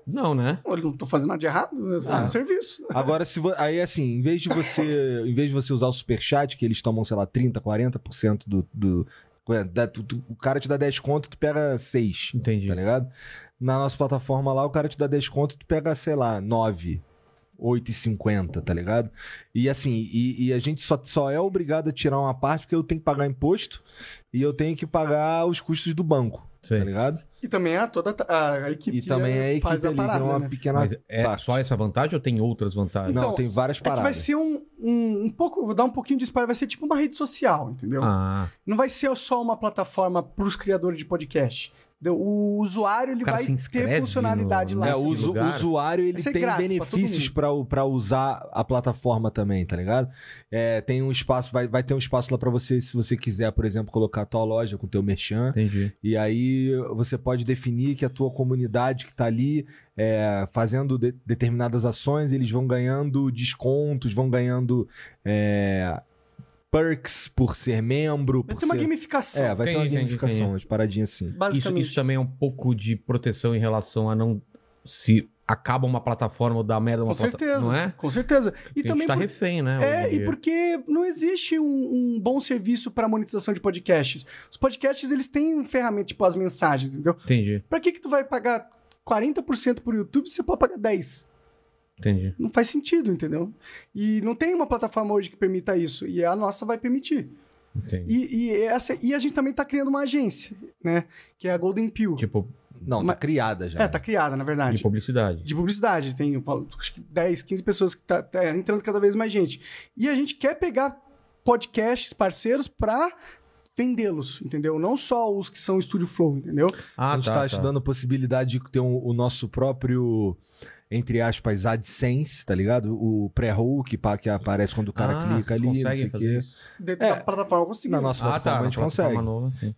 Não, né?
Olha, não tô fazendo nada de errado, eu tô fazendo serviço.
Agora, se vo- aí assim, em vez de você, em vez de você usar o superchat, que eles tomam, sei lá, 30%, 40% do. do é, da- tu- tu- o cara te dá 10 conto, tu pega 6,
Entendi.
tá ligado? Na nossa plataforma lá, o cara te dá 10 conto, tu pega, sei lá, 9. 8,50, tá ligado? E assim, e, e a gente só, só é obrigado a tirar uma parte porque eu tenho que pagar imposto e eu tenho que pagar os custos do banco, tá
sei.
ligado?
E também é toda a a equipe
E
que
também é a equipe
faz
ali,
a
tem
parada,
uma
né?
pequena
Mas é
parte.
só essa vantagem ou tem outras vantagens?
Não,
Então,
tem várias
É que vai
paradas.
ser um, um, um pouco, vou dar um pouquinho de spoiler, vai ser tipo uma rede social, entendeu?
Ah,
Não vai ser só uma plataforma pros criadores de podcast. entendeu? O usuário ele
O cara
vai
se inscreve
ter funcionalidade
no- né,
lá.
É,
Esse
o usu-
lugar-
usuário ele
Vai ser
tem
grátis pra todo
benefícios
mundo.
pra u- pra usar a plataforma também, tá ligado? É, tem um espaço, vai, vai ter um espaço lá pra você, se você quiser, por exemplo, colocar a tua loja com o teu merchan.
entendi.
E aí você pode definir que a tua comunidade que tá ali é, fazendo de- determinadas ações, eles vão ganhando descontos, vão ganhando é, perks por ser membro,
Vai
por
ter uma
ser...
gamificação.
É, vai ter uma
Entendi, entendi,
gamificação,
entendi.
umas paradinhas assim.
Isso,
Basicamente.
isso também é um pouco de proteção em relação a não... Se acaba uma plataforma ou dá merda uma
Com
plataforma,
certeza.
não é?
Com certeza. E
a gente
também.
tá
por-
refém, né? hoje em
É, e
dia.
porque não existe um, um bom serviço para monetização de podcasts. Os podcasts, eles têm ferramenta, tipo as mensagens, entendeu?
Entendi,
Pra que que tu vai pagar 40% por YouTube se você pode pagar 10%?
entendi.
Não faz sentido, entendeu? E não tem uma plataforma hoje que permita isso. E a nossa vai permitir.
entendi.
E, e essa, e a gente também tá criando uma agência, né? Que é a Golden Pill.
Tipo,
Não,
Mas-
tá criada já.
é, tá criada, na verdade.
de publicidade.
de publicidade. Tem acho que 10, 15 pessoas que tá, tá entrando cada vez mais gente. E a gente quer pegar podcasts parceiros pra vendê-los, entendeu? Não só os que são Estúdio Flow, entendeu?
Ah,
a gente
tá,
está
tá.
estudando a possibilidade de ter um- o nosso próprio, entre aspas, AdSense, tá ligado? O pré-roll que, pa- que aparece quando o cara
Ah,
clica ali, não
consegue
sei o
fazer
quê.
isso?
Dentro
É.
da plataforma conseguindo.
Na nossa
Ah,
plataforma
tá.
a gente consegue.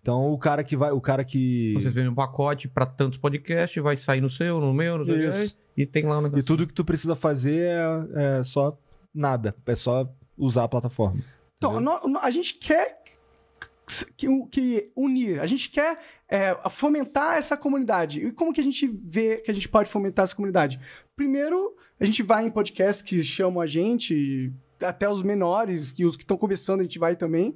Então o cara que vai, o cara que.
Vocês vendem um pacote pra tantos podcasts, vai sair no seu, no meu, no seu.
Isso.
E tem lá um
E
negócio.
tudo que tu precisa fazer é, é só nada, é só usar a plataforma.
Então, nó- a gente quer que, que unir, a gente quer é, fomentar essa comunidade. E como que a gente vê que a gente pode fomentar essa comunidade? Primeiro, a gente vai em podcasts que chamam a gente, até os menores, que os que estão começando a gente vai também.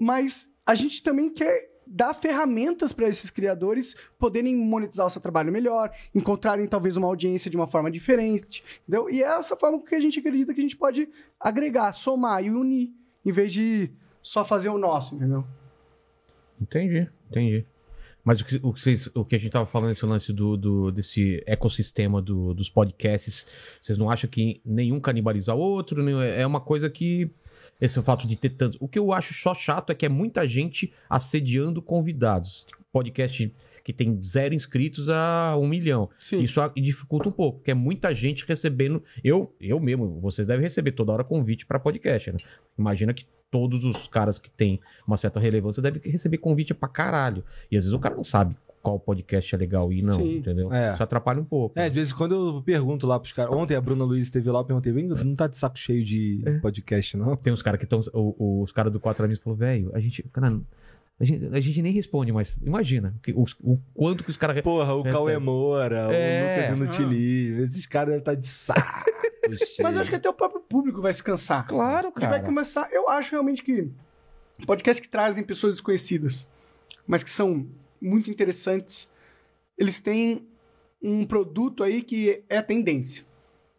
Mas a gente também quer dar ferramentas para esses criadores poderem monetizar o seu trabalho melhor, encontrarem talvez uma audiência de uma forma diferente, entendeu? E é essa forma que a gente acredita que a gente pode agregar, somar e unir, em vez de só fazer o nosso, entendeu?
Entendi, entendi. Mas o que, o que, vocês, o que a gente tava falando, esse lance do, do- desse ecossistema do- dos podcasts, vocês não acham que nenhum canibaliza o outro? Nenhum- é uma coisa que. Esse é o fato de ter tantos. O que eu acho só chato é que é muita gente assediando convidados. Podcast que tem zero inscritos a um milhão.
Sim.
Isso a- dificulta um pouco, porque é muita gente recebendo. Eu, eu mesmo, vocês devem receber toda hora convite para podcast, né? Imagina que todos os caras que têm uma certa relevância devem receber convite pra caralho. E às vezes o cara não sabe qual podcast é legal e não,
Sim.
entendeu?
É.
Isso atrapalha um pouco.
É, de vez em quando eu pergunto lá pros caras. Ontem a Bruna Luiz esteve lá, eu perguntei, "Bem, você não tá de saco cheio de podcast, não?
Tem uns caras que estão. Os caras do Quatro Amigos falaram, velho, a gente. Cara, a gente, a gente nem responde, mas imagina que os- o quanto que os caras.
Porra, o
É
Cauê
sério.
Moura,
É.
o Lucas Inutilismo, esses caras devem estar de saco.
Mas eu acho que até o próprio público vai se cansar.
Claro,
E vai
cara.
começar. Eu acho realmente que podcasts que trazem pessoas desconhecidas, mas que são muito interessantes, eles têm um produto aí que é tendência.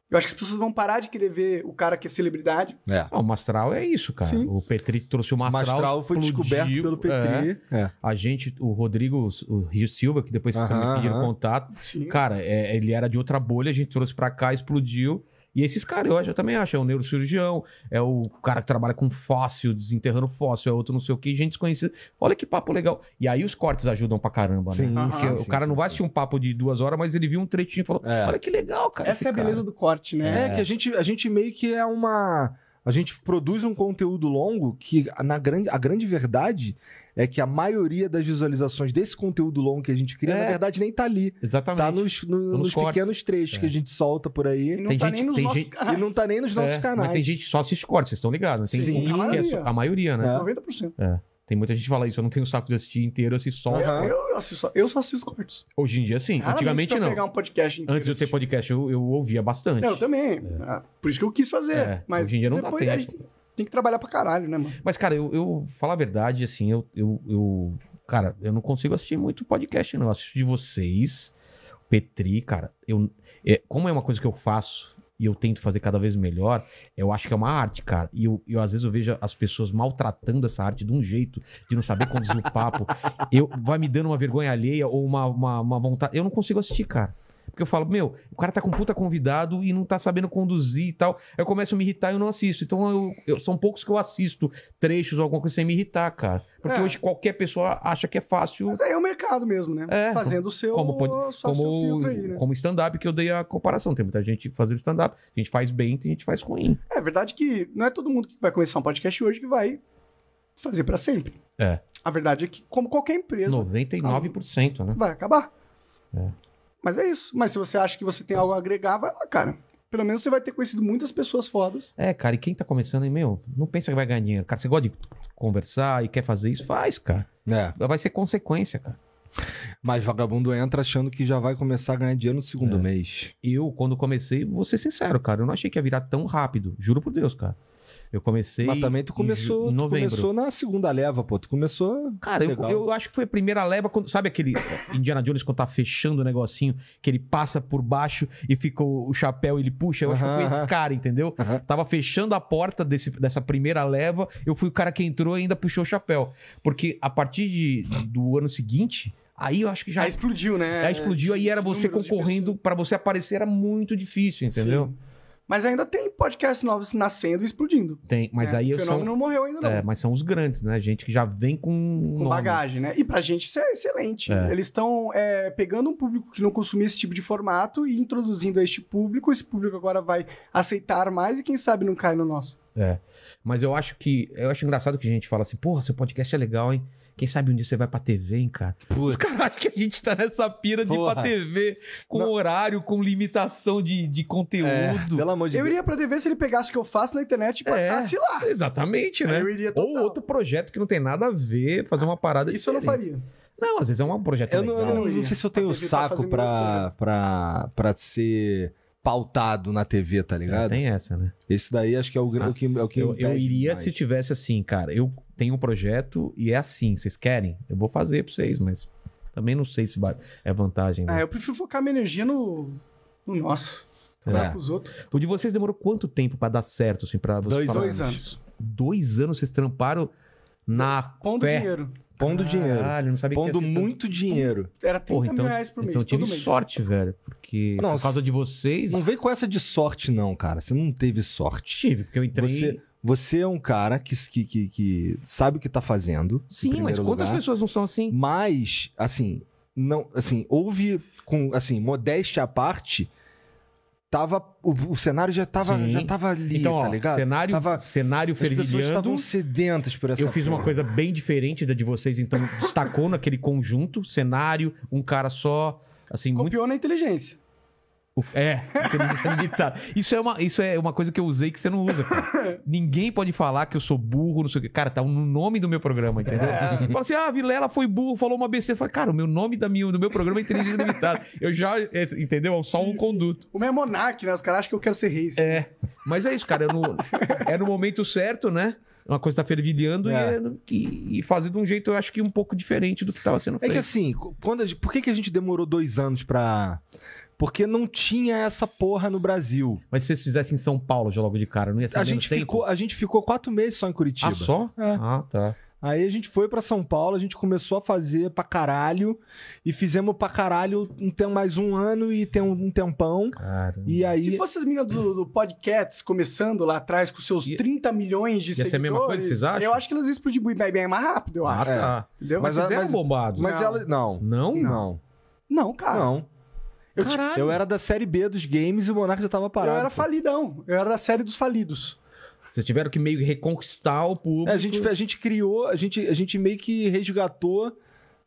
Eu acho que as pessoas vão parar de querer ver o cara que é celebridade.
É.
Ah, o Mastral é isso, cara.
Sim.
O Petri trouxe o
O
Mastral.
Mastral foi
explodiu,
descoberto pelo
é.
Petri. É.
A gente, o Rodrigo, o Rio Silva, que depois vocês
Aham,
me pediram
aham.
contato.
Sim.
Cara, é, ele era de outra bolha, a gente trouxe pra cá, explodiu. E esses caras, eu, acho- eu também acho, é o neurocirurgião, é o cara que trabalha com fóssil, desenterrando fóssil, é outro não sei o que, gente desconhecida. Olha que papo legal. E aí os cortes ajudam pra caramba, né?
Sim,
Aham.
Porque o
sim,
cara
sim,
não vai
sim.
assistir um papo de duas horas, mas ele viu um trechinho e falou:
É.
Olha que legal, cara.
Essa é a beleza do corte, né?
É, que a gente, a gente meio que é uma. A gente produz um conteúdo longo que na grande, a grande verdade é que a maioria das visualizações desse conteúdo longo que a gente cria,
É.
na verdade, nem tá ali.
Exatamente.
Tá nos, no-
nos
nos
cortes. É.
pequenos trechos que a gente solta por
E
aí.
não
Tem
tá
gente-
nem nos
tem
nossos
gente-
E
canais.
não tá nem nos nossos
É,
canais.
Mas tem gente que só assiste cortes, vocês estão ligados, né? Tem
Sim.
um que é só- a maioria, né?
É.
Tá 90%.
Tem muita gente que fala isso, eu não tenho saco de assistir inteiro, eu assisto só. um.
Aham.
Eu, eu assisto só, eu só assisto cortes.
Hoje em dia, sim.
Raramente
Antigamente,
pra
não.
pegar um podcast inteiro
Antes de eu ter
assistir.
podcast, eu, eu ouvia bastante.
Não, eu também. Ah, Por isso que eu quis fazer.
É,
mas
hoje em dia não dá
depois
tempo.
a gente tem que trabalhar pra caralho, né, mano?
Mas, cara, eu, eu falar a verdade, assim, eu, eu, eu- Cara, eu não consigo assistir muito podcast, não. Eu assisto de vocês, Petri, cara. Eu, é, como é uma coisa que eu faço e eu tento fazer cada vez melhor, eu acho que é uma arte, cara. E eu, eu, às vezes eu vejo as pessoas maltratando essa arte de um jeito, de não saber conduzir o papo. Eu, vai me dando uma vergonha alheia ou uma, uma, uma vontade. Eu não consigo assistir, cara. Porque eu falo, meu, o cara tá com um puta convidado e não tá sabendo conduzir e tal. Aí eu começo a me irritar e eu não assisto. Então eu- eu- são poucos que eu assisto trechos ou alguma coisa sem me irritar, cara. Porque
É.
hoje qualquer pessoa acha que é fácil
Mas aí é o mercado mesmo, né?
É,
Fazendo o seu,
como pode-
só o seu
como,
filtro aí, né?
como stand-up, que eu dei a comparação. Tem muita gente fazendo stand-up. A gente faz bem, tem gente que faz ruim.
É verdade que não é todo mundo que vai começar um podcast hoje que vai fazer pra sempre.
É.
A verdade é que, como qualquer empresa,
99%, né?
vai acabar.
É.
Mas é isso. Mas se você acha que você tem algo a agregar, vai lá, cara. Pelo menos você vai ter conhecido muitas pessoas fodas.
É, cara, e quem tá começando aí, meu, não pensa que vai ganhar dinheiro. Cara, você gosta de conversar e quer fazer isso? Faz, cara.
É.
Vai ser consequência, cara.
Mas vagabundo entra achando que já vai começar a ganhar dinheiro no
É.
segundo mês.
Eu, quando comecei, vou ser sincero, cara, eu não achei que ia virar tão rápido. Juro por Deus, cara. Eu comecei.
Mas também tu
em ju-
começou,
Em
tu
novembro.
começou na segunda leva, pô. Tu começou.
Cara, eu,
Legal.
eu acho que foi a primeira leva. Quando, sabe aquele Indiana Jones quando tá fechando o negocinho, que ele passa por baixo e fica o, o chapéu ele puxa? Eu acho que
Aham,
foi esse
aham.
cara, entendeu?
Aham.
Tava fechando a porta desse, dessa primeira leva. Eu fui o cara que entrou e ainda puxou o chapéu. Porque a partir de- do ano seguinte, aí eu acho que já.
Aí explodiu, né?
aí explodiu, aí era você
Números de
concorrendo, pra você aparecer era muito difícil, entendeu?
Mas ainda tem podcasts novos nascendo e explodindo.
Tem, mas
né?
aí
O
eu
fenômeno
são,
não morreu ainda, não.
é, mas são os grandes, né? Gente que já vem com,
com
nome.
bagagem, né? E pra gente isso é excelente.
É.
Eles estão é, pegando um público que não consumia esse tipo de formato e introduzindo a este público. Esse público agora vai aceitar mais e quem sabe não cai no nosso.
Mas eu acho que. Eu acho engraçado que a gente fala assim, porra, seu podcast é legal, hein? Quem sabe um dia você vai pra TV, hein, cara? Os caras acham que a gente tá nessa pira de ir pra
Porra.
TV, com
Não.
horário, com limitação de, de
É,
conteúdo.
pelo amor de
Eu
Deus.
iria pra TV se ele pegasse o que eu faço na internet e passasse lá.
Exatamente,
Aí
né?
Eu iria
É. Ou
total.
outro projeto que não tem nada a ver, fazer uma parada.
Isso eu não
diferente.
faria.
Não, às vezes é um projeto
Eu, não,
legal.
eu não-
Não,
não
e
sei se
a
eu tenho
TV tá
saco
fazendo
pra,
loucura.
pra, pra ser pautado na TV, tá
É,
ligado?
tem essa, né?
Esse daí acho que é o, gran-
Ah,
o que, é o que
Eu, eu
impede
iria
mais.
se tivesse assim, cara. Eu tem um projeto e é assim, vocês querem? Eu vou fazer pra vocês, mas também não sei se vai- é vantagem. né?
Ah, eu prefiro focar minha energia no, no nosso. Trabalhar
É.
pros outros.
O de vocês demorou quanto tempo pra dar certo, assim, pra vocês
Dois
falarem?
Dois anos.
Dois anos vocês tramparam na
Pondo
fé.
dinheiro.
Pondo dinheiro.
Caralho, não sabia ah, que
Pondo
ia ser tanto.
muito dinheiro.
Era 30
Porra, então,
mil reais por mês.
então eu tive
todo mês.
sorte, velho. Porque
Não,
por causa de vocês...
Não vem com essa de sorte, não, cara. Você não teve sorte.
Tive, porque eu entrei...
Você, você é um cara que, que, que, que sabe o que tá fazendo. em
Sim, mas
primeiro
quantas
lugar.
pessoas não são assim?
Mas, assim, não, assim, houve com, assim, modéstia à parte, tava o, o cenário já tava,
Sim.
já tava ali,
então,
tá
ó,
ligado?
cenário,
tava,
cenário
as pessoas
fervilhando.
estavam sedentas por essa
Eu fiz uma
porra.
coisa bem diferente da de vocês, então destacou naquele conjunto, cenário, um cara só, assim, muito
Copiou na inteligência.
O- É, inteligência limitada. Isso é, uma, isso é uma coisa que eu usei que você não usa, cara. Ninguém pode falar que eu sou burro, não sei o quê. Cara, tá no nome do meu programa, entendeu?
É.
Fala assim, ah, Vilela foi burro, falou uma besteira. Fala, cara, o meu nome da minha, do meu programa é inteligência limitada. Eu já, é, entendeu? É só um conduto.
O meu é monarca, né? Os caras acham que eu quero ser rei.
É. Mas é isso, cara. É no, é no momento certo, né? Uma coisa tá fervilhando e
É.
é no- e, e fazer de um jeito, eu acho que um pouco diferente do que tava sendo
É
feito.
que assim, co- quando a gente- por que, que a gente demorou dois anos pra. Porque não tinha essa porra no Brasil.
Mas se vocês fizessem em São Paulo já logo de cara, não ia ser
A
menos
gente,
tempo?
ficou, a gente ficou quatro meses só em Curitiba.
Ah, só?
É.
Ah, tá.
Aí a gente foi pra São Paulo, a gente começou a fazer pra caralho. E fizemos pra caralho um tem mais um ano e tem um, um tempão.
Cara.
E aí.
Se fosse as meninas do, do podcast começando lá atrás com seus
Ia-
30 milhões de
Ia
seguidores...
ser a mesma coisa, vocês acham?
Eu acho que elas iam explodir bem, bem mais rápido, eu
Ah,
é.
acho.
tá.
Entendeu?
Mas,
Mas
vocês
a-
eram
mas-
bombados.
Mas
Não.
ela. Não.
Não?
Não.
Não, cara.
Não.
Eu, ti-
Caralho.
Eu era da série B dos games e o Monarca já tava
eu
parado.
era
pô.
falidão. Eu era da série dos falidos.
Vocês tiveram que meio que reconquistar o público.
É, a, gente, a gente criou, a gente, a gente meio que resgatou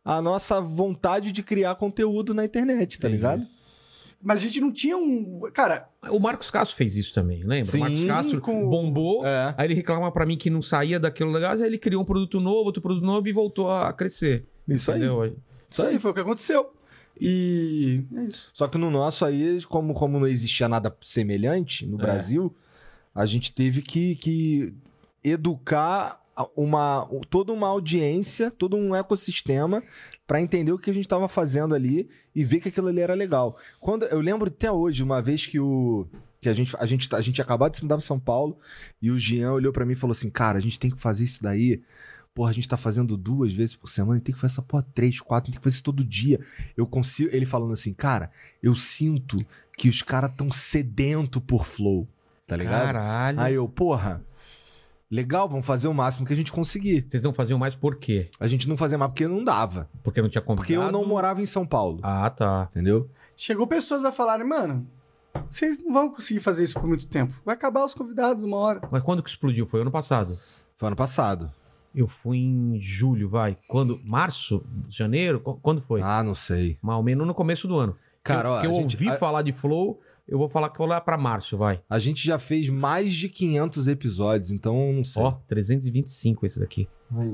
a nossa vontade de criar conteúdo na internet, tá
Entendi.
ligado?
Mas a gente não tinha um... Cara,
O Marcos Castro fez isso também, lembra?
Sim,
o Marcos Castro
com-
bombou,
É.
aí ele reclamava pra mim que não saía daquele negócio, aí ele criou um produto novo, outro produto novo e voltou a crescer.
Isso aí.
entendeu?
isso aí foi o que aconteceu. E... É isso.
Só que no nosso aí, como, como não existia nada semelhante no
É.
Brasil, a gente teve que, que educar a- uma, o- toda uma audiência, todo um ecossistema pra entender o que a gente tava fazendo ali e ver que aquilo ali era legal. Quando eu lembro até hoje, uma vez que o que a gente a gente tá- a gente tinha acabado de se mudar para São Paulo e o Jean olhou pra mim e falou assim: "Cara, a gente tem que fazer isso daí. Porra, a gente tá fazendo duas vezes por semana, a gente tem que fazer essa porra três, quatro, a gente tem que fazer isso todo dia. Eu consigo. Ele falando assim, cara, eu sinto que os caras tão sedento por flow, tá ligado?
Caralho.
Aí eu, porra, legal, vamos fazer o máximo que a gente conseguir.
Vocês não faziam mais por quê?
A gente não fazia mais porque não dava.
Porque não tinha convidado?
Porque eu não morava em São Paulo,
Ah, tá.
entendeu?
Chegou pessoas a falarem, mano, vocês não vão conseguir fazer isso por muito tempo. Vai acabar os convidados uma hora.
Mas quando que explodiu? Foi ano passado.
Foi ano passado.
Eu fui em julho, vai. Quando? Março? Janeiro? Qu- Quando foi?
Ah, não sei.
Mais ou menos no começo do ano.
Cara,
eu,
ó,
que eu
a gente-
ouvi
a-
falar de Flow, eu vou falar que vou lá pra março, vai.
A gente já fez mais de 500 episódios, então não sei.
Ó, 325 esse daqui.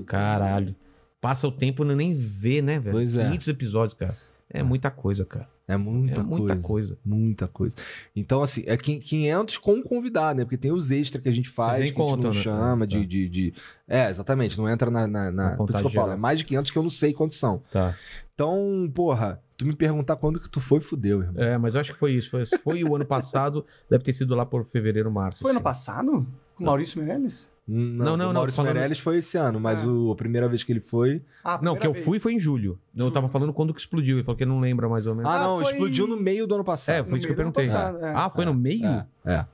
Caralho. Passa o tempo e nem vê, né, velho?
Pois é.
500 episódios, cara. É muita coisa, cara.
É muita,
é muita coisa.
Muita coisa. Então, assim, é quin- 500 com convidado, né? Porque tem os extras que a gente faz, que a
Vocês
gente
nem contam,
não
né?
chama
Tá.
de, de, de- É, exatamente, não entra na... na, na-
Na
Por isso que eu
contagem
falo, é
geral.
mais de 500 que eu não sei quantos são.
Tá.
Então, porra, tu me perguntar quando que tu foi, fudeu, irmão.
É, mas eu acho que foi isso. Foi, foi o ano passado, deve ter sido lá por fevereiro, março.
Foi ano
assim.
passado? Com o Maurício Meirelles?
Não,
Não,
não,
não,
não,
O Maurício
falando-
Meirelles foi esse ano, mas
Ah.
o, a primeira vez que ele foi...
Ah,
Não,
primeira
que eu
vez.
fui foi em julho. Eu tava falando quando que explodiu. Ele falou que não lembra mais ou menos.
Ah, não,
foi-
explodiu no meio do ano passado.
é, foi
no
isso que eu
meio do ano
perguntei.
passado, é.
Ah, foi no meio?
É, é.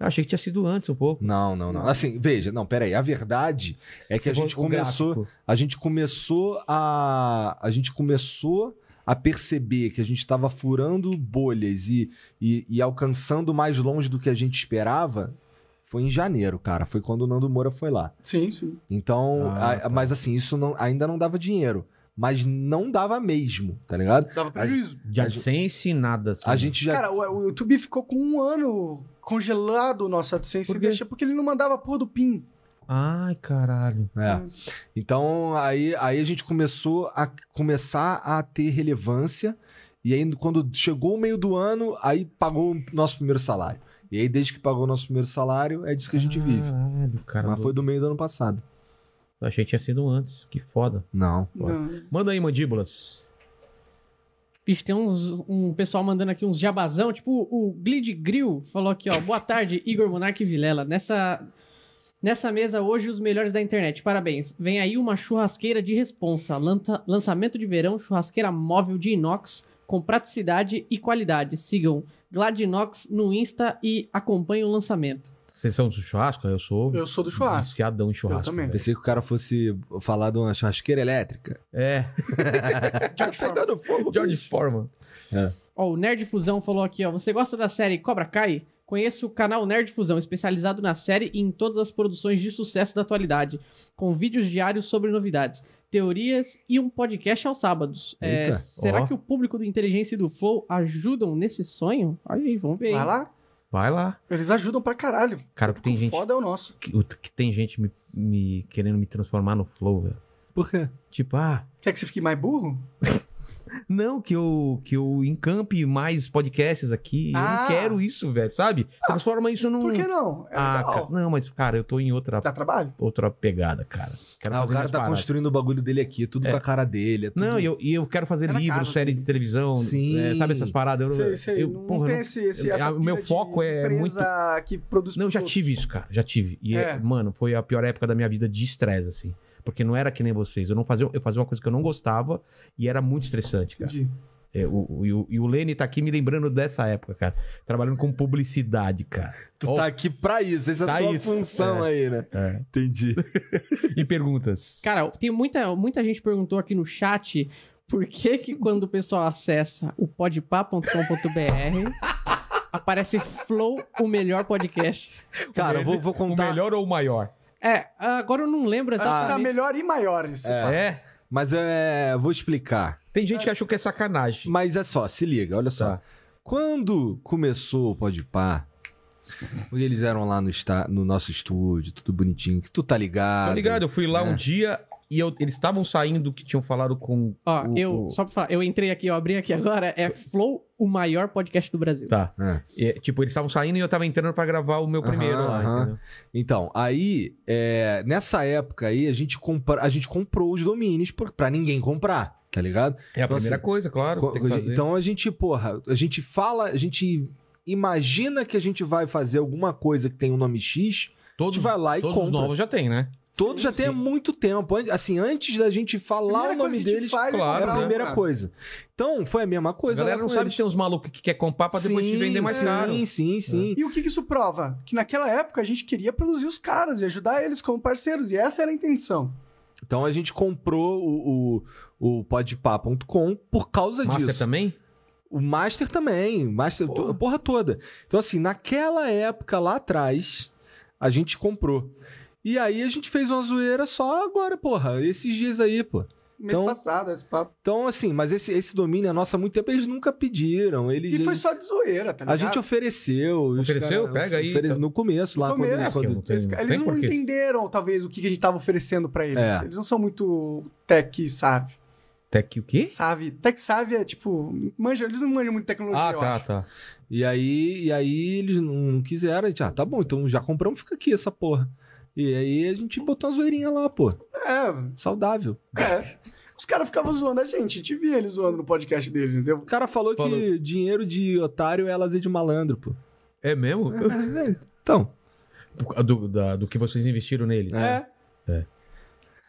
Eu achei que tinha sido antes um pouco.
Não, não, não. Assim, veja, não, peraí. A verdade é que a
Você
gente
falou o
começou...
um gráfico.
a gente começou a a gente começou a perceber que a gente estava furando bolhas e, e, e alcançando mais longe do que a gente esperava foi em janeiro, cara. Foi quando o Nando Moura foi lá.
Sim, sim.
Então,
Ah,
a-
tá.
mas assim, isso não- ainda não dava dinheiro. Mas não dava mesmo, tá ligado?
Dava prejuízo.
De AdSense, nada. assim.
A gente já.
Cara, o, o YouTube ficou com um ano congelado o nosso AdSense
Por
e
quê?
deixa porque ele não mandava a porra do PIN.
Ai, caralho.
É. Então aí, aí a gente começou a começar a ter relevância. E aí, quando chegou o meio do ano, aí pagou o nosso primeiro salário. E aí, desde que pagou o nosso primeiro salário, é disso que a gente vive.
Caralho, cara.
Mas foi do meio do ano passado.
Eu achei que tinha sido antes. Que foda.
Não.
Não.
Manda aí, mandíbulas.
Bicho, tem uns, um pessoal mandando aqui uns jabazão. Tipo, o Glid Grill falou aqui, ó. Boa tarde, Igor Monarque Vilela. Nessa, nessa mesa hoje, os melhores da internet. Parabéns. Vem aí uma churrasqueira de responsa. Lanta- lançamento de verão, churrasqueira móvel de inox, com praticidade e qualidade. Sigam Gladinox no Insta e acompanhem o lançamento.
Vocês são do churrasco? Eu sou.
Eu sou do churrasco.
Viciadão em churrasco.
Eu também.
velho.
Pensei que o cara fosse falar de uma churrasqueira elétrica.
É.
George Foreman.
Dando fogo.
George Foreman.
Ó, o Nerd Fusão falou aqui, ó. Você gosta da série Cobra Kai? Conheço o canal Nerd Fusão, especializado na série e em todas as produções de sucesso da atualidade, com vídeos diários sobre novidades, teorias e um podcast aos sábados. É,
Eita,
será
ó.
que o público do Inteligência e do Flow ajudam nesse sonho? Aí, vamos ver. hein?
Vai lá.
Vai lá.
Eles ajudam pra caralho.
Cara, que tem
o
gente.
foda é o nosso.
Que, o- que tem gente me, me- querendo me transformar no flow, velho.
Por quê?
Tipo, ah,
Quer que você fique mais burro?
não, que eu, que eu encampe mais podcasts aqui. Eu
Ah.
não quero isso, velho, sabe? Transforma isso num.
Por que não? É
Ah,
legal. Tá.
cara, não, mas, cara, eu tô em outra,
Dá trabalho.
outra pegada, cara. Quero
Ah, o
fazer
cara
minhas
tá
paradas.
construindo o bagulho dele aqui, tudo com a cara dele. é tudo-
Não, e eu, e eu quero fazer
É na
livro,
casa,
série
assim.
de televisão,
Sim.
é, sabe essas paradas? Eu,
Sei, sei.
eu,
não
porra,
tem
não-
esse, esse,
eu-
essa
ah, o meu
pilha de
foco é
empresa que produz
Não, eu já
produtos.
tive isso, cara. Já tive. E,
É.
é, mano, foi a pior época da minha vida de estresse, assim. Porque não era que nem vocês. Eu não fazia, eu fazia uma coisa que eu não gostava e era muito estressante, cara.
Entendi.
É, o, o- e o, e o Lene tá aqui me lembrando dessa época, cara. Trabalhando com publicidade, cara.
Tu
Ó,
tá aqui pra isso. Essa é
Tá
a tua
isso,
função aí, né?
é.
Entendi.
E perguntas.
Cara, tem muita, muita gente perguntou aqui no chat por que que quando o pessoal acessa o podpá.com.br aparece Flow, o melhor podcast.
Cara, eu vou, vou
O
contar.
melhor ou o maior?
É, agora eu não lembro
Tá
exatamente.
melhor e maior isso.
Ah, É.
Mas é. Vou explicar.
Tem gente que achou que é sacanagem.
Mas é só, se liga, olha só.
Tá.
Quando começou o Podpah, eles eram lá no, esta- no nosso estúdio, tudo bonitinho, que tu tá ligado.
Tá ligado? Eu fui lá
É.
um dia e eu- eles estavam saindo que tinham falado com.
Ó,
o-
eu,
o-
só pra falar, eu entrei aqui, eu abri aqui agora, é Flow, o maior podcast do Brasil.
Tá.
É.
É, tipo, eles estavam saindo e eu tava entrando pra gravar o meu
Aham,
primeiro lá,
aham.
entendeu?
Então, aí, é, nessa época aí, a gente, compra, a gente comprou os domínios por- pra ninguém comprar, tá ligado?
É a
Então,
primeira
assim,
coisa, claro. que
Co-
tem que fazer.
Então a gente, porra, a gente fala, a gente imagina que a gente vai fazer alguma coisa que tem um nome X, a gente
todos,
vai lá e
todos os
compra.
novos já tem, né?
Todos já tem há muito tempo. An- Assim, antes da gente falar
Primeira coisa
o nome
que a gente
deles,
faz é
claro,
era
né?
comprar
a
um
primeira
cara.
coisa. Então, foi a mesma
A
é,
coisa.
galera
lá
não
com
sabe
eles.
se tem uns malucos que quer comprar pra depois
Sim,
te vender mais
sim,
caro. É.
Sim, sim,
E o que que isso prova? Que naquela época a gente queria produzir os caras e ajudar eles como parceiros, e essa era a intenção.
Então a gente comprou o, o, o podpah.com por causa
Master
disso.
também?
O Master também, o Master, to-
Porra.
a porra toda. Então, assim, naquela época lá atrás, a gente comprou. E aí a gente fez uma zoeira só agora, porra, esses dias aí, pô.
Mês
Então-
passado, esse papo.
Então, assim, mas esse, esse domínio é nosso há muito tempo, eles nunca pediram. Eles,
E foi
eles-
só de zoeira, tá
a
ligado?
gente ofereceu. e os
né? Ah. Ofereceu?
caras
Pega aí, então.
No começo, lá
No
quando-
começo.
quando.
É,
é
Eles, eles não
porquê.
entenderam, talvez, o que que a gente tava oferecendo pra eles.
É.
Eles não são muito tech savvy.
Até que o quê?
Sabe? Tech savvy é tipo. Manja, eles não manjam muito tecnologia.
Ah,
eu
tá,
acho.
tá.
E aí, e aí eles não quiseram. A gente, ah, tá bom, então já compramos, fica aqui essa porra. E aí a gente botou uma zoeirinha lá, pô.
É,
Saudável.
é. Os caras ficavam zoando a gente. A gente via eles zoando no podcast deles, entendeu?
O cara falou,
Falou.
que dinheiro de otário é lazer de malandro, pô.
É mesmo?
Então,
Do, da- do que vocês investiram nele.
É.
É.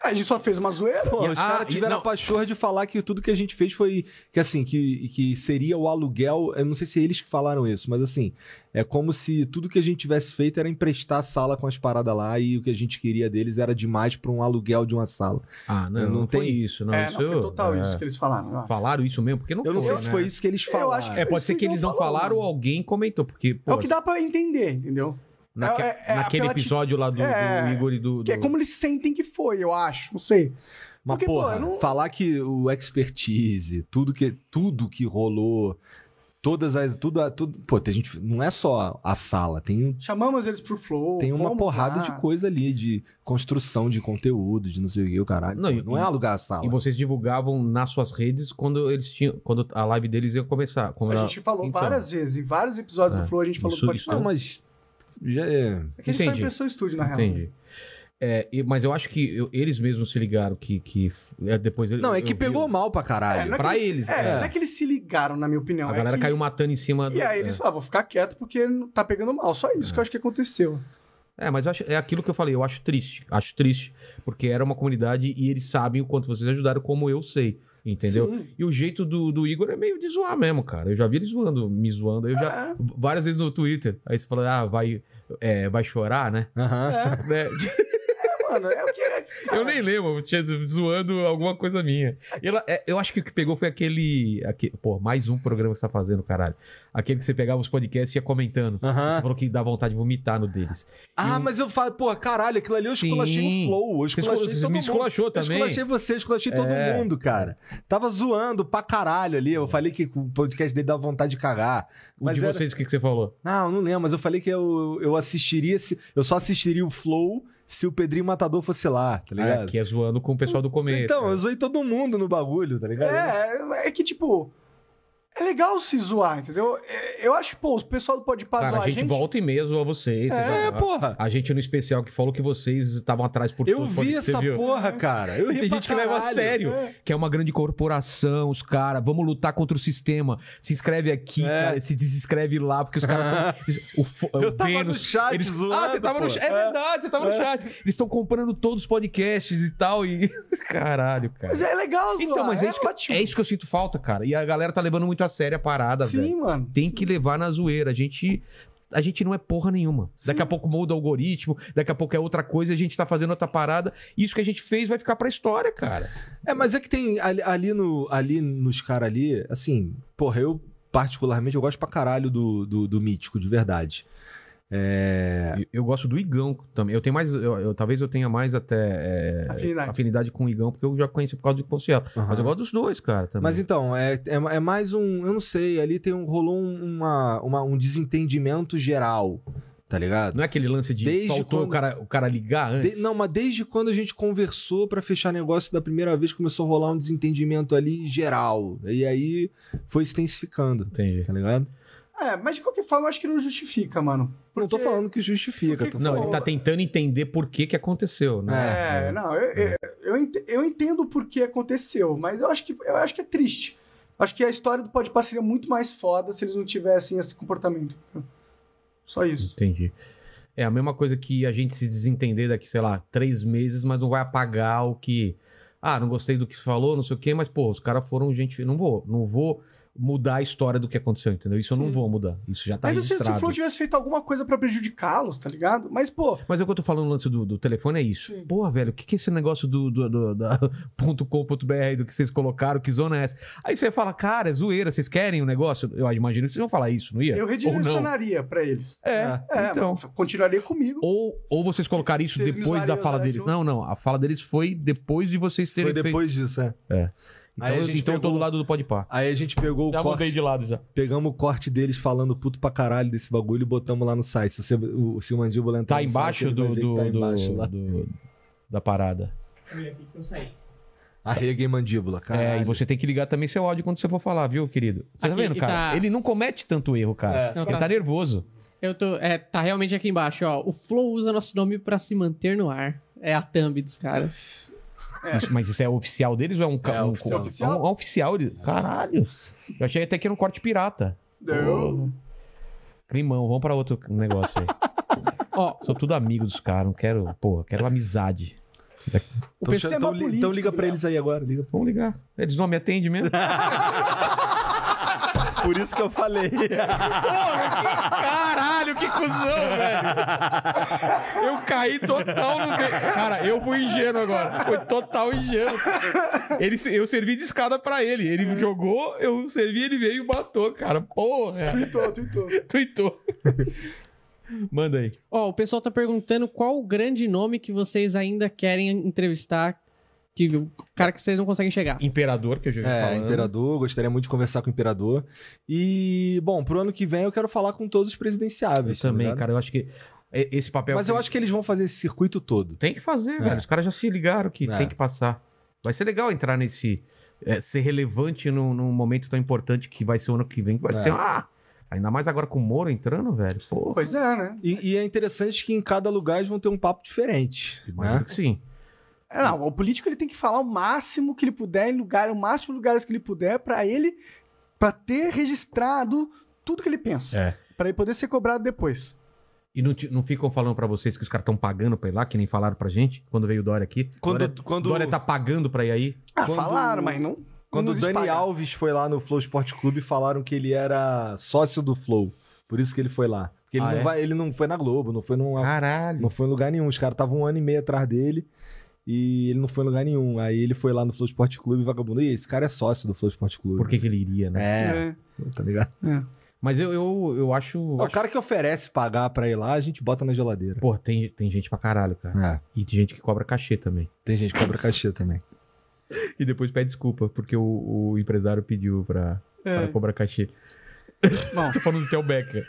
A gente só fez uma zoeira.
pô,
E-
os
ah,
caras
e
tiveram
não.
a pachorra de falar que tudo que a gente fez foi que assim, que, que seria o aluguel, eu não sei se é eles que falaram isso, mas assim, é como se tudo que a gente tivesse feito era emprestar a sala com as paradas lá e o que a gente queria deles era demais pra um aluguel de uma sala.
Ah, não,
Eu
não,
não
foi
tenho-
isso. Não,
é,
isso
não, foi total
é.
isso que eles falaram. ó.
Falaram isso mesmo? Porque não
Eu não
foi,
sei se
né?
foi isso que eles
Eu
falaram.
acho
É, pode
Isso
ser
que
que eles não
não falou,
falaram
né?
ou alguém comentou, porque, pô,
É o que dá pra entender, entendeu?
naque-
é- é
naquele
apelati-
episódio lá do, do
É,
Igor e do...
Que é
do-
como eles sentem que foi, eu acho. Não sei.
Mas,
Porque,
porra,
pô, eu não-
falar que o expertise, tudo que, tudo que rolou, todas as. Tudo, a- tudo, pô, tem gente. Não é só a sala, tem,
Chamamos eles pro Flow.
tem uma
fomos
porrada
lá.
de coisa ali, de construção de conteúdo, de não sei o que, o caralho.
Não,
Não,
e-
não é alugar a sala.
E vocês divulgavam nas suas redes quando eles tinham, quando a live deles ia começar. Como
A
era-
gente falou
Então.
várias vezes, em vários episódios
É,
do Flow, a gente falou
isso-
do
isso
Não,
podcast.
mas. Já é.
É que a gente só
Entendi.
impressou o estúdio, na real.
Entendi. É, e- mas eu acho que eu- eles mesmos se ligaram que. que é, depois ele-
Não, é que
eu vi
pegou
o-
mal pra
É,
caralho.
não é que
Pra eles,
É,
é.
não é que eles se ligaram, na minha opinião.
A
é
galera
que-
caiu né? matando em cima do. é.
E aí eles falaram, vou ficar quieto porque não- tá pegando mal. Só isso que eu acho que aconteceu.
é. É, mas eu acho- é aquilo que eu falei, eu acho triste. Acho triste, porque era uma comunidade e eles sabem o quanto vocês ajudaram, como eu sei. Entendeu?
Sim.
E o jeito do, do Igor é meio de zoar mesmo, cara. Eu já vi ele zoando, me zoando. Eu
É.
já. Várias vezes no Twitter. Aí você falou, ah, vai, é, vai chorar, né?
Aham.
É.
Né?
Mano, é o que é.
Eu nem lembro, eu tinha zoando alguma coisa minha. E ela- é, eu acho que o que pegou foi aquele, aque- Pô, mais um programa que você tá fazendo, caralho. Aquele que você pegava os podcasts e ia comentando.
Aham.
Você falou que dá vontade de vomitar no deles.
Ah, mas eu falo, pô, caralho, aquilo ali eu esculachei
Sim.
o flow. Eu
Você
esculachei
escula-
todo
me
mundo.
esculachou também.
Eu esculachei você, eu esculachei todo
É.
mundo, cara. Tava zoando pra caralho ali. Eu falei que o podcast dele dava vontade de cagar.
O
Mas
de
era-
vocês, o que, que você falou?
Não, eu não lembro, mas eu falei que eu, eu assistiria, se, eu só assistiria o Flow se o Pedrinho Matador fosse lá, tá
Ah,
ligado?
que é zoando com o pessoal do começo.
então, eu zoei todo mundo no bagulho, tá ligado?
É, é que tipo. É legal se zoar, entendeu? É, Eu acho, pô, o pessoal do Pode
cara,
zoar
a gente, volta e meia zoa vocês.
É,
vocês-
porra.
A gente no especial que falou que vocês estavam atrás por
Eu
por-
vi
você
essa
viu?
porra, cara. Eu ri
Tem
pra
gente que leva a
caralho.
sério, que é uma grande corporação, os caras, vamos lutar contra o sistema. Se inscreve aqui, cara, se desinscreve lá, porque os caras. o fo-
É. Eu
o
tava
Vênus,
no chat
eles-
zoando,
Ah, você tava
pô.
no chat. É verdade, você tava no chat. Eles estão comprando todos os podcasts e tal. E. Caralho, cara.
Mas é legal zoar.
então, mas é,
é
isso que,
ótimo.
é isso que eu sinto falta, cara. E a galera tá levando muito a sério a parada,
Sim,
velho.
mano.
Tem que levar na zoeira. A gente. A gente não é porra nenhuma. Daqui a pouco muda o algoritmo, daqui a pouco é outra coisa, a gente tá fazendo outra parada. E isso que a gente fez vai ficar pra história, cara.
É, mas é que tem ali, ali no, ali nos caras ali, assim, porra, eu particularmente eu gosto pra caralho do, do, do mítico, de verdade. É.
Eu, eu gosto do Igão também. Eu tenho mais. eu- eu- talvez eu tenha mais até é,
Afinidade.
afinidade com o Igão, porque eu já conheci por causa do Poncielo. Mas eu gosto dos dois, cara. Também.
Mas então, é, é, é mais um. Eu não sei, ali tem um, rolou um- uma, uma- um desentendimento geral, tá ligado?
Não é aquele lance de
Desde
faltou
quando-
o, cara, o cara ligar
De-
antes.
não, mas desde quando a gente conversou pra fechar negócio da primeira vez, começou a rolar um desentendimento ali geral. E aí foi se intensificando,
Entendi.
tá ligado?
É, mas de qualquer forma, eu acho que não justifica, mano.
Não tô falando que justifica.
porque-
tô
Não,
falando-
ele tá tentando entender por que que aconteceu, né?
É, não, eu, eu, eu ent- eu entendo por que aconteceu, mas eu acho que, eu acho que é triste. Acho que a história do Pode seria muito mais foda se eles não tivessem esse comportamento. Só isso.
Entendi. É a mesma coisa que a gente se desentender daqui, sei lá, três meses, mas não vai apagar o que. Ah, não gostei do que você falou, não sei o quê, mas, pô, os caras foram gente. Não vou, não vou mudar a história do que aconteceu, entendeu? Isso eu não
Sim.
vou mudar. Isso já tá
Ainda assim, se, se o
registrado.
Flow tivesse feito alguma coisa pra prejudicá-los, tá ligado? Mas, pô,
Mas é o que eu tô falando no lance do, do telefone, é isso.
Sim.
Porra, velho, o que, que é esse negócio do, do, do- da .com.br aí do que vocês colocaram? Que zona é essa? Aí você fala, cara, é zoeira, vocês querem o negócio? Eu imagino que vocês vão falar isso, não ia?
eu
Ou não.
redirecionaria pra eles.
É,
É,
então.
mas continuaria comigo.
Ou, ou vocês colocaram isso
Vocês me
depois da
zoariam,
fala
né,
deles.
João?
Não, não. A fala deles foi depois de vocês terem
Foi depois disso, é.
feito.
Aí a
Então,
gente
então eu tô
pegou-
do lado do Podpah.
Aí a gente pegou
Já
o corte, Então,
mudei de lado já.
pegamos o corte deles falando puto pra caralho desse bagulho e botamos lá no site. Se, você, o, se o Mandíbula entrar
Tá
no site,
embaixo
ele
do,
vai ver que
do,
tá embaixo
do-
lá.
do- da parada.
Arrega em Mandíbula, cara.
É, e você tem que ligar também seu áudio quando você for falar, viu, querido? Você tá
Aqui,
vendo,
e
cara?
tá-
Ele não comete tanto erro,
É.
cara.
Não,
Ele
tá-
tá nervoso.
Eu tô. É, tá realmente aqui embaixo, ó. O Flow usa nosso nome pra se manter no ar. É a thumb dos caras.
Isso- mas isso é oficial deles ou é um... ca-
É
um-
oficial.
um- um- um oficial? de- Caralho. Eu achei até que era um corte pirata.
Eu-
Climão, vamos pra outro negócio aí.
Ó,
Sou tudo amigo dos caras, não quero... Porra, quero amizade.
o
Então,
pessoal.
é
então,
uma
li-
política,
então
né?
liga pra
Guilherme.
eles aí agora, liga.
Vamos ligar. Eles não me atendem mesmo?
Por isso que eu falei.
Caralho, que cuzão, velho. Eu caí total no... de- Cara, eu fui ingênuo agora. Foi total ingênuo. Ele, se- eu servi de escada pra ele. Ele jogou, eu servi, ele veio e matou, cara. Porra.
Tuitou, tuitou.
Tuitou. Manda aí.
Ó, o pessoal tá perguntando qual o grande nome que vocês ainda querem entrevistar. Que o cara que vocês não conseguem chegar.
Imperador, que eu já ouvi
É,
falando.
imperador, gostaria muito de conversar com o imperador. E, bom, pro ano que vem eu quero falar com todos os
Eu
presidenciáveis. tá
também,
ligado?
cara. Eu acho que e- esse papel...
Mas eu acho que eles vão fazer esse circuito todo.
Tem que fazer, velho. Os caras já se ligaram que
É.
tem que passar. Vai ser legal entrar nesse. é, ser relevante num, num momento tão importante que vai ser o ano que vem, que vai
É.
ser. Ah, Ainda mais agora com o Moro entrando, velho. Pô,
Pois é, né?
E, e é interessante que em cada lugar eles vão ter um papo diferente.
imagino
Né?
que sim.
É, Não, o político ele tem que falar o máximo que ele puder em lugar, o máximo de lugares que ele puder pra ele para ter registrado tudo que ele pensa,
É.
Pra ele poder ser cobrado depois.
E não, ti- não ficam falando pra vocês que os caras estão pagando pra ir lá, que nem falaram pra gente, quando veio o Dória aqui.
Quando-
Dória,
quando-
Dória tá pagando pra ir aí.
Ah,
Quando-
falaram, mas não.
Quando
não
o
existe
Dani
pagar.
Alves foi lá no Flow Esporte Clube, falaram que ele era sócio do Flow. Por isso que ele foi lá. Porque ele,
Ah,
não,
é?
vai, ele não foi na Globo, não foi, numa,
Caralho.
não foi em lugar nenhum. Os caras estavam um ano e meio atrás dele e ele não foi em lugar nenhum. Aí ele foi lá no Flow Esporte Clube e vagabundo. E esse cara é sócio do Flow Esporte Clube.
Por que, que ele iria, né?
É,
É.
tá ligado?
Mas eu, eu, eu acho.
O cara que oferece pagar pra ir lá, a gente bota na geladeira.
Porra, tem, tem gente pra caralho, cara.
É,
E tem gente que cobra cachê também.
tem gente que cobra cachê também.
E depois pede desculpa, porque o, o empresário pediu pra,
É.
pra cobrar cachê.
Bom.
Tô falando do Theo Becker.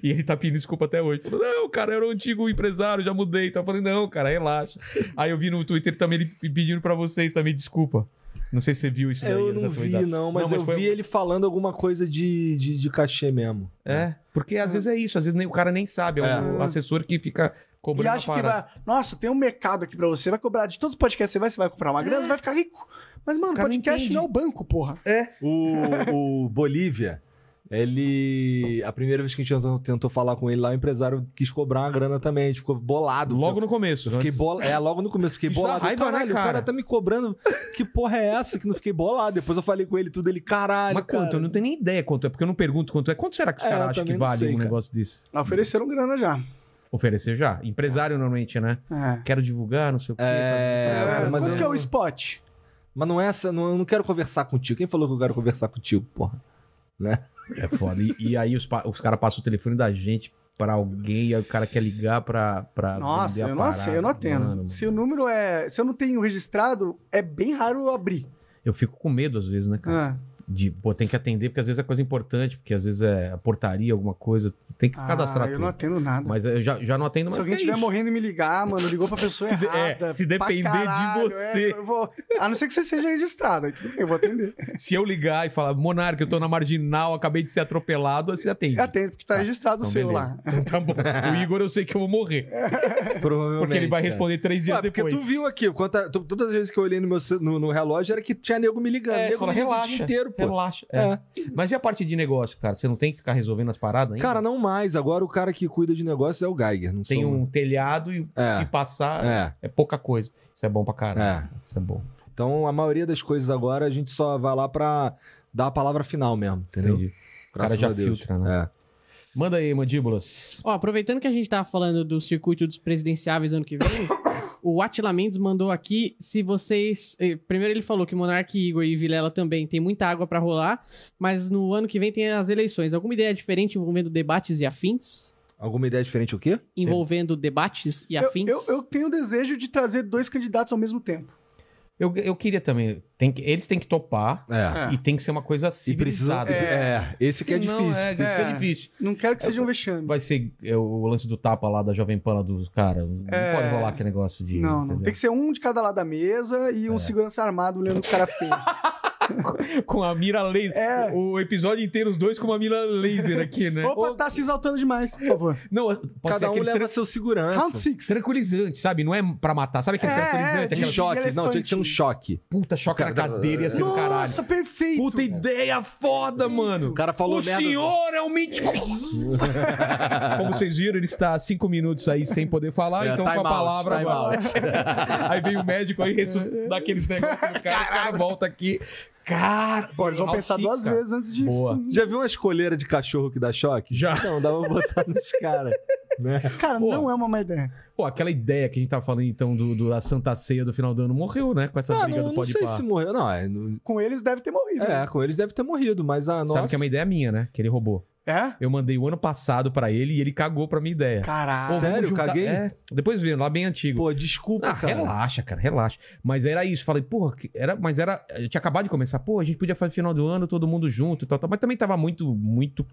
e ele tá pedindo desculpa até hoje. Falou, não, cara, eu era um antigo empresário, já mudei. Então eu falei, não, cara, relaxa. Aí eu vi no Twitter também ele pedindo pra vocês também desculpa. Não sei se você viu isso daí.
Eu
da
não
tua
vi,
idade.
não, mas,
Não, mas
eu
foi-
vi ele falando alguma coisa de, de, de cachê mesmo.
É, porque
Ah.
às vezes é isso, às vezes nem, o cara nem sabe, é, o assessor que fica
E
cobrando
acha
a
que
parada.
vai. Nossa, tem um mercado aqui pra você, vai cobrar de todos os podcasts, você vai, você vai comprar uma grana, você vai ficar rico. Mas, mano,
cara não
podcast
entende.
não é o banco, porra.
O, o Bolívia, ele. A primeira vez que a gente tentou, tentou falar com ele lá, o empresário quis cobrar uma grana também. A gente ficou bolado.
Logo no
Eu
começo.
Fiquei
antes-
bola... É, logo no começo, fiquei
Isso dá
bolado.
raiva, né,
caralho, o
cara?
cara tá me cobrando. Que porra é essa que não fiquei bolado? Depois eu falei com ele tudo, ele, caralho.
Mas
cara.
quanto? Eu não tenho nem ideia quanto é, porque eu não pergunto quanto é. Quanto será que os
É, eu
caras acham
também
que
não
vale
sei,
um
cara.
negócio desse?
Ofereceram grana já.
Oferecer já? Empresário normalmente, né?
É.
Quero divulgar, não sei o quê.
É,
fazer-
cara, mas
Quanto
eu-
que é o spot?
Mas não é essa, não, eu não quero conversar contigo. Quem falou que eu quero conversar contigo, porra?
É foda. E, e aí os, pa- os caras passam o telefone da gente pra alguém, aí o cara quer ligar pra. pra
Nossa,
vender a
eu não,
parada.
sei, eu não atendo.
Mano, mano.
Se o número é. Se eu não tenho registrado, é bem raro eu abrir.
Eu fico com medo às vezes, né, cara?
Ah,
De, pô, tem que atender, porque às vezes é coisa importante, porque às vezes é a portaria, alguma coisa. Tem que cadastrar
ah, eu
tudo.
não atendo nada.
Mas eu já, já não atendo mais.
se
porque
alguém
é
estiver
isso.
morrendo e me ligar, mano, ligou pra pessoa
Se de- é,
errada.
se
pra
depender de
caralho,
você.
é, eu vou- a não ser que você seja registrado, aí tudo bem, eu vou atender.
Se eu ligar e falar, Monarca, eu tô na marginal, acabei de ser atropelado, você atende.
Eu atendo, porque tá,
Tá,
registrado o
Então,
seu
beleza.
lá.
Então tá bom. O Igor eu sei que eu vou morrer.
Provavelmente.
Porque ele vai
cara.
responder três dias
Ué, porque
depois.
tu viu aqui, quanta- tu- todas as vezes que eu olhei no, meu, ce- no, no relógio era que tinha nego me ligando.
É, você
nego
fala,
me liga
relaxa.
o dia inteiro, pô.
Relaxa. é.
É.
Mas e a parte de negócio, cara? Você não tem que ficar resolvendo as paradas ainda?
Cara, não mais. Agora o cara que cuida de negócios é o Geiger. Não
Tem
sou-
um telhado e
É.
se passar é.
É,
pouca coisa. Isso é bom pra caralho. Isso é bom.
Então a maioria das coisas agora a gente só vai lá pra dar a palavra final mesmo, entendeu?
Entendi. O cara já filtra, né?
É.
Manda aí, mandíbulas.
Ó, aproveitando que a gente tava falando do circuito dos presidenciáveis ano que vem, o Atila Mendes mandou aqui se vocês. eh, Primeiro ele falou que Monark, Igor e Vilela também tem muita água pra rolar, mas no ano que vem tem as eleições. Alguma ideia diferente envolvendo debates e afins?
Alguma ideia diferente o quê?
Envolvendo debates e
Eu,
afins?
eu, eu tenho o desejo de trazer dois candidatos ao mesmo tempo.
Eu, eu queria também. tem que- eles têm que topar
É.
e tem que ser uma coisa
E precisa.
civilizada.
É, esse que é
Senão,
difícil.
É, isso é difícil.
Não quero que seja um vexame.
Vai ser é, o lance do tapa lá da Jovem Pan lá do cara. Não
É.
pode rolar aquele negócio de.
Não, não.
entendeu? É.
Tem que ser um de cada lado da mesa e um segurança armado olhando o cara feio.
Com a mira laser.
É.
O episódio inteiro, os dois com uma mira laser aqui, né?
Opa, tá se exaltando demais, por favor.
Não, pode ser
Cada um
aqueles
leva
tran-
seu segurança.
Round six.
tranquilizante, sabe? Não é pra matar. Sabe aquele
É,
tranquilizante?
de
De
Aquela
choque.
elefante.
Não, tinha que ser um choque.
puta choca na
Cara, tá-
cadeira ia ser assim do caralho.
Nossa, perfeito.
Puta ideia foda, mano.
O cara falou
o
merda.
senhor é um mentiroso. Como vocês viram, ele está há cinco minutos aí sem poder falar,
É,
então com a
time out,
palavra.
time
agora.
out. É.
aí vem o médico aí ressuscita dá aqueles negócios do cara, o cara volta aqui. Cara,
Pô, eles vão pensar duas vezes antes de.
Boa.
Já viu uma escoleira de cachorro que dá choque?
Já.
Não, dá pra botar nos caras. Né?
Cara,
Boa.
não é uma má ideia.
Pô, aquela ideia que a gente tava falando então do, do- da Santa Ceia do final do ano morreu, né? Com essa
Ah,
briga
não,
do
não
Pode
sei se morreu. Não, é, não-
Com eles deve ter morrido. né?
é, com eles deve ter morrido, mas a nossa.
Sabe que é uma ideia minha, né? Que ele roubou.
né?
Eu mandei o ano passado pra ele e ele cagou pra minha ideia.
É?
Pô,
Caralho.
vamos
sério? Caguei?
É, depois viram, lá bem antigo.
Pô, desculpa,
Ah,
cara.
relaxa, cara, relaxa. Mas era isso. Falei, porra, que- era, mas era. Eu tinha acabado de começar. Pô, a gente podia fazer final do ano todo mundo junto e tal, tal. Mas também tava muito, muito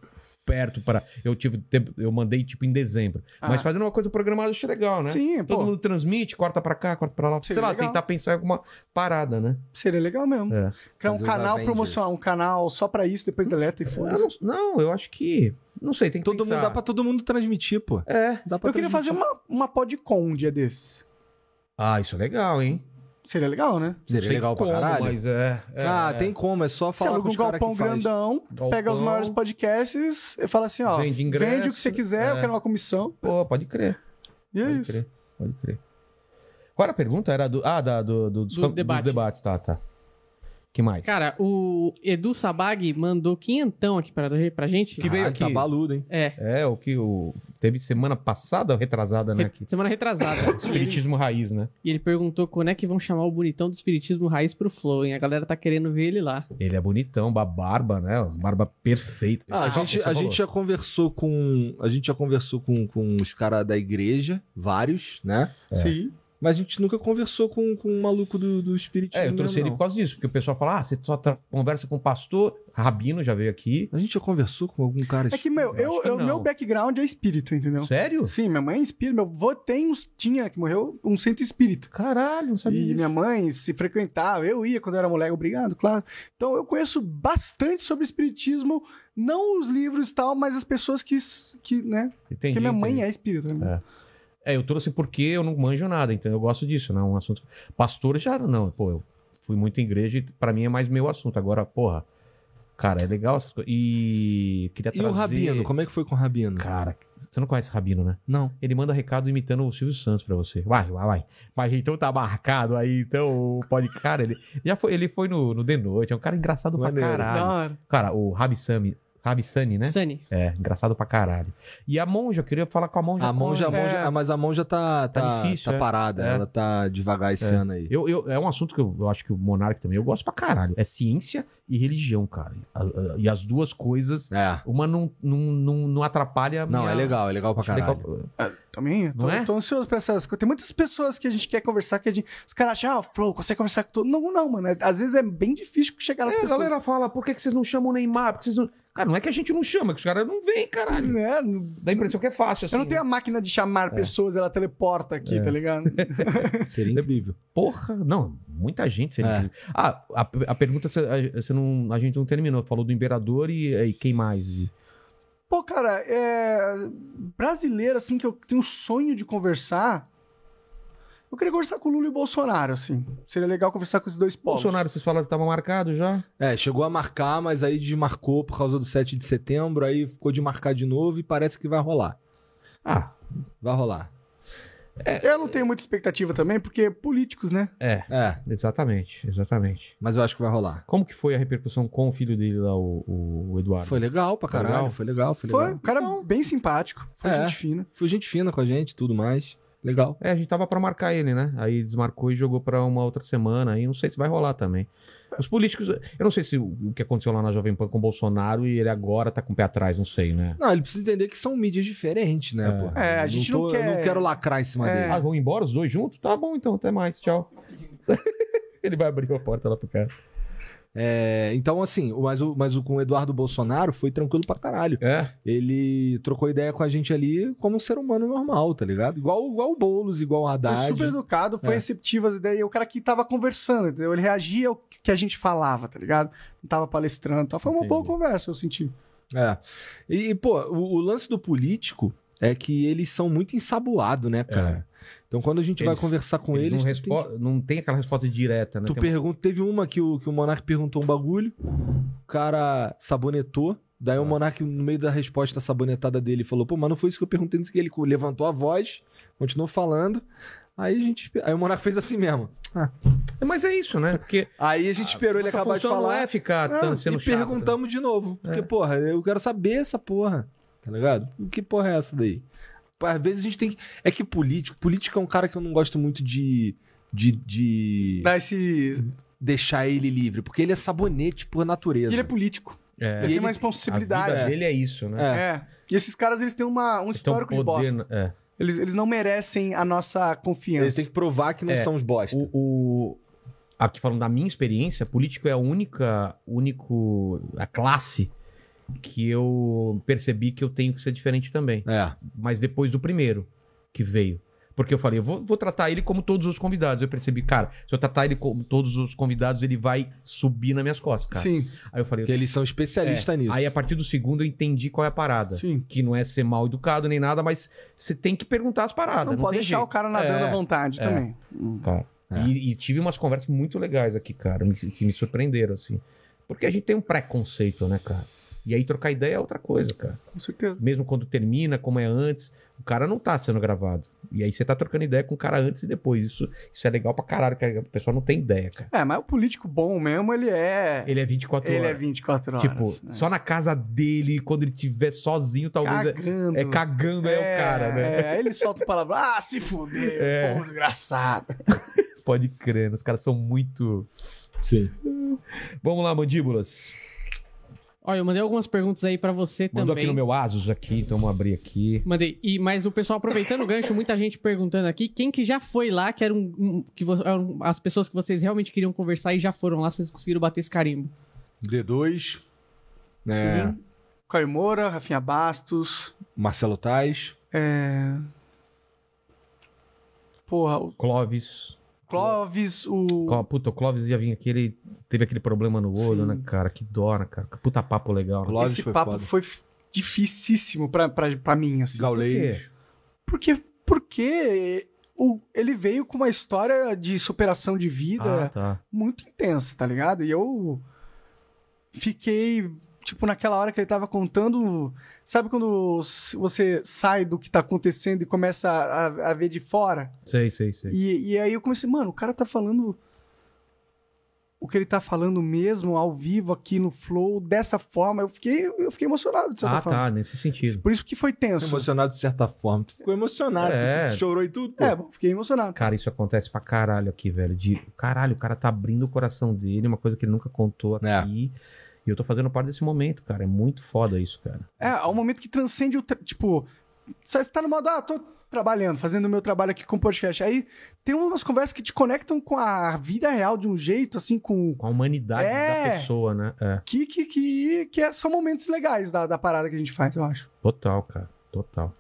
perto para. Eu tive tempo, eu mandei tipo em dezembro.
Ah.
Mas fazendo uma coisa programada, eu acho legal, né?
Sim,
Todo
pô.
mundo transmite, corta pra cá, corta pra lá.
Sim,
sei lá,
legal.
tentar pensar em alguma parada, né?
Seria legal mesmo.
É.
Criar um
Fazer os
canal
Avengers.
promocional, um canal só pra isso, depois deleta e
Eu
foda
não, não, eu acho que. Não sei, tem que
Todo mundo,
pensar.
dá pra todo mundo transmitir, pô.
É.
Dá pra
Eu queria fazer
transmitir.
uma, uma podcon um dia desse.
Ah, isso é legal, hein?
Seria legal, né?
Não
Seria
sei
legal pra
como,
caralho.
Mas é. é.
Ah, tem como, é só
Você
falar
aluga
com
um
os caras
galpão
que faz. Ah,
grandão, pega os
Galpão.
maiores podcasts e fala assim, ó,
Vende
vende,
ingresso,
o que você quiser, eu
é.
quero uma comissão.
Pô, pode crer.
E é
pode
isso.
crer. Pode crer. Qual era a pergunta? Era do. Ah, da, do, do, dos,
Do
com-
debate.
dos debates, tá, tá. que mais?
Cara, o Edu Sabag mandou quinhentão aqui pra, pra gente.
Que veio
Caralho,
aqui.
Tá baludo, hein?
É,
É, o que o... teve semana passada, ou retrasada, né?
re-
Aqui.
semana retrasada. E ele-
Espiritismo raiz, né?
E ele perguntou quando é que vão chamar o bonitão do espiritismo raiz pro Flow, hein? A galera tá querendo ver ele lá.
Ele é bonitão, ba- barba, né? Barba perfeita.
Ah, a,
Esse-
gente,
esse
a
rolou.
gente já conversou com. A gente já conversou com, com os caras da igreja, vários, né?
É.
Sim.
Mas a gente nunca conversou com, com um maluco do, do espiritismo.
É, eu trouxe
mesmo,
ele
não.
por causa disso, porque o pessoal fala, ah, você só tra- conversa com o pastor, Rabino já veio aqui.
A gente já conversou com algum cara.
É que, meu,
Eu acho
eu,
que
eu-
não.
meu background é espírita, entendeu?
Sério?
Sim, minha mãe é espírita. Meu avô tem uns, tinha, que morreu, um centro espírita.
Caralho, não sabia
E
disso.
minha mãe se frequentava, eu ia quando eu era moleque, obrigado, claro. Então eu conheço bastante sobre espiritismo, não os livros e tal, mas as pessoas que, s- que né?
Entendi,
Porque minha mãe
entendi.
é espírita, né?
É, eu trouxe porque eu não manjo nada, então eu gosto disso, né? Um assunto... Pastor já não, pô, eu fui muito em igreja e pra mim é mais meu assunto. Agora, porra, cara, é legal essas coisas. E queria
E
trazer...
o Rabino, como é que foi com o Rabino?
Cara, você não conhece Rabino, né?
Não.
Ele manda recado imitando o Silvio Santos pra você. Vai, vai, vai. Mas então tá marcado aí, então pode. Cara, ele já foi, ele foi no, no The Noite. É um cara engraçado
Maneiro.
pra caralho.
hora.
Cara, o Rabisami. Rabisani, né?
Sani.
É, engraçado pra caralho. E a Monja, eu queria falar com a Monja.
A mão já, a
agora.
mão
É.
já- ah, mas a mão já tá, tá,
Tá difícil,
tá
é.
parada,
É.
ela tá devagar esse ano aí.
Eu, eu- é um assunto que eu, eu acho que o Monark também eu gosto pra caralho. É ciência e religião, cara. A- a- e as duas coisas,
É.
uma não, não, não, não atrapalha a
Não,
minha-
é legal, é legal pra
Acho
caralho.
legal.
Também, eu tô,
Não é?
eu tô ansioso pra essas coisas. Tem muitas pessoas que a gente quer conversar, que a gente. Os caras acham, ah, Flow, consegue conversar com todo mundo. Não, não, mano. é- Às vezes é bem difícil chegar nas
É, a
pessoas.
galera fala, por que, que vocês não chamam o Neymar? Por que vocês não... Cara, não é que a gente não chama, é que os caras não vêm, caralho.
Né?
Dá a impressão que é fácil, assim.
eu não tenho
né?
a máquina de chamar pessoas, ela teleporta
É.
aqui, tá ligado?
Seria incrível.
Porra, não, muita gente seria
É.
incrível. Ah, a, a pergunta você- a, você não, a gente não terminou. Falou do imperador e, e quem mais? E-
Pô, cara, é. Brasileiro, assim, que eu tenho um sonho de conversar. Eu queria conversar com o Lula e o Bolsonaro, assim. Seria legal conversar com esses dois polos.
Bolsonaro, vocês falaram que tava marcado já?
É, chegou a marcar, mas aí desmarcou por causa do 7 de setembro, aí ficou de marcar de novo e parece que vai rolar.
Ah,
Vai rolar.
Eu não tenho muita expectativa também, porque políticos, né?
é.
É,
Exatamente, exatamente.
mas eu acho que vai rolar.
Como que foi a repercussão com o filho dele lá, o, o- o Eduardo?
Foi legal pra
Foi
caralho,
legal?
foi legal, foi
Foi
legal.
um cara
Então-
bem simpático, foi
É.
gente fina.
Foi gente fina com a gente, tudo mais. Legal.
É, a gente tava pra marcar ele, né? Aí desmarcou e jogou pra uma outra semana. Aí não sei se vai rolar também. Os políticos. Eu não sei se o o que aconteceu lá na Jovem Pan com o Bolsonaro e ele agora tá com o pé atrás, não sei, né?
Não, ele precisa entender que são mídias diferentes, né,
É.
pô?
É, a gente não
tô-
quer-
Eu não quero lacrar em cima
É.
dele.
Ah, vão embora os dois juntos? Tá bom então, até mais, tchau. ele vai abrir a porta lá pro cara.
É, então, assim, o- mas, o, mas o, com o Eduardo Bolsonaro foi tranquilo pra caralho.
É?
Ele trocou ideia com a gente ali como um ser humano normal, tá ligado? Igual, igual o Boulos,
É
igual o
Foi
Haddad.
super educado, foi
É.
receptivo às ideias. E o cara que tava conversando, entendeu? Ele reagia ao que a gente falava, tá ligado? Não tava palestrando e tal. Foi uma
Entendi.
boa conversa, eu senti.
É. E, e, pô, o, o lance do político é que eles são muito ensaboados, né, cara? Então, quando a gente
É. Eles-
vai conversar com
Eles
eles,
não,
tu, tem
respo- não tem aquela resposta direta, né?
que- tu
Tem uma-
pergunta. Teve uma que o, que o Monark perguntou um bagulho, o cara sabonetou. Daí
Ah.
o Monark, no meio da resposta sabonetada dele, falou: Pô, mas não foi isso que eu perguntei. não sei o que. Ele levantou a voz, continuou falando. Aí a gente. Aí o Monark fez assim mesmo.
Mas é isso, né? Porque
Aí a gente esperou ele
nossa
acabar de
função
falar.
não é ficar
Ah,
tan- sendo
e
chato, né? É.
perguntamos de novo. Porque, porra, eu quero saber essa porra. Tá ligado? Que porra é essa daí? Pô, Às vezes a gente tem que. É que político. Político é um cara que eu não gosto muito de. De, de
Dá esse.
deixar ele livre, porque ele é sabonete por
E
natureza. né?
ele é político.
É.
ele tem uma
A vida
responsabilidade.
dele é isso, né?
É.
É. E esses caras, eles têm uma, um
Eles têm um
histórico de
poder
bosta.
na- é.
Eles, eles não merecem a nossa
Ele
confiança.
tem que provar que não
É,
são os bosta.
O, o- Aqui falando da minha experiência, político é a única, único, a classe que eu percebi que eu tenho que ser diferente também.
É.
Mas depois do primeiro que veio. Porque eu falei, eu vou, vou tratar ele como todos os convidados. Eu percebi, cara, se eu tratar ele como todos os convidados, ele vai subir nas minhas costas, cara.
Sim, é
Aí eu falei, eu
Porque eles são especialistas nisso.
É. Aí, a partir do segundo, eu entendi qual é a parada.
sim.
Que não é ser mal educado nem nada, mas você tem que perguntar as paradas.
Não, pode
tem
deixar
jeito.
o cara nadando
É,
à vontade
é.
também. Hum,
Cara,
É.
E, e tive umas conversas muito legais aqui, cara, me- que me surpreenderam, assim. Porque a gente tem um preconceito, né, cara? E aí trocar ideia é outra coisa, cara.
Com certeza.
Mesmo quando termina, como é antes, o cara não tá sendo gravado. E aí você tá trocando ideia com o cara antes e depois. Isso, isso é legal pra caralho, cara. O pessoal não tem ideia, cara.
É, mas o político bom mesmo, ele é.
Ele é 24
Ele é
horas.
24 horas.
tipo,
né?
só na casa dele, quando ele tiver sozinho, talvez. é-
cagando.
É cagando é, o cara, né?
É, aí ele solta o palavrão. Ah, se fudeu,
É.
porra desgraçado.
Pode crer, né? os caras são muito.
Sim.
Vamos lá, mandíbulas.
Olha, eu mandei algumas perguntas aí pra você
Mandou
também.
aqui no meu Asus aqui, então vamos abrir aqui.
Mandei. E, mas o pessoal aproveitando o gancho, muita gente perguntando aqui, quem que já foi lá, que eram, um- que vo- eram as pessoas que vocês realmente queriam conversar e já foram lá, vocês conseguiram bater esse carimbo.
D2. né,
Sim. Caio Moura, Rafinha Bastos.
Marcelo Tais.
É... Porra, o
Clóvis.
Clóvis, o.
Ó, Puta, o Clóvis já vinha aqui, ele teve aquele problema no olho,
Sim.
né, cara? Que dó, né, cara? Que Puta papo legal. Né?
Clóvis
Esse
foi
papo
foda.
foi f- dificíssimo pra, pra, pra mim, assim.
Gaulês.
Porque, porque o, ele veio com uma história de superação de vida
Ah, tá.
muito intensa, tá ligado? E eu fiquei, tipo, naquela hora que ele tava contando. Sabe quando s- você sai do que tá acontecendo e começa a, a- a ver de fora?
Sei, sei, sei.
E, e aí eu comecei, mano, o cara tá falando. O que ele tá falando mesmo, ao vivo, aqui no Flow, dessa forma, eu fiquei, eu fiquei emocionado, de certa
Ah,
forma.
tá, nesse sentido.
Por isso que foi
Tô
tenso.
emocionado de certa forma. Tu ficou emocionado.
É.
tu chorou e tudo. pô.
É, bom, fiquei emocionado.
Cara, isso acontece pra caralho aqui, velho. De caralho, o cara tá abrindo o coração dele, uma coisa que ele nunca contou aqui. E eu tô fazendo parte desse momento, cara. É muito foda isso, cara.
É, há um momento que transcende o. tra- Tipo, você tá no modo, ah, tô trabalhando, fazendo o meu trabalho aqui com podcast. Aí tem umas conversas que te conectam com a vida real de um jeito, assim, com.
Com a humanidade da
É.
pessoa, né? É.
Que, que, que, que é- são momentos legais da, da parada que a gente faz, eu acho.
Total, cara. Total.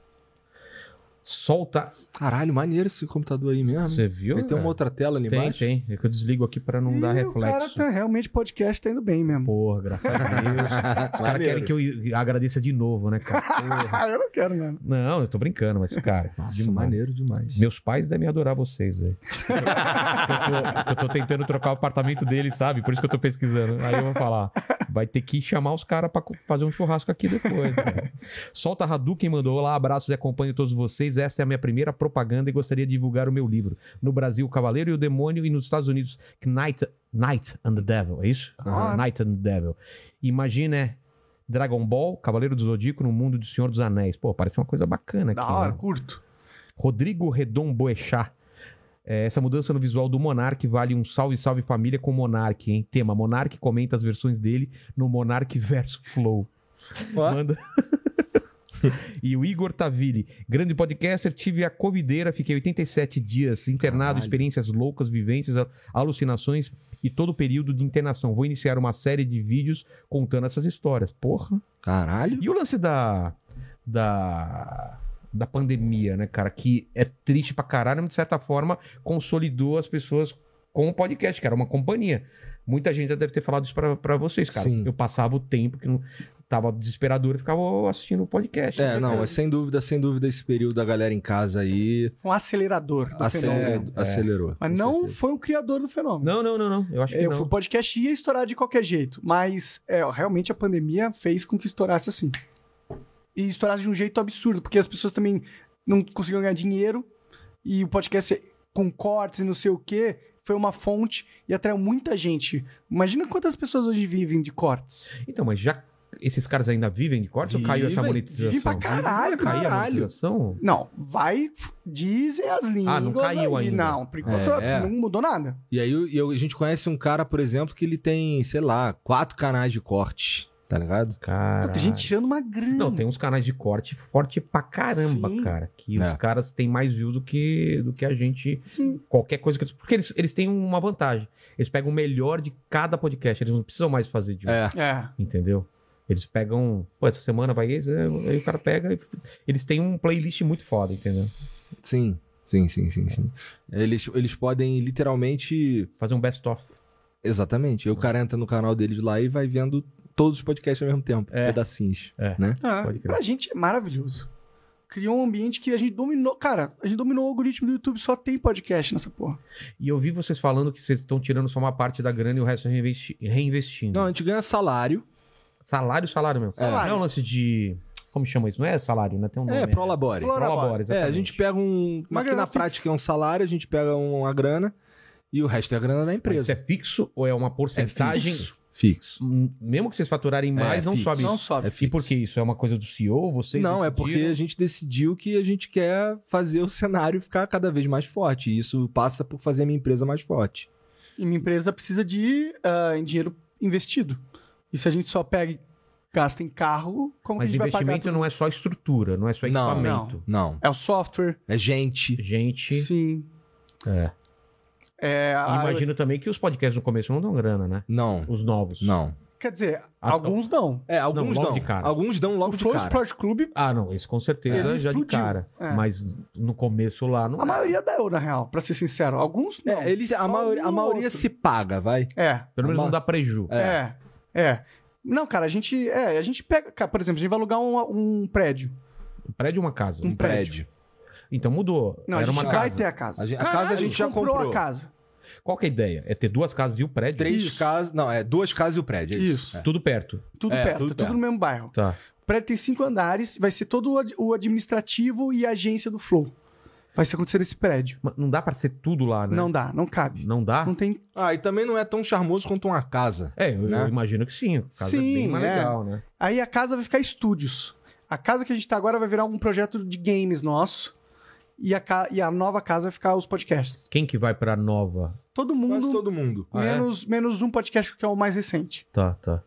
Solta.
Caralho, maneiro esse computador aí
Ah,
mesmo.
Você viu?
um
Ele tem uma
cara?
outra tela ali
um Tem,
embaixo.
tem. É que eu desligo aqui pra não
E
dar
O cara
reflexo.
tá realmente podcast tá indo bem mesmo.
Porra, graças a Deus. Os caras querem que eu agradeça de novo, né, cara? Porra.
Ah, eu não quero, mano.
Não, eu tô brincando, mas, cara,
Nossa,
demais.
maneiro demais.
Meus pais devem adorar vocês, velho. eu, tô- eu tô tentando trocar o apartamento deles, sabe? Por isso que eu tô pesquisando. Aí eu vou falar. Vai ter que chamar os caras pra co- fazer um churrasco aqui depois. Cara. Solta Hadouken mandou. Olá, abraços e acompanho todos vocês. Esta é a minha primeira propaganda e gostaria de divulgar o meu livro. No Brasil, O Cavaleiro e o Demônio e nos Estados Unidos, Knight, Knight and the Devil. É isso?
Aham.
Knight and the Devil. Imagina, é, Dragon Ball, Cavaleiro do Zodíaco no mundo do Senhor dos Anéis. Pô, parece uma coisa bacana aqui.
Da hora,
né?
curto.
Rodrigo Redon Boechat. É, essa mudança no visual do Monark vale um salve, salve família com Monark, hein? Tema: Monark comenta as versões dele no Monark versus Flow.
Ó.
Manda. e o Igor Tavili, grande podcaster, tive a Covideira, fiquei 87 dias internado,
Caralho.
experiências loucas, vivências, al- alucinações e todo o período de internação. Vou iniciar uma série de vídeos contando essas histórias. Porra.
Caralho.
E o lance da. da. da pandemia, né, cara? Que é triste pra caralho, mas de certa forma consolidou as pessoas com o podcast, que era uma companhia. Muita gente já deve ter falado isso pra, pra vocês, cara.
Sim.
Eu passava o tempo que não. Tava desesperador e ficava assistindo o podcast.
É, não, mas sem dúvida, sem dúvida, esse período da galera em casa aí
Um acelerador do fenômeno.
acelerou. acelerou,
né? É. Mas
com
não
certeza.
foi o criador do fenômeno.
Não, não, não, não. Eu acho que
É,
não.
O podcast ia estourar de qualquer jeito, mas é, ó, realmente a pandemia fez com que estourasse assim. E estourasse de um jeito absurdo, porque as pessoas também não conseguiam ganhar dinheiro e o podcast com cortes e não sei o quê foi uma fonte e atraiu muita gente. Imagina quantas pessoas hoje vivem de cortes.
Então, mas já. Esses caras ainda vivem de corte ou caiu essa
Vivem,
monetização?
vivem pra caralho,
Caiu a
caralho.
monetização?
Não, vai, dizem as línguas.
Ah, não caiu
aí.
ainda.
Não, por enquanto
É.
não mudou nada.
E aí eu- eu- a gente conhece um cara, por exemplo, que ele tem, sei lá, quatro canais de corte, tá ligado?
Cara.
Pô, Tem gente tirando uma grana.
Hum.
Não, tem uns canais de corte forte pra caramba,
Sim.
cara. Que
É.
os caras têm mais views do que, do que a gente.
Sim.
Qualquer coisa que eles. Porque eles, eles têm uma vantagem. Eles pegam o melhor de cada podcast. Eles não precisam mais fazer de um.
É.
É.
Entendeu? Eles pegam, pô, essa semana vai esse, né? aí o cara pega e f- eles têm um playlist muito foda, entendeu?
Sim, sim, sim, sim, sim. Eles, eles podem literalmente.
Fazer um best of.
Exatamente. E o cara entra no canal deles lá e vai vendo todos os podcasts ao mesmo tempo.
É.
Pedacinhos.
É.
Né?
Ah,
Pode crer.
pra gente é maravilhoso. Criou um ambiente que a gente dominou. Cara, a gente dominou o algoritmo do YouTube, só tem podcast nessa porra.
E eu vi vocês falando que vocês estão tirando só uma parte da grana e o resto reinvesti- reinvestindo.
Não, a gente ganha salário.
Salário, salário mesmo.
Salário.
Não é um lance de. Como chama isso? Não é salário, né? Tem um nome.
É,
né?
prolabore.
Pro-
Prolabore,
É,
exatamente.
a gente pega um.
Uma
Mas que
grana
na
fixa.
prática é um salário, a gente pega uma grana e o resto é a grana da
Mas Isso
empresa.
é fixo ou é uma porcentagem?
fixo. Fixo.
Hum, Mesmo que vocês faturarem mais, não
fixo.
sobe.
Não sobe.
É
E
fixo.
por que isso? É uma coisa do CEO? Vocês
Não, é
decidiram?
porque a gente decidiu que a gente quer fazer o cenário ficar cada vez mais forte. E isso passa por fazer a minha empresa mais forte.
E minha empresa precisa de ah, em dinheiro investido. E se a gente só pega e gasta em carro,
Mas
como que a gente vai pagar?
investimento
Tudo?
não é só estrutura, não é só
Não,
equipamento.
Não.
É o software,
É gente.
Gente,
sim.
é.
É,
E
a-
imagino também que os podcasts no começo não dão grana, né?
Não.
Os novos.
Não.
Quer dizer,
A-
alguns não.
É, alguns
Não, logo
dão.
de tá. cara.
Alguns dão
O
logo de
Flow
cara.
Sport Clube,
Ah, não, esse com certeza
Ele
já de
explodiu.
cara.
É. Ah,
Mas no começo lá não.
a maioria deu, na real, pra ser sincero. Alguns não.
É, eles, a,
Só
maioria-
um
a
ou
maioria
outro.
se paga, vai.
É,
Pelo menos
a
não dá preju.
é, é. Não, cara, a gente. É, a gente pega. Cara, por exemplo, a gente vai alugar um, um prédio.
Um prédio é uma casa.
Um prédio.
Então mudou.
Não,
Era
a gente
uma
vai
casa.
ter a casa.
A, gente- a casa a gente já comprou.
a casa.
Qual que é a ideia? É ter duas casas e o prédio?
Três
Isso.
casas. Não, é duas casas e o prédio. É isso.
Isso.
É.
Tudo perto.
Tudo
É,
perto,
tudo
tudo,
perto.
no mesmo bairro.
Tá.
O prédio tem cinco andares, vai ser todo o ad- o administrativo e a agência do Flow. Vai ser acontecer nesse prédio.
Mas não dá pra ser tudo
Tá
lá, né?
Não dá, não cabe.
Não dá?
Não tem.
Ah, e também não é tão charmoso quanto uma casa.
É, eu,
Né?
eu imagino que sim. A casa é bem
Sim,
mais
é.
legal, né?
Aí a casa vai ficar estúdios. A casa que a gente tá agora vai virar um projeto de games nosso. E a, ca- e a nova casa vai ficar os podcasts.
Quem que vai pra nova?
Todo
Quase
mundo,
todo mundo.
Ah, é?
menos, menos um podcast que é o mais recente.
Tá, tá.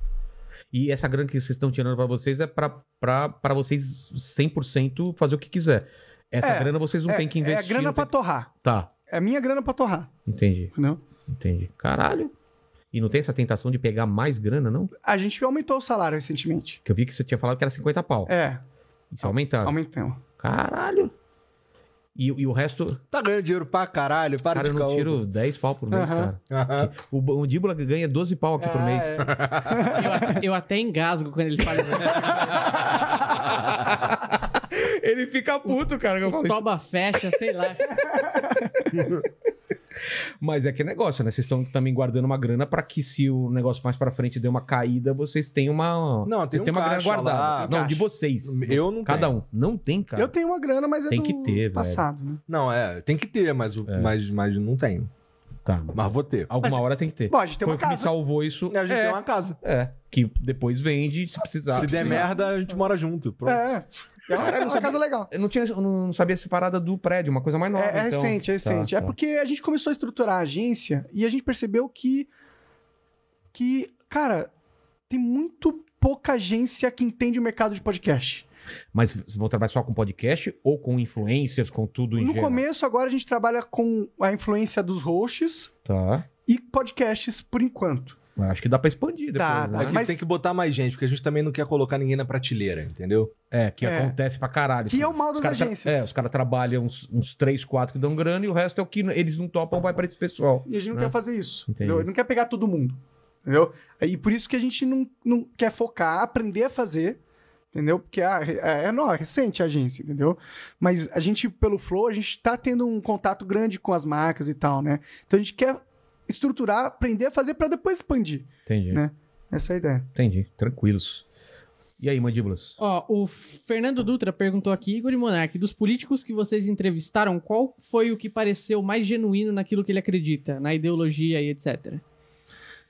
E essa grana que vocês estão tirando pra vocês é pra, pra, pra vocês 100% fazer o que quiser. Essa
É,
grana vocês não
é,
têm que
é
investir.
a grana
não
pra
tem...
torrar.
Tá,
É a minha grana pra torrar.
entendi,
Entendeu?
entendi. Caralho. E não tem essa tentação de pegar mais grana, não?
A gente aumentou o salário recentemente.
Porque eu vi que você tinha falado que era 50 pau.
É,
Isso aumentava.
aumentamos.
Caralho. E, e o resto,
Tá ganhando dinheiro pra caralho. Para
cara, eu
de
não
ficar
tiro 10 pau por mês,
Aham. É.
cara.
Aham.
O, o Díbula ganha 12 pau aqui por mês.
Eu, eu até engasgo quando ele fala isso.
Ele fica puto, cara. que eu falo isso.
Toba fecha, sei lá.
Mas é que é negócio, né? Vocês estão também guardando uma grana pra que se o negócio mais pra frente der uma caída, vocês tenham uma.
Não, tem
vocês
um
têm uma grana
caixa lá,
guardada. não,
caixa.
de vocês.
Eu não
Cada
tenho.
um. Não tem, cara.
Eu tenho uma grana, mas é
Tem
do
que ter, velho.
passado, né?
Não, é, tem que ter, mas, o- mas, mas não tenho.
Tá.
Mas vou ter.
Alguma hora tem que ter.
Bom, a gente tem
Foi
uma
o que me
casa.
salvou isso.
A gente
é,
tem uma casa.
é, que depois vende se precisar.
Se der
Precisa.
merda, a gente mora junto. Pronto.
É, é uma, é uma casa legal.
Eu não, tinha, eu não sabia separada do prédio, uma coisa mais nova.
É, é
então.
recente, é recente.
Tá,
É
tá.
porque a gente começou a estruturar a agência e a gente percebeu que, que cara, tem muito pouca agência que entende o mercado de podcast.
Mas vocês vão trabalhar só com podcast ou com influencers, com tudo em
no
geral?
começo, agora a gente trabalha com a influência dos hosts
Tá.
e podcasts por enquanto.
Mas acho que dá pra expandir depois, né?
Dá, dá.
Aqui
Mas-
tem que botar mais gente, porque a gente também não quer colocar ninguém na prateleira, entendeu?
É, que
É.
acontece pra caralho.
Que é o mal
Os
das
cara tra-
agências.
É, os caras trabalham uns, uns 3, 4 que dão grana e o resto é o que n- eles não topam, vai pra esse pessoal.
E a gente não
né?
quer fazer isso.
Entendi.
Entendeu? Não quer pegar todo mundo. Entendeu? E por isso que a gente não, não quer focar, aprender a fazer. Entendeu? Porque a- é, é, não, é recente a agência, entendeu? Mas a gente, pelo Flow, a gente tá tendo um contato grande com as marcas e tal, né? Então a gente quer estruturar, aprender a fazer pra depois expandir.
Entendi,
Né? Essa é a ideia.
entendi. Tranquilos. E aí, mandíbulas?
Ó, o Fernando Dutra perguntou aqui, Igor e Monark, dos políticos que vocês entrevistaram, qual foi o que pareceu mais genuíno naquilo que ele acredita, na ideologia e etc?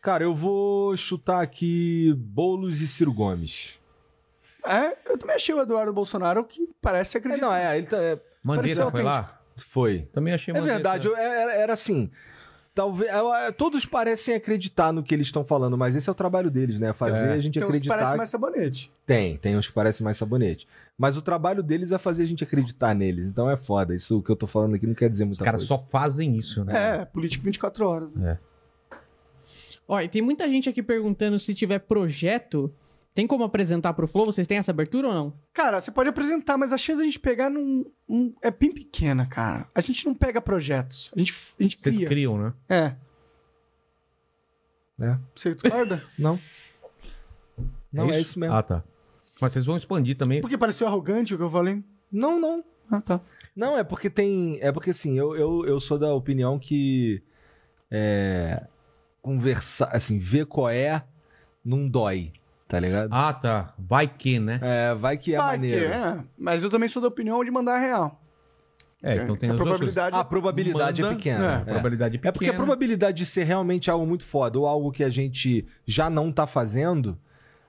Cara, eu vou chutar aqui Boulos e Ciro Gomes.
É, eu também achei o Eduardo Bolsonaro que parece
É,
acreditar.
não, é, ele tá, é,
Mandetta
Pareceu
foi lá?
foi.
Também achei
É verdade, eu- era, era assim. Talvez. eu- eu- Todos parecem acreditar no que eles estão falando, mas esse é o trabalho deles, né?
É.
Fazer a gente
Tem uns que
acreditar.
parece mais sabonete.
Tem, tem uns que parecem mais sabonete. Mas o trabalho deles é fazer a gente acreditar neles. Então é foda. Isso que eu tô falando aqui não quer dizer
Os
muita
caras
coisa.
só fazem isso, né?
É, político 24 horas.
Ó, e tem muita gente aqui perguntando se tiver projeto Tem como apresentar pro Flow? Vocês têm essa abertura ou não?
Cara, você pode apresentar, mas a chance de a gente pegar num, num- é bem pequena, cara. A gente não pega projetos. A gente, a gente
Vocês
cria.
criam, né?
É.
É.
Você discorda?
Não. Não, é isso mesmo.
Ah, tá. Mas vocês vão expandir também.
Porque pareceu arrogante o que eu falei.
Não, não.
Ah, tá.
Não, é porque tem. É porque assim, eu, eu, eu sou da opinião que. É, conversar. Assim, ver qual é não dói, tá ligado?
Ah, tá. Vai que, né?
É, vai que é
Vai que
maneiro.
é. Mas eu também sou da opinião de mandar a real.
É, então tem
a
as duas coisas.
probabilidade.
Ah, A probabilidade
Manda,
é pequena.
A probabilidade é
É
pequena.
porque a probabilidade de ser realmente algo muito foda ou algo que a gente já não tá fazendo,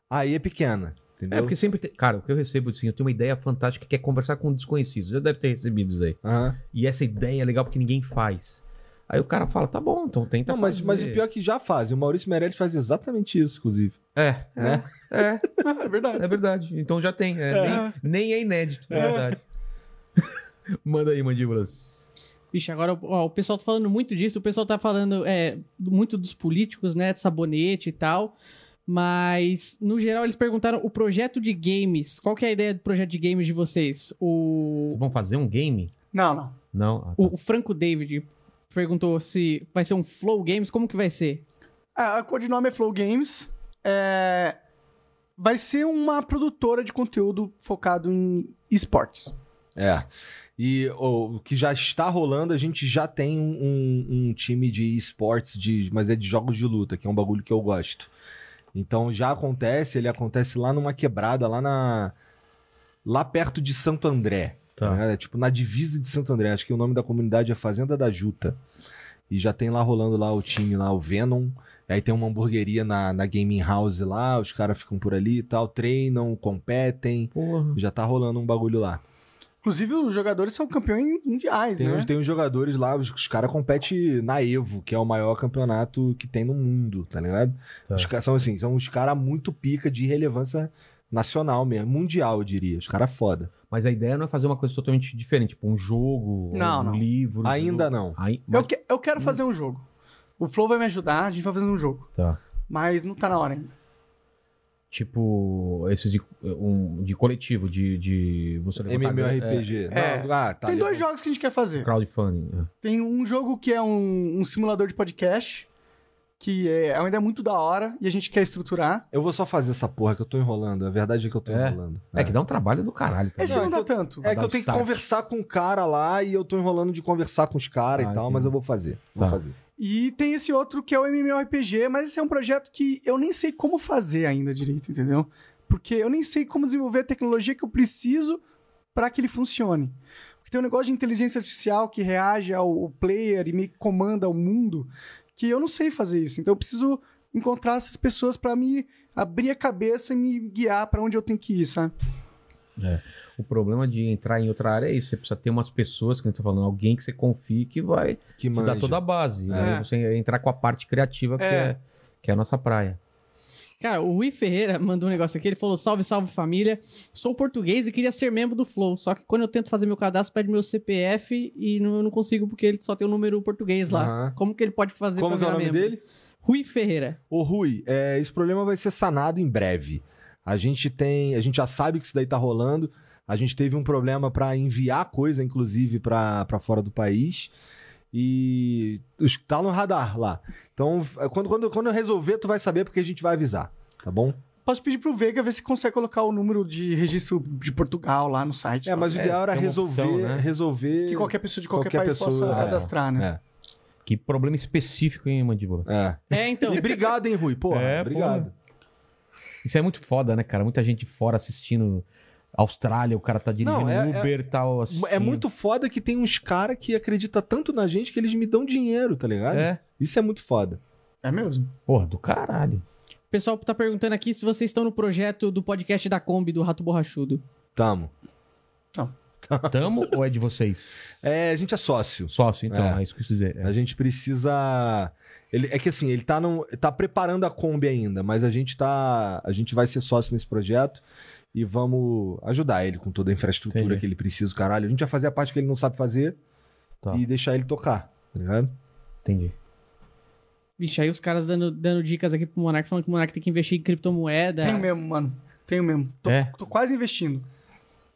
aí é pequena. Entendeu?
É porque sempre tem... Cara, o que eu recebo, assim, eu tenho uma ideia fantástica que é conversar com desconhecidos. Já deve ter recebido isso aí.
Aham.
E essa ideia é legal porque ninguém faz. Aí o cara fala, tá bom, então tenta
Não, mas,
fazer.
mas o pior é que já fazem. O Maurício Meirelles faz exatamente isso, inclusive.
É,
Né?
Ah, é verdade.
é verdade. Então já tem. é,
É.
Nem, nem é inédito, na verdade. Manda aí, mandíbulas.
Vixe, agora ó, o pessoal tá falando muito disso, o pessoal tá falando é, muito dos políticos, né? De sabonete e tal. Mas, no geral, eles perguntaram o projeto de games. Qual que é a ideia do projeto de games de vocês? O,
Vocês vão fazer um game?
Não, não.
Não. Ah, tá.
o, o Franco David perguntou se vai ser um Flow Games, como que vai ser?
Ah, a codinome é Flow Games. É... Vai ser uma produtora de conteúdo focado em esportes.
É. E ô, o que já está rolando, a gente já tem um, um- um time de esportes, de, mas é de jogos de luta, que é um bagulho que eu gosto. Então já acontece, ele acontece lá numa quebrada, lá na. Lá perto de Santo André.
Tá.
né? É Tipo, na divisa de Santo André. Acho que o nome da comunidade é Fazenda da Juta. E já tem lá rolando lá o time lá, o Venom. Aí tem uma hamburgueria na, na gaming house lá, os caras ficam por ali e tal, treinam, competem.
Porra.
Já tá rolando um bagulho lá.
Inclusive, os jogadores são campeões mundiais,
Tem,
né?
uns, tem uns jogadores lá, os, os caras competem na Evo, que é o maior campeonato que tem no mundo, tá ligado?
Tá.
Os caras são assim, são uns caras muito pica de relevância nacional mesmo, mundial, eu diria. Os caras foda.
Mas a ideia não é fazer uma coisa totalmente diferente, tipo um jogo,
Não,
um
não.
livro.
Ainda
jogo. Ah,
não.
Aí,
Eu,
mas,
que- eu quero fazer um jogo. O Flow vai me ajudar, a gente vai fazer um jogo.
tá.
Mas não tá na hora ainda.
Tipo, esses de, um, de coletivo, de, de você levantar grana-
MMORPG.
É.
Não, ah, tá,
tem dois
legal.
jogos que a gente quer fazer.
É, crowdfunding. é.
Tem um jogo que é um, um simulador de podcast, que é, ainda é muito da hora, e a gente quer estruturar.
Eu vou só fazer essa porra que eu tô enrolando. A verdade é que eu tô
É?
enrolando.
É. que dá um trabalho do caralho. Tá?
Esse
Não,
não,
é
dá
que
tanto.
É que
dar
eu
um
tenho que
start.
conversar com o cara lá e eu tô enrolando de conversar com os caras
Ah,
e tal, mas
entendi.
eu vou fazer. Vou
Tá.
fazer.
E tem esse outro que é o MMORPG, mas esse é um projeto que eu nem sei como fazer ainda direito, entendeu? Porque eu nem sei como desenvolver a tecnologia que eu preciso para que ele funcione. Porque tem um negócio de inteligência artificial que reage ao ao player e meio que comanda o mundo, que eu não sei fazer isso. Então eu preciso encontrar essas pessoas para me abrir a cabeça e me guiar para onde eu tenho que ir, sabe?
O problema de entrar em outra área é isso. Você precisa ter umas pessoas, que a gente tá falando, alguém que você confie que vai te
Que manja.
dar toda a base.
É.
Né? Você entrar com a parte criativa, que,
É.
é, que é a nossa praia.
Cara, o Rui Ferreira mandou um negócio aqui, ele falou, salve, salve família, sou português e queria ser membro do Flow, só que quando eu tento fazer meu cadastro, pede meu CPF e não, eu não consigo porque ele só tem o número português lá.
Aham.
Como que ele pode fazer
Como que é o
virar
nome
membro?
dele?
Rui Ferreira.
Ô Rui, é, esse problema vai ser sanado em breve. A gente tem, a gente já sabe que isso daí tá rolando. A gente teve um problema para enviar coisa, inclusive, para fora do país. E os- tá no radar lá. Então, é, quando, quando, quando eu resolver, tu vai saber porque a gente vai avisar, tá bom?
Posso pedir pro Veiga ver se consegue colocar o número de registro de Portugal lá no site.
É, mas o ideal era
tem uma
resolver,
opção, né?
resolver.
que qualquer pessoa de qualquer,
qualquer
país
pessoa,
possa
é,
cadastrar, né?
É.
Que problema específico, hein, Mandíbula?
é.
É, então,
E obrigado, hein, Rui? Porra,
É,
obrigado.
Isso é muito foda, né, cara? Muita gente de fora assistindo. Austrália, o cara tá dirigindo
Não, é-
Uber e tal. Assistindo.
É muito foda que tem uns caras que acreditam tanto na gente que eles me dão dinheiro, tá ligado?
É.
Isso é muito foda.
É mesmo?
Porra, do caralho.
o pessoal tá perguntando aqui se vocês estão no projeto do podcast da Kombi, do Rato Borrachudo.
Tamo.
Tamo ou é de vocês?
É, a gente é sócio.
Sócio, então,
É.
é, isso que eu quis dizer. É.
A gente precisa. Ele, é que assim, ele tá, num, tá preparando a Kombi ainda, mas a gente tá. A gente vai ser sócio nesse projeto e vamos ajudar ele com toda a infraestrutura
Entendi.
que ele precisa, caralho. A gente vai fazer a parte que ele não sabe fazer
Tá.
e deixar ele tocar, tá ligado?
Entendi.
Vixe, aí os caras dando, dando dicas aqui pro Monark, falando que o Monark tem que investir em criptomoeda.
Tenho mesmo, mano. Tenho mesmo. Tô,
É?
tô quase investindo.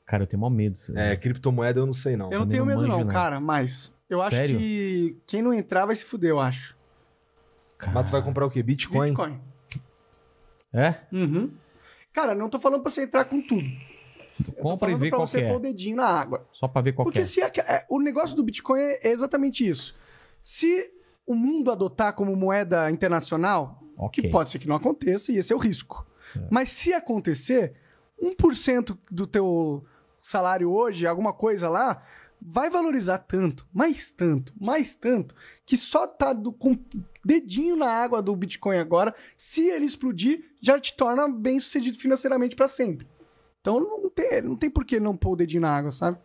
Cara, eu tenho maior medo.
É, criptomoeda eu não sei não.
Também
Eu não tenho
não
medo,
manjo
não,
nada.
cara, mas. Eu acho
Sério?
que quem não entrar vai se fuder, eu acho.
Cara.
Mas tu vai comprar o quê? Bitcoin?
Bitcoin.
É?
Uhum. Cara, não tô falando pra você entrar com tudo. Eu tô
Compra e
falando
vê
pra
qual
você
que é.
pôr o dedinho na água.
Só pra ver qual que
Porque
é.
se a- é, o negócio do Bitcoin é exatamente isso. Se o mundo adotar como moeda internacional, assim, que
Ok.
pode ser que não aconteça e esse é o risco. Mas se acontecer, 1% do teu salário hoje, alguma coisa lá, vai valorizar tanto, mais tanto, mais tanto, que só tá do, com dedinho na água do Bitcoin agora, se ele explodir, já te torna bem sucedido financeiramente para sempre. Então não tem, não tem por que não pôr o dedinho na água, sabe?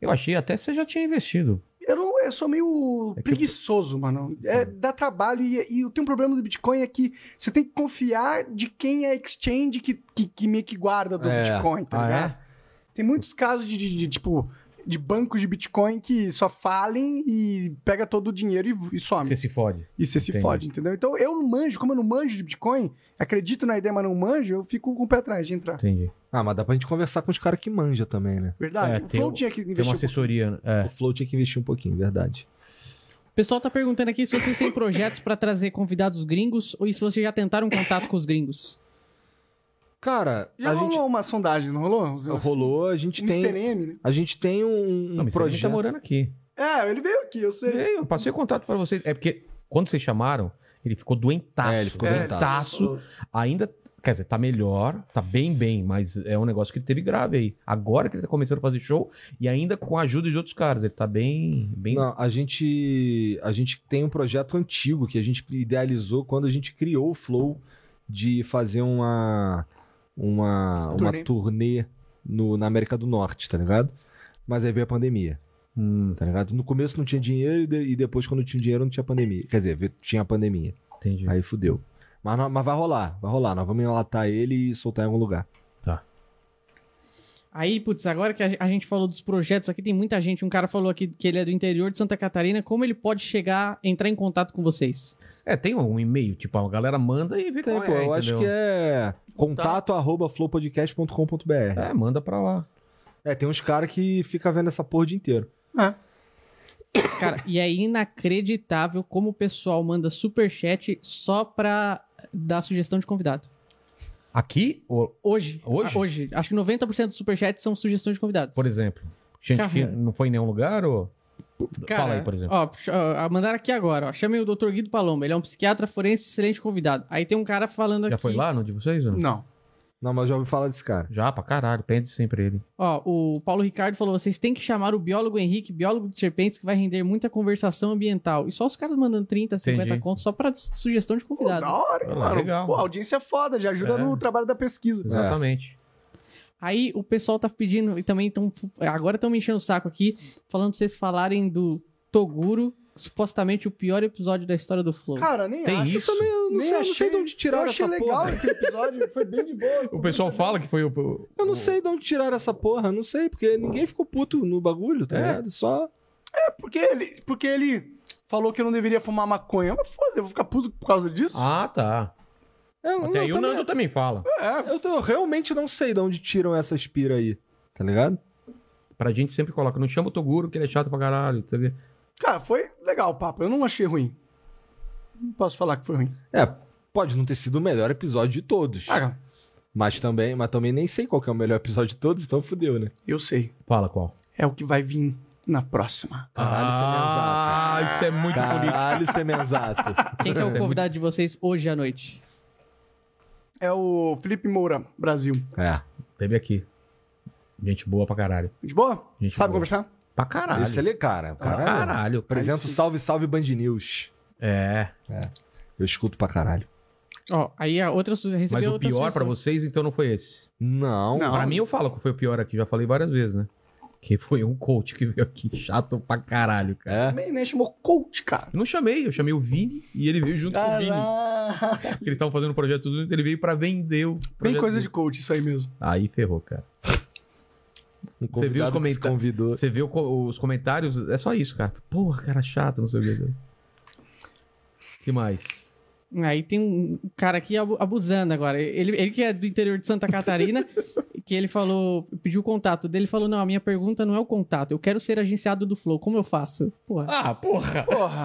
Eu achei até que você já tinha investido.
Eu, não, eu sou meio
É que eu- Ah.
preguiçoso, mano. É, dá trabalho e, e eu tenho um problema do Bitcoin é que você tem que confiar de quem é exchange que, que, que meio que guarda do
É.
Bitcoin, tá
Ah,
ligado? Tem muitos casos de, de- de, tipo, de bancos de Bitcoin que só falem e pega todo o dinheiro e, e
Ah,
some.
Você se fode.
E você se
Entendi.
fode, entendeu? Então eu não manjo, como eu não manjo de Bitcoin, acredito na ideia, mas não manjo, eu fico com o pé atrás de entrar.
Entendi.
Ah, mas dá pra gente conversar com os caras que manja também, né?
Verdade?
É,
o
tem
Flow
o-
tinha que
Tem uma
investir. um pouco.
assessoria. É.
O Flow tinha que investir um pouquinho, verdade.
O pessoal tá perguntando aqui se vocês têm projetos pra trazer convidados gringos ou se vocês já tentaram contato com os gringos.
Cara,
Já
a
rolou
gente...
uma sondagem, não rolou?
Rolou, a gente
Um Mr.
tem...
M, né?
A gente tem um,
Não,
um
mas projeto... tá
projeto...
morando aqui.
É, ele veio aqui, eu sei.
Ei, Eu passei o contato pra vocês. É porque quando vocês chamaram, ele ficou doentaço.
É, ele ficou
doentaço.
assim,
Ainda, quer dizer, tá melhor, tá bem, bem, mas é um negócio que ele teve grave aí. Agora que ele tá começando a fazer show e ainda com a ajuda de outros caras. Ele tá bem, bem...
Não, a gente, a gente tem um projeto antigo que a gente idealizou quando a gente criou o Flow de fazer uma uma, uma
Turnê.
turnê no, na América do Norte, tá ligado? Mas aí veio a pandemia,
Hum,
tá ligado? No começo não tinha dinheiro e, de- e depois quando tinha dinheiro não tinha pandemia. Quer dizer, ve- tinha a pandemia.
entendi.
Aí fudeu. Mas, nó- mas vai rolar, vai rolar. Nós vamos enlatar ele e soltar em algum lugar.
Aí, putz, agora que a ge- a gente falou dos projetos aqui, tem muita gente. Um cara falou aqui que ele é do interior de Santa Catarina. Como ele pode chegar, entrar em contato com vocês?
É, tem um e-mail, tipo, a galera manda e vê
Tem,
qual
Então, pô,
é,
eu acho que
entendeu? Tá.
é contato arroba flowpodcast.com.br.
É, manda pra lá.
É, tem uns caras que fica vendo essa porra o dia inteiro.
Cara, e é inacreditável como o pessoal manda superchat só pra dar sugestão de convidado.
Aqui, ou,
Hoje.
Hoje?
a- Hoje. Acho que 90% dos superchats são sugestões de convidados.
por exemplo, gente
Cara.
que não foi em nenhum lugar ou... Fala aí, por exemplo.
Ó, puxa- ó, mandaram aqui agora, ó. Chamem o Dr. Guido Paloma. Ele é um psiquiatra forense, excelente convidado. Aí tem um cara falando
Já
aqui.
foi lá no de vocês? ou não?
Não.
Não, mas eu já ouvi falar desse cara.
Já, pra caralho, pende sempre ele.
Ó, o Paulo Ricardo falou: vocês têm que chamar o biólogo Henrique, biólogo de serpentes, que vai render muita conversação ambiental. E só os caras mandando 30, 50
Entendi.
contos só pra su- sugestão de
Pô,
convidado.
da hora, hein,
Ah,
mano.
legal.
Pô, a audiência é foda, já ajuda
É.
no trabalho da
É.
pesquisa.
Exatamente.
Aí o pessoal tá pedindo, e também estão. Agora estão me enchendo o saco aqui, falando pra vocês falarem do Toguro, supostamente o pior episódio da história do Flow.
Cara, nem
Tem
acho.
isso.
Eu
Nem achei-
tiraram
eu achei legal esse episódio, foi bem de boa.
O pessoal fala que foi o.
Eu não sei de onde tiraram essa porra, não sei, porque ninguém ficou puto no bagulho, tá
É.
ligado? Só.
É porque ele, porque ele falou que eu não deveria fumar maconha. Mas foda, eu vou ficar puto por causa disso?
Ah, tá.
Eu,
Até aí
eu,
o
também- é,
Nando também fala.
eu, tô- eu realmente não sei de onde tiram essas pira aí, tá ligado?
Pra gente sempre coloca. Não chama o Toguro, que ele é chato pra caralho. Sabe?
Cara, foi legal o papo, eu não achei ruim. Não posso falar que foi ruim.
É, pode não ter sido o melhor episódio de todos.
Ah, cara,
Mas também, mas também nem sei qual que é o melhor episódio de todos, então fudeu, né?
eu sei.
Fala qual.
É o que vai vir na próxima.
Caralho, isso é
ah,
mensado.
isso é muito bonito.
Caralho, semenzato.
Quem que é o convidado de vocês hoje à noite?
É o Felipe Moura, Brasil.
é.
Teve aqui. Gente boa pra caralho.
De boa?
Gente
Sabe
boa.
conversar?
Pra caralho. Ah,
Esse ali, cara.
Pra
é Caralho.
caralho.
Apresento Salve Salve Band News.
É.
Eu escuto pra caralho.
Ó, aí a outra su- recebeu
Mas o
outra
pior
sugestão.
pra vocês, então, não foi esse.
Não.
Não.
Pra mim, eu falo que foi o pior aqui. Já falei várias vezes, né? Que foi um coach que veio aqui. Chato pra caralho, cara.
É.
Também nem chamou coach, cara.
Eu não chamei, eu chamei o Vini e ele veio junto com o Vini.
Caralho.
Porque eles estavam fazendo o projeto tudo junto, ele veio pra vender o.
Bem
projeto
coisa de
dele.
coach isso aí mesmo.
Aí ferrou, cara.
Um
Você viu os
convidado que se
comentários?
convidou.
Você vê o co- os comentários, é só isso, cara. Porra, cara chato, não sei o que. Que mais?
Aí tem um cara aqui abu- abusando agora. Ele, ele que é do interior de Santa Catarina, que ele falou, pediu o contato dele, falou: Não, a minha pergunta não é o contato, eu quero ser agenciado do Flow, como eu faço? Porra.
Ah, porra!
Porra.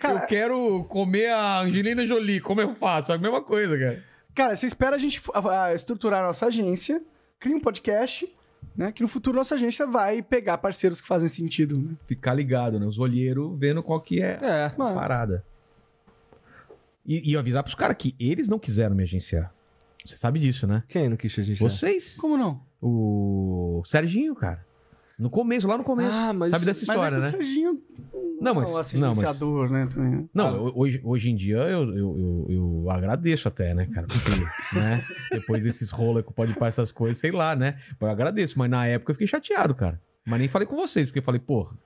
Cara,
Eu quero comer a Angelina Jolie, como eu faço? É a mesma coisa, cara.
cara, você espera a gente a- a estruturar a nossa agência, cria um podcast, né? Que no futuro nossa agência vai pegar parceiros que fazem sentido. né?
Ficar ligado, né? Os olheiros vendo qual que é
É.
a
Mano.
parada. E, e eu avisar pros caras que eles não quiseram me agenciar. Você sabe disso, né?
Quem não quis a gente?
Vocês.
Como não?
O Serginho, cara. No começo, lá no começo.
Ah, mas-
é um sabe dessa história,
mas é que
né?
o Serginho
Não, mas-
é um assim,
não, mas-
agenciador, né? Também.
Não, eu- hoje, hoje em dia eu, eu, eu, eu agradeço até, né, cara? Porque, né? Depois desses rolos que pode passar essas coisas, sei lá, né? Eu agradeço, mas na época eu fiquei chateado, cara. Mas nem falei com vocês, porque eu falei, porra.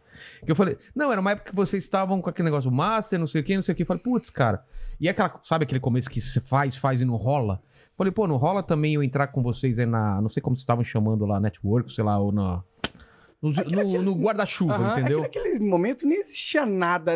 Que eu falei, não, era uma época que vocês estavam com aquele negócio master, não sei o quê, não sei o quê. Eu falei, putz, cara. E é aquela, sabe aquele começo que você faz, faz e não rola? Eu Falei, pô, não rola também eu entrar com vocês aí na. Não sei como vocês estavam chamando lá, network, sei lá, ou na. No, no- no guarda-chuva,
Aham, é que
entendeu?
naquele momento nem existia nada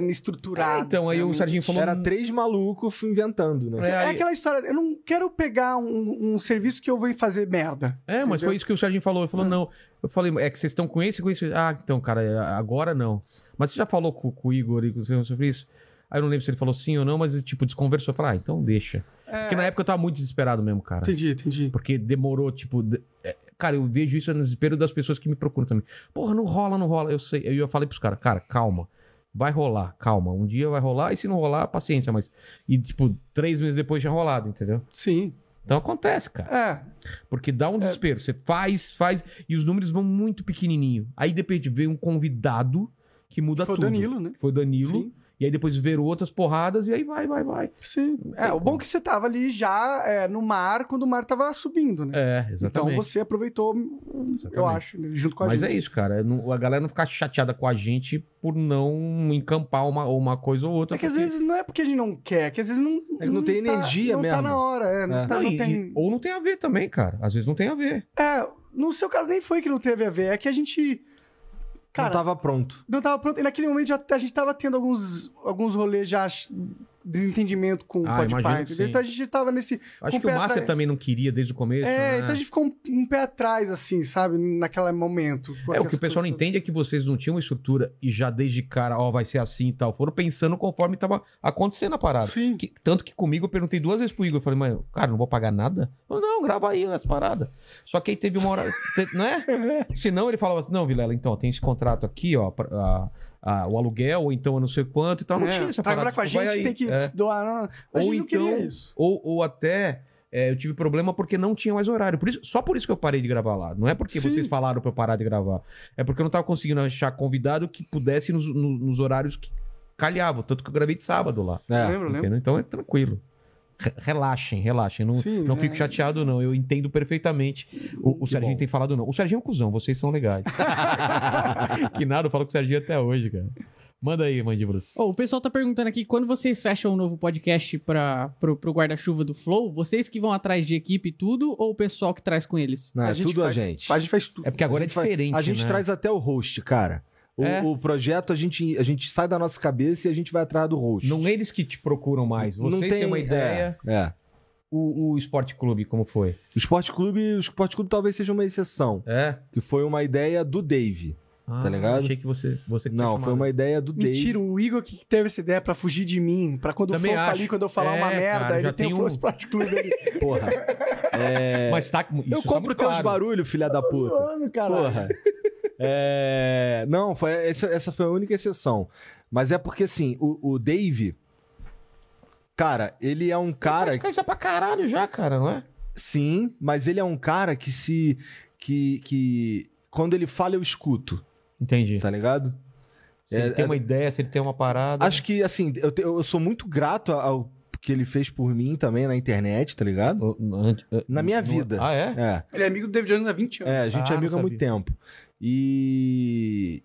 É,
estruturado.
então, aí o
realmente.
Serginho falou.
né? Era três malucos inventando, né?
É,
É, aí-
aquela história, eu não quero pegar um, um serviço que eu vou fazer merda.
É, mas
Entendeu?
foi isso que o Serginho falou. Ele falou, não. Eu falei, é que vocês estão com esse, com esse. Ah, então, cara, agora não. Mas você já falou com, com o Igor e com você sobre isso? Aí eu não lembro se ele falou sim ou não, mas tipo, desconversou. Eu falei, ah, então deixa. Porque na época eu tava muito desesperado mesmo, cara.
Entendi, entendi.
Porque demorou, tipo. de- é, Cara, eu vejo isso no desespero das pessoas que me procuram também. Porra, não rola, não rola. Eu sei. Eu falei pros caras, cara, calma. Vai rolar, calma. Um dia vai rolar, e se não rolar, paciência, mas. E, tipo, três meses depois tinha rolado, entendeu?
Sim.
Então acontece, cara.
É.
Porque dá um desespero. Você faz, faz, e os números vão muito pequenininho. Aí, de repente, vem um convidado que muda
Foi o
tudo.
Danilo, né?
Foi o Danilo.
Sim.
E aí depois ver outras porradas, e aí vai, vai, vai.
Sim. É, o bom é que você tava ali já é, no mar, quando o mar tava subindo, né?
É, exatamente.
Então você aproveitou, hum, eu
Exatamente.
acho, né, junto com a
Mas é
gente.
isso, cara. Não- A galera não ficar chateada com a gente por não encampar uma, uma coisa ou outra.
É que às
porque-
vezes não é porque a gente não quer, é que às vezes não.
É que não tem
tá-
energia
não
mesmo.
tá na hora, é. Não,
É.
tá-
Não,
não
e-
tem.
e- ou não tem a ver também, cara. Às vezes não tem a ver.
É, no seu caso nem foi que não teve a ver, é que a gente. Cara,
não tava pronto.
Não tava pronto. E naquele momento já, a gente tava tendo alguns, alguns rolês já ch- desentendimento com o
Ah,
Podpah,
imagino que
entendeu?
sim.
Então a gente tava nesse.
Acho
com o
que o
pé
Master
é atrás.
também não queria desde o começo.
É,
né?
então a gente ficou um, um pé atrás, assim, sabe? Naquele momento.
É, o que o pessoal não entende é que vocês não tinham uma estrutura e já desde cara, ó, vai ser assim e tal. Foram pensando conforme tava acontecendo a parada.
Sim.
Que- tanto que comigo eu perguntei duas vezes pro Igor. Eu falei, mas, cara, não vou pagar nada? Ele Falou, não, grava aí as paradas. Só que aí teve uma hora. te- né? Senão ele falava assim, não, Vilela, então, tem esse contrato aqui, ó, pra- a- a- o aluguel, ou então eu não sei quanto e tal. Não
É,
tinha essa
pra
parada.
gravar com a
tipo, vai
gente,
aí.
tem que
É.
doar. Não, a
Ou
gente não queria
então-
isso.
Ou, ou até. é, eu tive problema porque não tinha mais horário. Por isso, só por isso que eu parei de gravar lá. Não é porque
Sim.
vocês falaram pra eu parar de gravar. É porque eu não tava conseguindo achar convidado que pudesse nos, no- nos horários que calhavam. Tanto que eu gravei de sábado lá.
É.
lembro, lembro.
entendeu? Então é tranquilo. Re- Relaxem, relaxem. Não,
Sim,
não
é.
fico chateado, não. Eu entendo perfeitamente. O, o
Que
Serginho
bom.
tem falado, não. O Serginho é um cuzão, vocês são legais. que nada, eu falo com o Serginho até hoje, cara. Manda aí, mandíbulas.
Ô, o pessoal tá perguntando aqui, quando vocês fecham o novo podcast pra, pro, pro guarda-chuva do Flow, vocês que vão atrás de equipe e tudo, ou o pessoal que traz com eles?
Não,
A
é
gente
tudo
faz-
a gente.
A gente faz tudo.
É porque agora
A
é
gente faz-
diferente.
A gente
né?
traz até o host, cara. O,
É.
o projeto, a gente, a gente sai da nossa cabeça e a gente vai atrás do host.
Não é eles que te procuram mais. Vocês
Não
têm uma ideia.
É. é.
O, o Esporte Clube, como foi?
O Esporte Clube, o Esporte Clube talvez seja uma exceção,
É?
que foi uma ideia do Dave.
Ah,
Tá ligado?
Achei que você, você que
Não,
tinha
foi
chamado.
uma ideia do
Mentira, o Igor que teve essa ideia pra fugir de mim, pra quando
Também
eu for
acho.
falir, quando eu falar
É,
uma
cara,
merda,
já
ele tem
tem
o
um-
Force Pride Club ali.
Porra. É,
Mas tá. Isso
eu compro teus barulhos, filha da puta.
Mano, cara.
Porra. É, Não, foi, essa, essa foi a única exceção. Mas é porque, assim, o, o Dave. Cara, ele é um cara.
Cara, coisa pra caralho já, cara, não é?
Sim, mas ele é um cara que se. que. que quando ele fala, eu escuto,
Entendi.
tá ligado?
Se ele
É,
tem
é-
uma ideia, se ele tem uma parada.
Acho que, assim, eu, te- eu sou muito grato ao que ele fez por mim também na internet, tá ligado?
O- ante-
Na minha
no-
vida.
Ah, é?
É.
Ele é amigo do David Jones há 20 anos.
É, a gente
Ah,
é amigo
não
há muito tempo. E.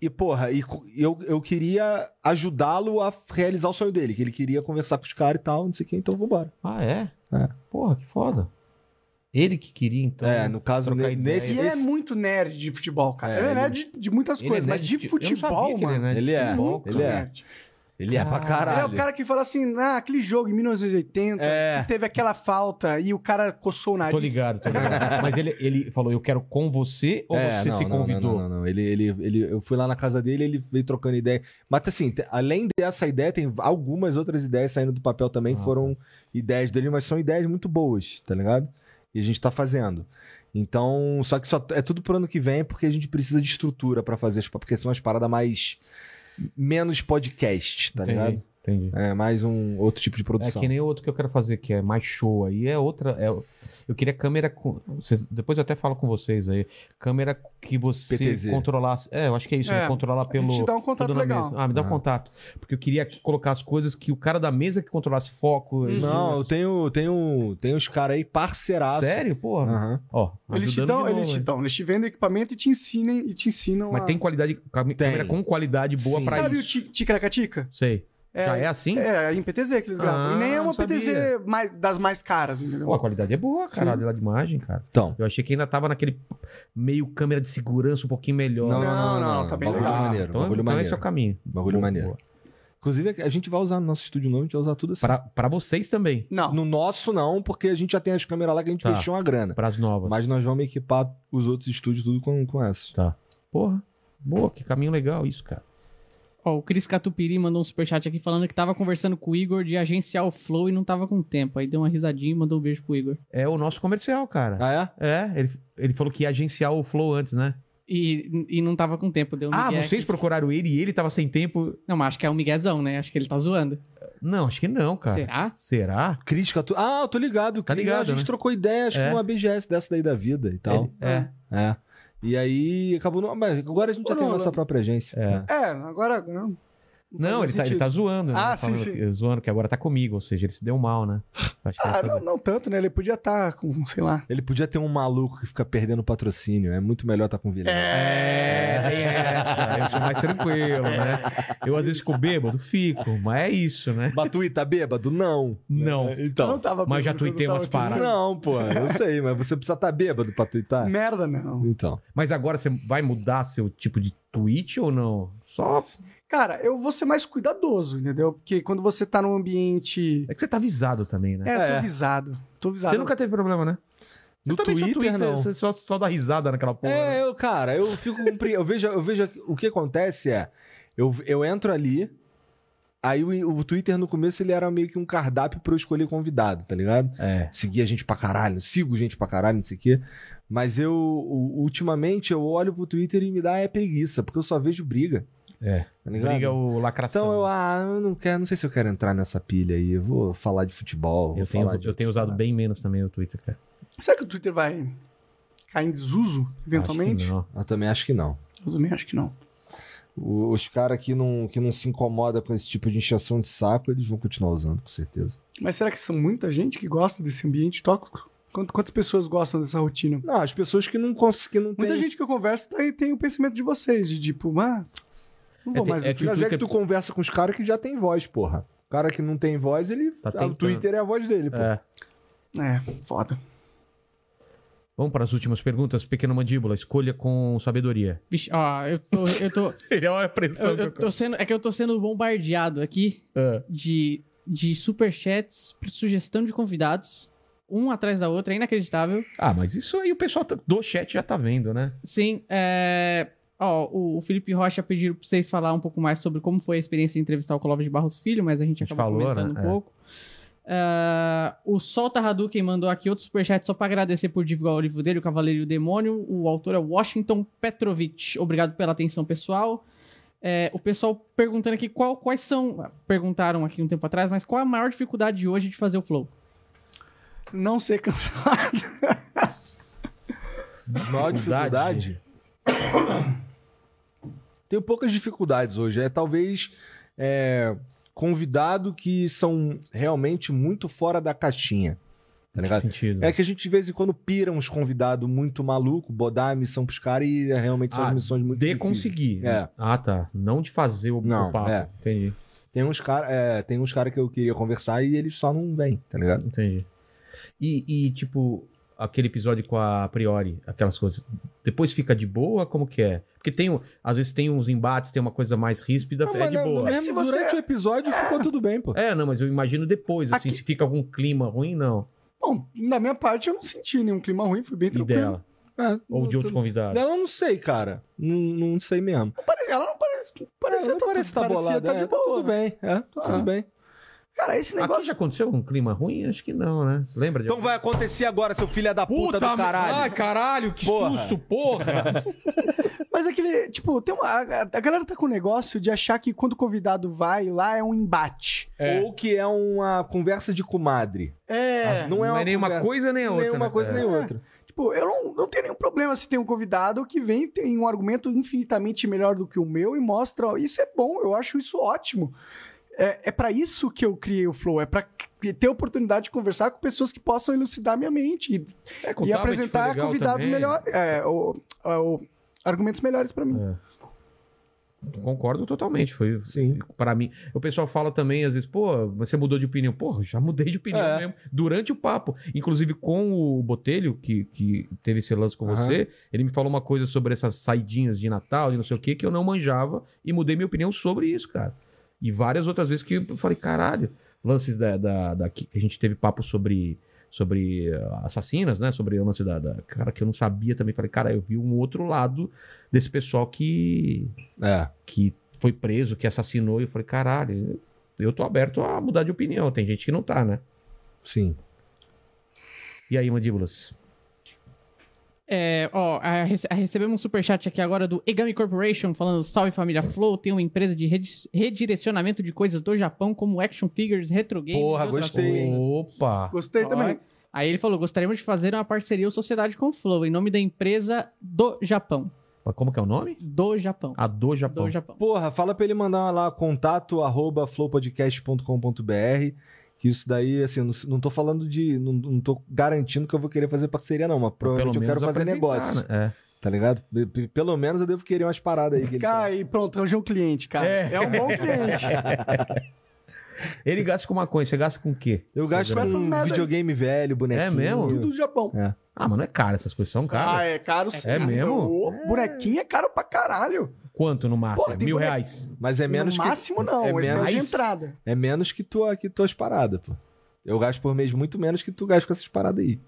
E, porra, e co- eu, eu queria ajudá-lo a realizar o sonho dele, que ele queria conversar com os caras e tal, não sei o que, então vambora.
Ah, é?
É.
Porra, que foda. Ele que queria, então.
é, no caso,
trocar
ne-
ideia.
nesse.
E ele é
esse-
muito nerd de futebol, cara.
É,
ele é
ele-
nerd de, de muitas
Ele é
coisas,
nerd
mas de
eu não sabia
futebol,
que
mano.
nerd de
Ele é,
futebol,
ele
cara.
é.
nerd.
Ele é pra caralho.
Ele é o cara que fala assim, ah, aquele jogo em 1980,
É.
que teve aquela falta e o cara coçou o nariz.
Tô ligado, tô ligado. Mas ele, ele falou, eu quero com você ou
É,
você
não,
se
não, não,
convidou?
Não, não, não. Ele, ele, ele, eu fui lá na casa dele, ele veio trocando ideia. Mas assim, te- além dessa ideia, tem algumas outras ideias saindo do papel também que
Ah,
foram ideias dele, mas são ideias muito boas, tá ligado? E a gente tá fazendo. Então, só que só é tudo pro ano que vem, porque a gente precisa de estrutura pra fazer, as pa- porque são as paradas mais menos podcast, tá
Entendi,
ligado?
entendi.
É mais um outro tipo de
É
produção.
que nem o outro que eu quero fazer, que é mais show aí. É outra. é- eu queria câmera com. vocês- depois eu até falo com vocês aí. Câmera que você
PTZ.
controlasse. É, eu acho que é isso,
É,
né? Controlar
A
pelo.
gente dá um
tudo
contato
na
legal.
mesa. Ah, me dá um
Ah.
contato. Porque eu queria colocar as coisas que o cara da mesa que controlasse foco. isso,
Não, eu
isso.
tenho, tenho, tenho os caras aí parceiraços.
Sério? Porra.
Aham.
Ó,
Eles te,
ajudando
dão,
de novo,
eles te
hein?
dão, eles te vendem equipamento e te ensinem e te ensinam.
Mas
a-
tem qualidade. câmera
Tem.
com qualidade boa
Sim.
pra
Sabe o
isso.
ti- Ticaracatica?
Sei. Já é assim?
É, em PTZ que eles gravam.
Ah,
e nem é
não
uma
sabia.
PTZ mais- das mais caras, entendeu?
Pô, a qualidade é boa, caralho,
Sim.
lá de imagem, cara.
Então.
Eu achei que ainda tava naquele meio câmera de segurança um pouquinho melhor.
Não, não, não,
Não,
não,
não, tá bem
Bagulho
legal.
maneiro,
então,
bagulho
então
maneiro.
esse é o caminho.
Bagulho maneiro. Inclusive, a gente vai usar no nosso estúdio novo, a gente vai usar tudo assim.
Pra, pra vocês também,
Não.
No nosso, não, porque a gente já tem as câmeras lá que a gente
Tá.
fechou uma grana.
pras novas.
Mas nós vamos equipar os outros estúdios tudo com, com essas.
Tá. Porra, boa, que caminho legal isso, cara.
Ó, o Cris Catupiri mandou um superchat aqui falando que tava conversando com o Igor de agenciar o Flow e não tava com tempo. Aí deu uma risadinha e mandou um beijo pro Igor.
É o nosso comercial, cara.
Ah, é?
É, ele, ele falou que ia agenciar o Flow antes, né?
E, e não tava com tempo, deu um
Ah,
é
migué
vocês
aqui.
procuraram ele e ele tava sem tempo.
Não, mas acho que é um miguezão, né? Acho que ele tá zoando.
Não, acho que não, cara.
Será?
Será?
Crítica. Tu... Ah, eu tô ligado.
Tá
Cri-
ligado,
A gente
né?
trocou ideia, acho
É.
que numa BGS dessa daí da vida e tal.
Ele-
Ah,
Ah,
é.
É. E aí acabou. Não... Mas agora a gente já
Pô,
tem a
não,
nossa
não.
própria agência. né?
É.
É, agora. Não,
Não, ele tá, ele tá zoando. né?
Ah, sim,
Falando
sim.
que- Zoando, que agora tá comigo, ou seja, ele se deu mal, né? Acho que
Ah,
ele tá
não, não tanto, né? Ele podia estar com, sei lá.
Ele podia ter um maluco que fica perdendo patrocínio. É muito melhor tá com o Vilela.
É, tem essa. Eu sou mais tranquilo, né? Eu às vezes fico bêbado, fico, mas é isso, né?
Batuí tá bêbado? Não.
Não.
Eu
Então.
tava
mas já
bêbado, eu não
tuitei
tava
umas
tuitando.
paradas.
Não, pô. Eu sei, mas você precisa tá bêbado pra tuitar.
Merda, não.
Então.
Mas agora você vai mudar seu tipo de tweet ou não? Só.
Cara, eu vou ser mais cuidadoso, entendeu? Porque quando você tá num ambiente.
É que você tá avisado também, né?
É,
É.
tô visado. Tô visado.
Você nunca teve problema, né?
No
Eu também sou
Twitter, não.
Você só, só dá risada naquela porra. né?
É, eu, cara, eu fico com. pre- eu vejo, eu vejo o que acontece é, eu, eu entro ali, aí o, o Twitter no começo ele era meio que um cardápio pra eu escolher convidado, tá ligado?
É.
Seguia gente pra caralho, sigo gente pra caralho, não sei o quê. Mas eu, u- ultimamente, eu olho pro Twitter e me dá é preguiça, porque eu só vejo briga.
É.
Tá ligado?
Briga ou lacração.
Então eu, ah, eu não quero, não sei se eu quero entrar nessa pilha aí, eu vou falar de futebol. vou
Eu tenho,
falar né? de
eu tenho
outras
usado bem menos também o Twitter, cara.
Será que o Twitter vai cair em desuso,
Acho
eventualmente?
que não.
paradas. Eu também acho que não.
Eu também acho que não.
O- Os caras que não, que não se incomoda com esse tipo de inchação de saco, eles vão continuar usando, com certeza.
Mas será que são muita gente que gosta desse ambiente tóxico? Quant- Quantas pessoas gostam dessa rotina?
Não, as pessoas que não conseguem, não
Muita
tem...
gente que eu converso tá, tem o pensamento de vocês, de tipo, ah, não
É,
vou
tem-
mais.
é
no
que
Mas
o
é que
Twitter-
tu conversa com os caras que já tem voz, porra. O cara que não tem voz, ele...
Tá
ah, o
tentando.
Twitter é a voz dele, pô.
É.
Twitter." É, foda.
Vamos para as últimas perguntas. Pequeno Mandíbula, escolha com sabedoria.
Vixe, ó, eu tô. Eu tô,
Ele é uma
eu,
pressão.
eu tô sendo, é que eu tô sendo bombardeado aqui de, de superchats, sugestão de convidados, um atrás da outra, é inacreditável.
Ah, mas isso aí o pessoal tá- do chat já tá vendo, né?
Sim, é. Ó, o- o Felipe Rocha pediu pra vocês falar um pouco mais sobre como foi a experiência de entrevistar o Clóvis de Barros Filho, mas a gente
A gente
acabou
falou,
comentando
né?
um
É.
pouco. É, o Solta Hadouken mandou aqui outro superchat só pra agradecer por divulgar o livro dele, O Cavaleiro e o Demônio. O autor é Washington Petrovich. Obrigado pela atenção, pessoal. É, o pessoal perguntando aqui qual, quais são. Perguntaram aqui um tempo atrás, mas qual a maior dificuldade hoje de fazer o flow?
Não ser cansado.
Maior dificuldade... Tenho poucas dificuldades hoje. É talvez é, convidado que são realmente muito fora da caixinha. Tá ligado?
Que sentido.
É que a gente de vez em quando pira uns convidados muito maluco, bo- dá a missão pros caras e é, realmente são
Ah,
as missões muito
de
difíceis.
conseguir.
É.
Ah, tá. Não de fazer o,
Não,
o papo.
é.
Entendi.
Tem uns caras tem uns cara que eu queria conversar e eles só não vêm, tá ligado?
Entendi. E, e, tipo, aquele episódio com a Priori, aquelas coisas. Depois fica de boa? Como que é? Porque tem, um- às vezes tem uns embates, tem uma coisa mais ríspida,
Não,
é
mas
de
não-
boa.
mas se você- Durante o episódio ficou tudo bem, pô.
É, não, mas eu imagino depois, assim,
Aqui-
se fica algum clima ruim, não.
Bom, na minha parte eu não senti nenhum clima ruim, foi bem
E
tranquilo.
dela.
É,
Ou de
não-
outro convidado.
Dela eu não sei, cara. Não, não sei mesmo.
Não pare- Ela não parece, parecia
não
tá-
parece estar tá
parecia
bolada.
tá
é,
de
tá
boa.
tudo bem. É, tá
Ah.
tudo bem.
Cara, esse
Aqui já
negócio.
aconteceu algum clima ruim? Acho que não, né? Lembra de
Então
algum?
vai acontecer agora, seu filho da puta, do
me-
caralho.
Ai, caralho, que
Porra.
susto, porra!
Mas aquele, tipo, tem uma. A, a galera tá com um negócio de achar que quando o convidado vai lá é um embate.
É.
Ou que é uma conversa de comadre.
É.
Não é,
não
uma
é nenhuma
conversa-
coisa nem a outra.
Nenhuma
né?
coisa
É.
nem outra.
Tipo, eu não, não tenho nenhum problema se tem um convidado que vem e tem um argumento infinitamente melhor do que o meu e mostra, ó, isso é bom, eu acho isso ótimo. É, é para isso que eu criei o Flow, é pra c- ter a oportunidade de conversar com pessoas que possam elucidar minha mente e,
É, com
e
o Tabet foi
apresentar
legal
convidados
também.
melhores, é, o- o- argumentos melhores pra mim.
Concordo totalmente, foi
Sim.
para mim. O pessoal fala também, às vezes, pô, você mudou de opinião. Porra, já mudei de opinião
É.
mesmo. Durante o papo. Inclusive, com o Botelho, que, que teve esse lance com
Aham.
você, ele me falou uma coisa sobre essas saidinhas de Natal e não sei o que, que eu não manjava e mudei minha opinião sobre isso, cara. E várias outras vezes que eu falei, caralho, lances da, da, da- que a gente teve papo sobre. Sobre eh, assassinas, né? Sobre o lance da, da- Cara, que eu não sabia também. Falei, cara, eu vi um outro lado desse pessoal que
É.
que foi preso, que assassinou, e eu falei, caralho, eu tô aberto a mudar de opinião. Tem gente que não tá, né?
Sim.
E aí, mandíbulas?
É, ó, a- rece- a- recebemos um superchat aqui agora do Egami Corporation falando: Salve família Flow, tem uma empresa de redi- redirecionamento de coisas do Japão, como action figures, retro games.
Porra,
e outras
gostei, hein?
coisas."
Opa!
Gostei
Ó,
também.
Aí ele falou: gostaríamos de fazer uma parceria ou sociedade com o Flow, em nome da empresa do Japão.
Mas como que é o nome?
Do Japão.
Ah,
A do Japão.
Do Japão.
Porra, fala pra ele mandar lá contato arroba flowpodcast.com.br que isso daí, assim, eu não, não tô falando de... Não, não tô garantindo que eu vou querer fazer parceria não, mas provavelmente eu quero fazer
apresentar,
negócio,
né?
tá ligado? P- p- Pelo menos eu devo querer umas paradas aí. Que ele
Cara, e pronto, arranjou um cliente, cara.
É.
É, um bom cliente.
É. Ele gasta com maconha, você gasta com o quê?
Eu gasto
essas
com
merda aí.
videogame velho, bonequinho.
É mesmo?
Tudo do Japão.
Ah, mas não é caro essas coisas, são
Ah,
caras.
é caro sim.
É mesmo?
Ô, bonequinho é caro pra caralho.
Quanto no máximo?
Pô, tem
Mil
bone-
reais.
Mas é menos
no
que...
máximo, não.
é
É, menos...
menos-
de entrada.
É menos que, tua, que tuas paradas, pô. Eu gasto por mês muito menos que tu gasta com essas paradas aí.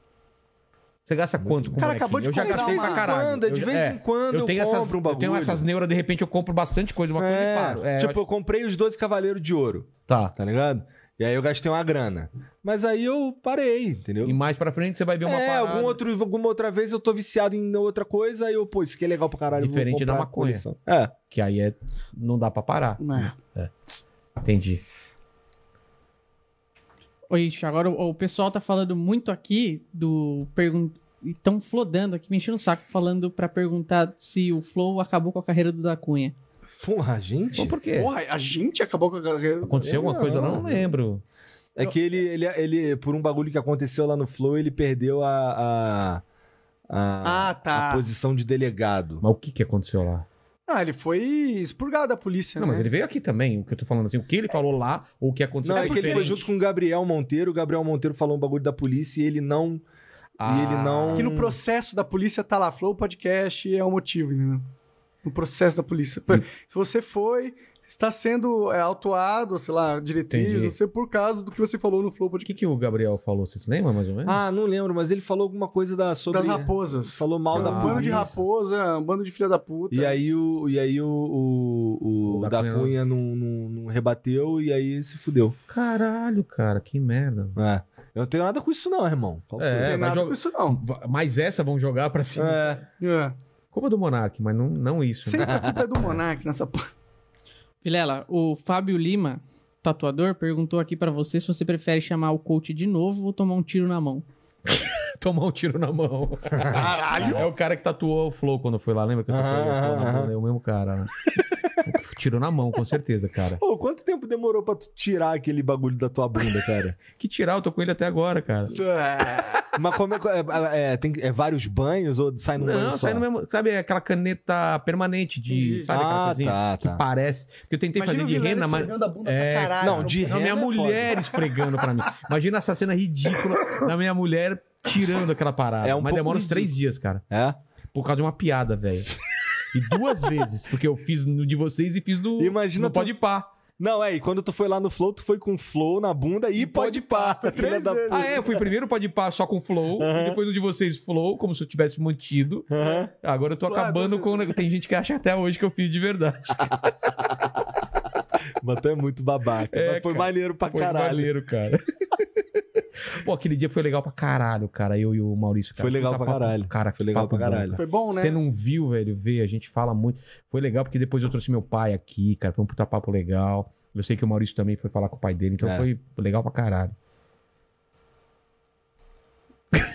Você gasta quanto com
Cara,
bonequinho?
acabou de
Eu já
combinar
gastei
uma-
pra caralho.
de
Eu-
vez
é,
em quando eu,
eu tenho,
compro
essas,
um
eu
bagulho.
tenho essas neuras, de repente eu compro bastante coisa, uma coisa
É,
e paro. É,
tipo,
eu
eu comprei os 12 Cavaleiros de Ouro,
acho- tá.
tá ligado? E aí eu gastei uma grana. Mas aí eu parei, entendeu?
E mais pra frente você vai ver uma
é,
parada.
algum outro, alguma outra vez eu tô viciado em outra coisa, aí eu, pô, isso aqui é legal pra caralho. eu vou
Diferente da
comprar a
maconha.
coleção. É.
Que aí é, não dá pra parar.
é.
Entendi.
Oi, Ixi, agora o, o pessoal tá falando muito aqui do. Pergun... Estão flodando aqui, me enchendo o saco, falando pra perguntar se o Flow acabou com a carreira do Da Cunha.
Porra, gente.
Pô, por quê?
Porra, a gente acabou com a carreira.
Aconteceu alguma
Eu
coisa? Eu não
não.
lembro.
É que ele, ele, ele, por um bagulho que aconteceu lá no Flow, ele perdeu a. a, a-
Ah, tá.
a posição de delegado.
Mas o que, que aconteceu lá?
Ah, ele foi expurgado da polícia,
Não,
né?
É.
mas ele veio aqui também. O que eu tô falando assim, o que ele falou lá ou o que aconteceu
Não, é,
foi
que ele foi
diferente.
junto com o Gabriel Monteiro. O Gabriel Monteiro falou um bagulho da polícia e ele não.
Ah,
E ele não-
Que no processo da polícia tá lá, Flow Podcast é o motivo, entendeu? No processo da polícia.
Hum.
Por- Se você foi, está sendo é, autuado, sei lá, diretriz,
Entendi.
não sei, por causa do que você falou no Flow
O
Podcast.
que, que o Gabriel falou? Você se lembra mais ou menos?
Ah, não lembro, mas ele falou alguma coisa da, sobre.
Das raposas.
Falou mal
Ah,
da
um
polícia.
bando de raposa, um bando de filha da puta.
E aí o, e aí o, o, o
O
da
da
Cunha, não, não- não rebateu e aí se fudeu.
Caralho, cara, que merda.
É. Eu não tenho nada com isso, não, irmão. Qual
não
É,
tem
mas
nada
joga-
com isso, não.
Va- Mas essa vão jogar pra cima.
É.
É.
Culpa do Monark, mas não, não isso. né?
Sempre a culpa é do Monark nessa parte.
Vilela, o Fábio Lima, tatuador, perguntou aqui pra você se você prefere chamar o coach de novo ou tomar um tiro na mão.
Tomar um tiro na mão. Caralho! É o cara que tatuou o Flow quando foi lá, lembra que eu tatuei o Flow na
Aham,
mão?
aham.
É o mesmo cara. né? tiro na mão, com certeza, cara.
Pô, quanto tempo demorou pra tu tirar aquele bagulho da tua bunda, cara?
Que tirar, eu tô com ele até agora, cara.
Mas como é, que- é, é, tem, é vários banhos ou sai num banho
Não,
só?
sai no mesmo. Sabe aquela caneta permanente de.
Entendi.
Sabe aquela
ah,
coisinha?
tá,
Que
tá.
parece. Porque eu tentei fazer de rena, mas. É,
Não, de
Não, minha
rena é
mulher esfregando pra mim. Imagina essa cena ridícula da minha mulher tirando aquela parada.
É um
mas
pouco
demora uns três dias, cara.
É?
Por causa de uma piada, velho. E duas vezes, porque eu fiz no de vocês e fiz do.
Imagina
no
tu-
pode pá.
Não, é, e quando tu foi lá no Flow, tu foi com Flow na bunda e, pode pá. Filha
três
da...
vezes.
Ah, é, eu fui primeiro pode pá só com flow, e depois o de vocês flow, como se eu tivesse mantido.
Aham. é
Agora eu tô
Claro,
acabando
você-
com. o neg- Tem gente que acha até hoje que eu fiz de verdade.
Mas tu é muito babaca.
É,
Mas foi
cara.
maneiro pra
Foi
caralho.
maneiro, cara. Pô, aquele dia foi legal pra caralho, cara. Eu e o Maurício. Cara.
Foi legal
Puta
pra
papo-
caralho.
Cara,
Foi legal
papo
pra
bom,
caralho.
Foi bom, né?
Você não viu, velho, vê, a gente fala muito. Foi legal porque depois eu trouxe meu pai aqui, cara, foi um puta papo legal. Eu sei que o Maurício também foi falar com o pai dele, então
É.
foi legal pra caralho.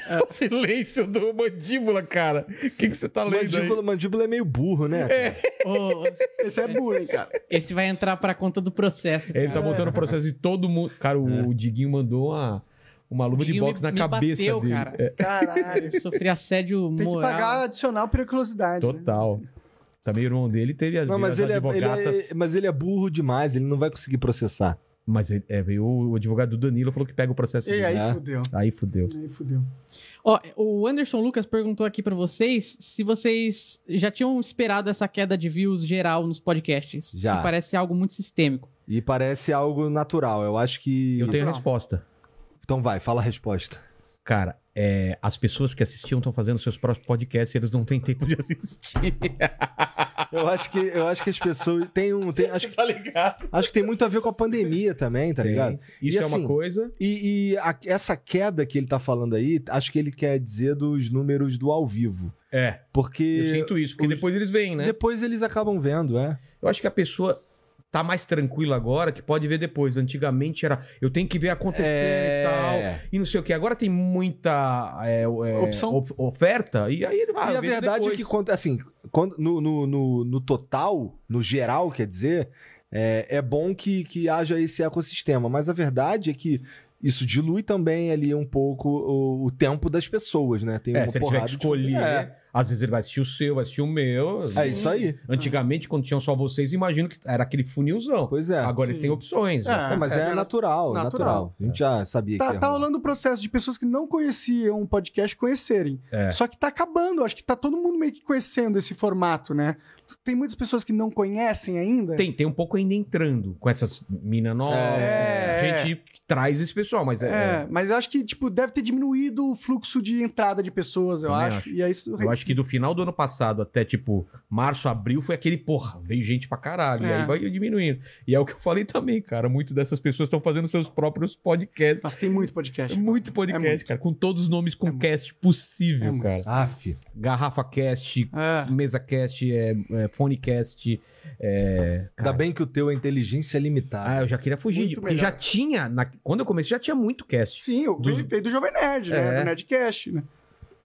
É.
o silêncio do mandíbula, cara. O que que você tá lendo aí?
Mandíbula, mandíbula é meio burro, né? cara?
Ô,
Esse é burro, hein, cara.
esse vai entrar pra conta do processo.
Ele tá
cara.
botando o processo de todo mundo. Cara, o, o Diguinho mandou uma, uma luva de
Diguinho
boxe
me-
na
me
cabeça
bateu,
dele.
cara.
É,
Caralho.
Eu sofri assédio
Tem que
moral.
pagar adicional periculosidade. né?
total. Também o irmão dele teve as
Não, mas
as
ele, é,
advogatas.
ele é- mas ele é burro demais, ele não vai conseguir processar.
Mas ele- é, veio o advogado do Danilo falou que pega o processo
E
dele.
aí
É.
fudeu.
Aí fudeu.
Aí fudeu.
Ó, o Anderson Lucas perguntou aqui pra vocês se vocês já tinham esperado essa queda de views geral nos podcasts.
Já.
Que parece algo muito sistêmico.
E parece algo natural. Eu acho que.
Eu tenho a
Não.
resposta.
Então vai, fala a resposta.
Cara, é, as pessoas que assistiam estão fazendo seus próprios podcasts e eles não têm tempo de assistir.
Eu acho que, eu acho que as pessoas. Tem um. Tem, acho, que,
tá ligado?
acho que tem muito a ver com a pandemia também, tá ligado?
Isso
E
é
assim,
uma coisa.
E, e a- essa queda que ele tá falando aí, acho que ele quer dizer dos números do ao vivo.
É, eu
Porque
sinto isso, porque
os-
depois eles vêm, né?
depois eles acabam vendo, é.
Eu acho que a pessoa tá mais tranquila agora que pode ver depois. Antigamente era, eu tenho que ver acontecer
É,
e tal. E não sei o que. Agora tem muita é, é,
Opção.
of- oferta e aí ele vai.
e a verdade é que, quando- assim, quando- no, no, no- no total, no geral, quer dizer, é, é bom que, que haja esse ecossistema. Mas a verdade é que isso dilui também ali um pouco o, o tempo das pessoas, né? Tem
É, se ele tiver que
de-
escolher,
É,
às vezes ele vai assistir o seu, vai assistir o meu.
é isso aí.
Antigamente, quando tinham só vocês, imagino que era aquele funilzão.
Pois é.
Agora eles
Sim.
têm opções. né?
Não, mas é, natural, natural,
natural.
A gente já sabia que
Tá,
ia
tá
rolar.
rolando o processo de pessoas que não conheciam o podcast conhecerem.
É.
Só que tá acabando. Acho que tá todo mundo meio que conhecendo esse formato, né? Tem muitas pessoas que não conhecem ainda.
Tem, tem um pouco ainda entrando com essas mina nova.
É.
gente que traz esse pessoal, mas é.
É, mas eu acho que, tipo, deve ter diminuído o fluxo de entrada de pessoas, eu
Também
acho.
acho.
E aí isso
Eu acho que do final do ano passado até, tipo, março, abril, foi aquele, porra, veio gente pra caralho. E
É.
aí vai diminuindo. E é o que eu falei também, cara. Muito dessas pessoas estão fazendo seus próprios podcasts.
Mas tem muito podcast.
Muito podcast,
É muito.
cara. Com todos os nomes com
É muito.
cast
É
possível,
muito.
cara.
Aff.
Garrafa cast,
É.
mesa cast, é, é, fone cast. É,
Ainda
cara,
bem que o teu é inteligência limitada.
Ah, eu já queria fugir.
Muito
De, porque
melhor.
já tinha, na- quando eu comecei, já tinha muito cast.
Sim, o
Dos-
veio veio do Jovem Nerd, né?
É.
Do Nerdcast, né?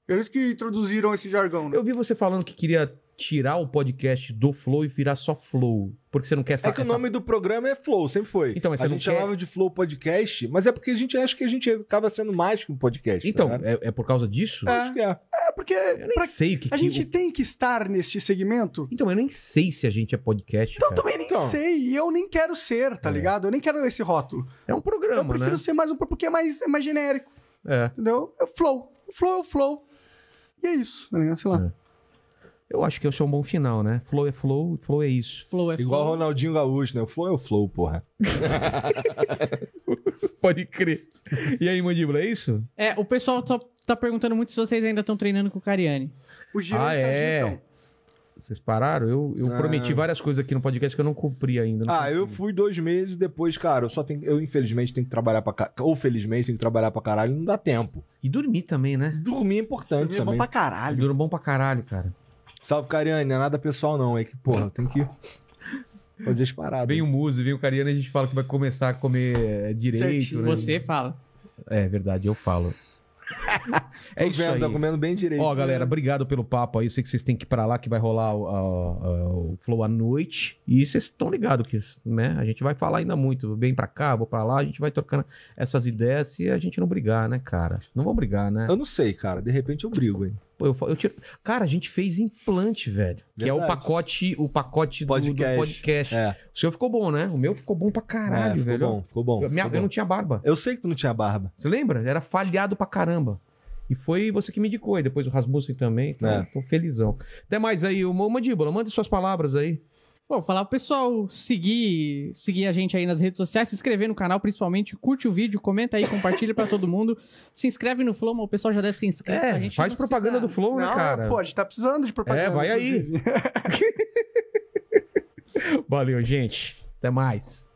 Eles que introduziram esse jargão, né?
Eu vi você falando que queria tirar o podcast do Flow e virar só Flow. Porque você não quer essa,
é que o
essa
nome do programa é Flow, sempre foi.
Então, mas
a
você não
gente
quer-
chamava de Flow Podcast, mas é porque a gente acha que a gente acaba sendo mais que um podcast.
Então,
tá ligado?
é, é por causa disso?
Eu acho que é.
É, porque
Eu nem
pra-
sei o que,
a
que-
gente
o-
tem que estar neste segmento.
Então, eu nem sei se a gente é podcast.
Então, eu
cara.
também nem
Então.
sei. E eu nem quero ser, tá
É.
ligado? Eu nem quero esse rótulo.
É um
eu
programa,
prefiro
né?
ser mais um, porque é mais, é mais genérico,
É.
entendeu? É o flow. O flow é o flow. E é isso, tá ligado? Sei lá.
Eu acho que esse é um bom final, né? Flow é flow, flow é isso.
Flow é
Igual
flow.
Ronaldinho Gaúcho, né? O Flow é o Flow, porra.
Pode crer. E aí, mandíbula, é isso?
É, o pessoal só tá perguntando muito se vocês ainda estão treinando com o Cariani.
O Jean
Ah,
e o Serginho,
é.
então.
Vocês pararam? Eu, eu
Ah.
prometi várias coisas aqui no podcast que eu não cumpri ainda. não
Ah, eu
consigo.
fui dois meses depois, cara. Eu só tenho. Eu, infelizmente, tenho que trabalhar pra caralho. Ou felizmente tenho que trabalhar pra caralho. Não dá tempo.
E dormi também, né?
Dormir é
Eles
importante
vão
também.
pra caralho.
Durmo bom pra caralho, cara.
Salve, Cariane. Não é nada pessoal, não. É que, porra, eu tenho que fazer as paradas.
Vem o Muzi, vem o Cariano e a gente fala que vai começar a comer é, direito,
Certinho.
né?
Você fala.
É verdade, eu falo. é
Tô
isso
vendo,
aí.
Tá comendo bem direito.
Ó, galera, obrigado pelo papo aí. Eu sei que vocês têm que ir pra lá, que vai rolar o, o- o Flow à noite. E vocês estão ligados que né? a gente vai falar ainda muito. Vem pra cá, vou pra lá, a gente vai trocando essas ideias se a gente não brigar, né, cara? Não vão brigar, né?
Eu não sei, cara. De repente eu brigo, hein?
Pô, eu, fa- eu tiro... Cara, a gente fez implante, velho. Que é o
Verdade.
pacote, o pacote do
Podcast.
podcast. Do podcast.
É,
O seu ficou bom, né? O meu ficou bom pra
é,
caralho,
ficou
velho.
bom, ficou bom.
eu, minha-
ficou
eu
bom.
não tinha barba.
Eu sei que tu não tinha barba.
Você lembra? Era falhado pra caramba. E foi você que me indicou, e depois o Rasmussen também. Então,
É.
Tô felizão. Até mais aí, o Mandíbula, manda suas palavras aí.
Bom, falar pro pessoal seguir, seguir a gente aí nas redes sociais, se inscrever no canal principalmente, curte o vídeo, comenta aí, compartilha pra todo mundo. Se inscreve no Flow, mas o pessoal já deve ser inscrito. a
É,
gente
faz
não
propaganda
precisa-
do Flow, né, cara?
pô, a gente tá precisando de propaganda.
É, vai aí.
inclusive.
Valeu, gente. Até mais.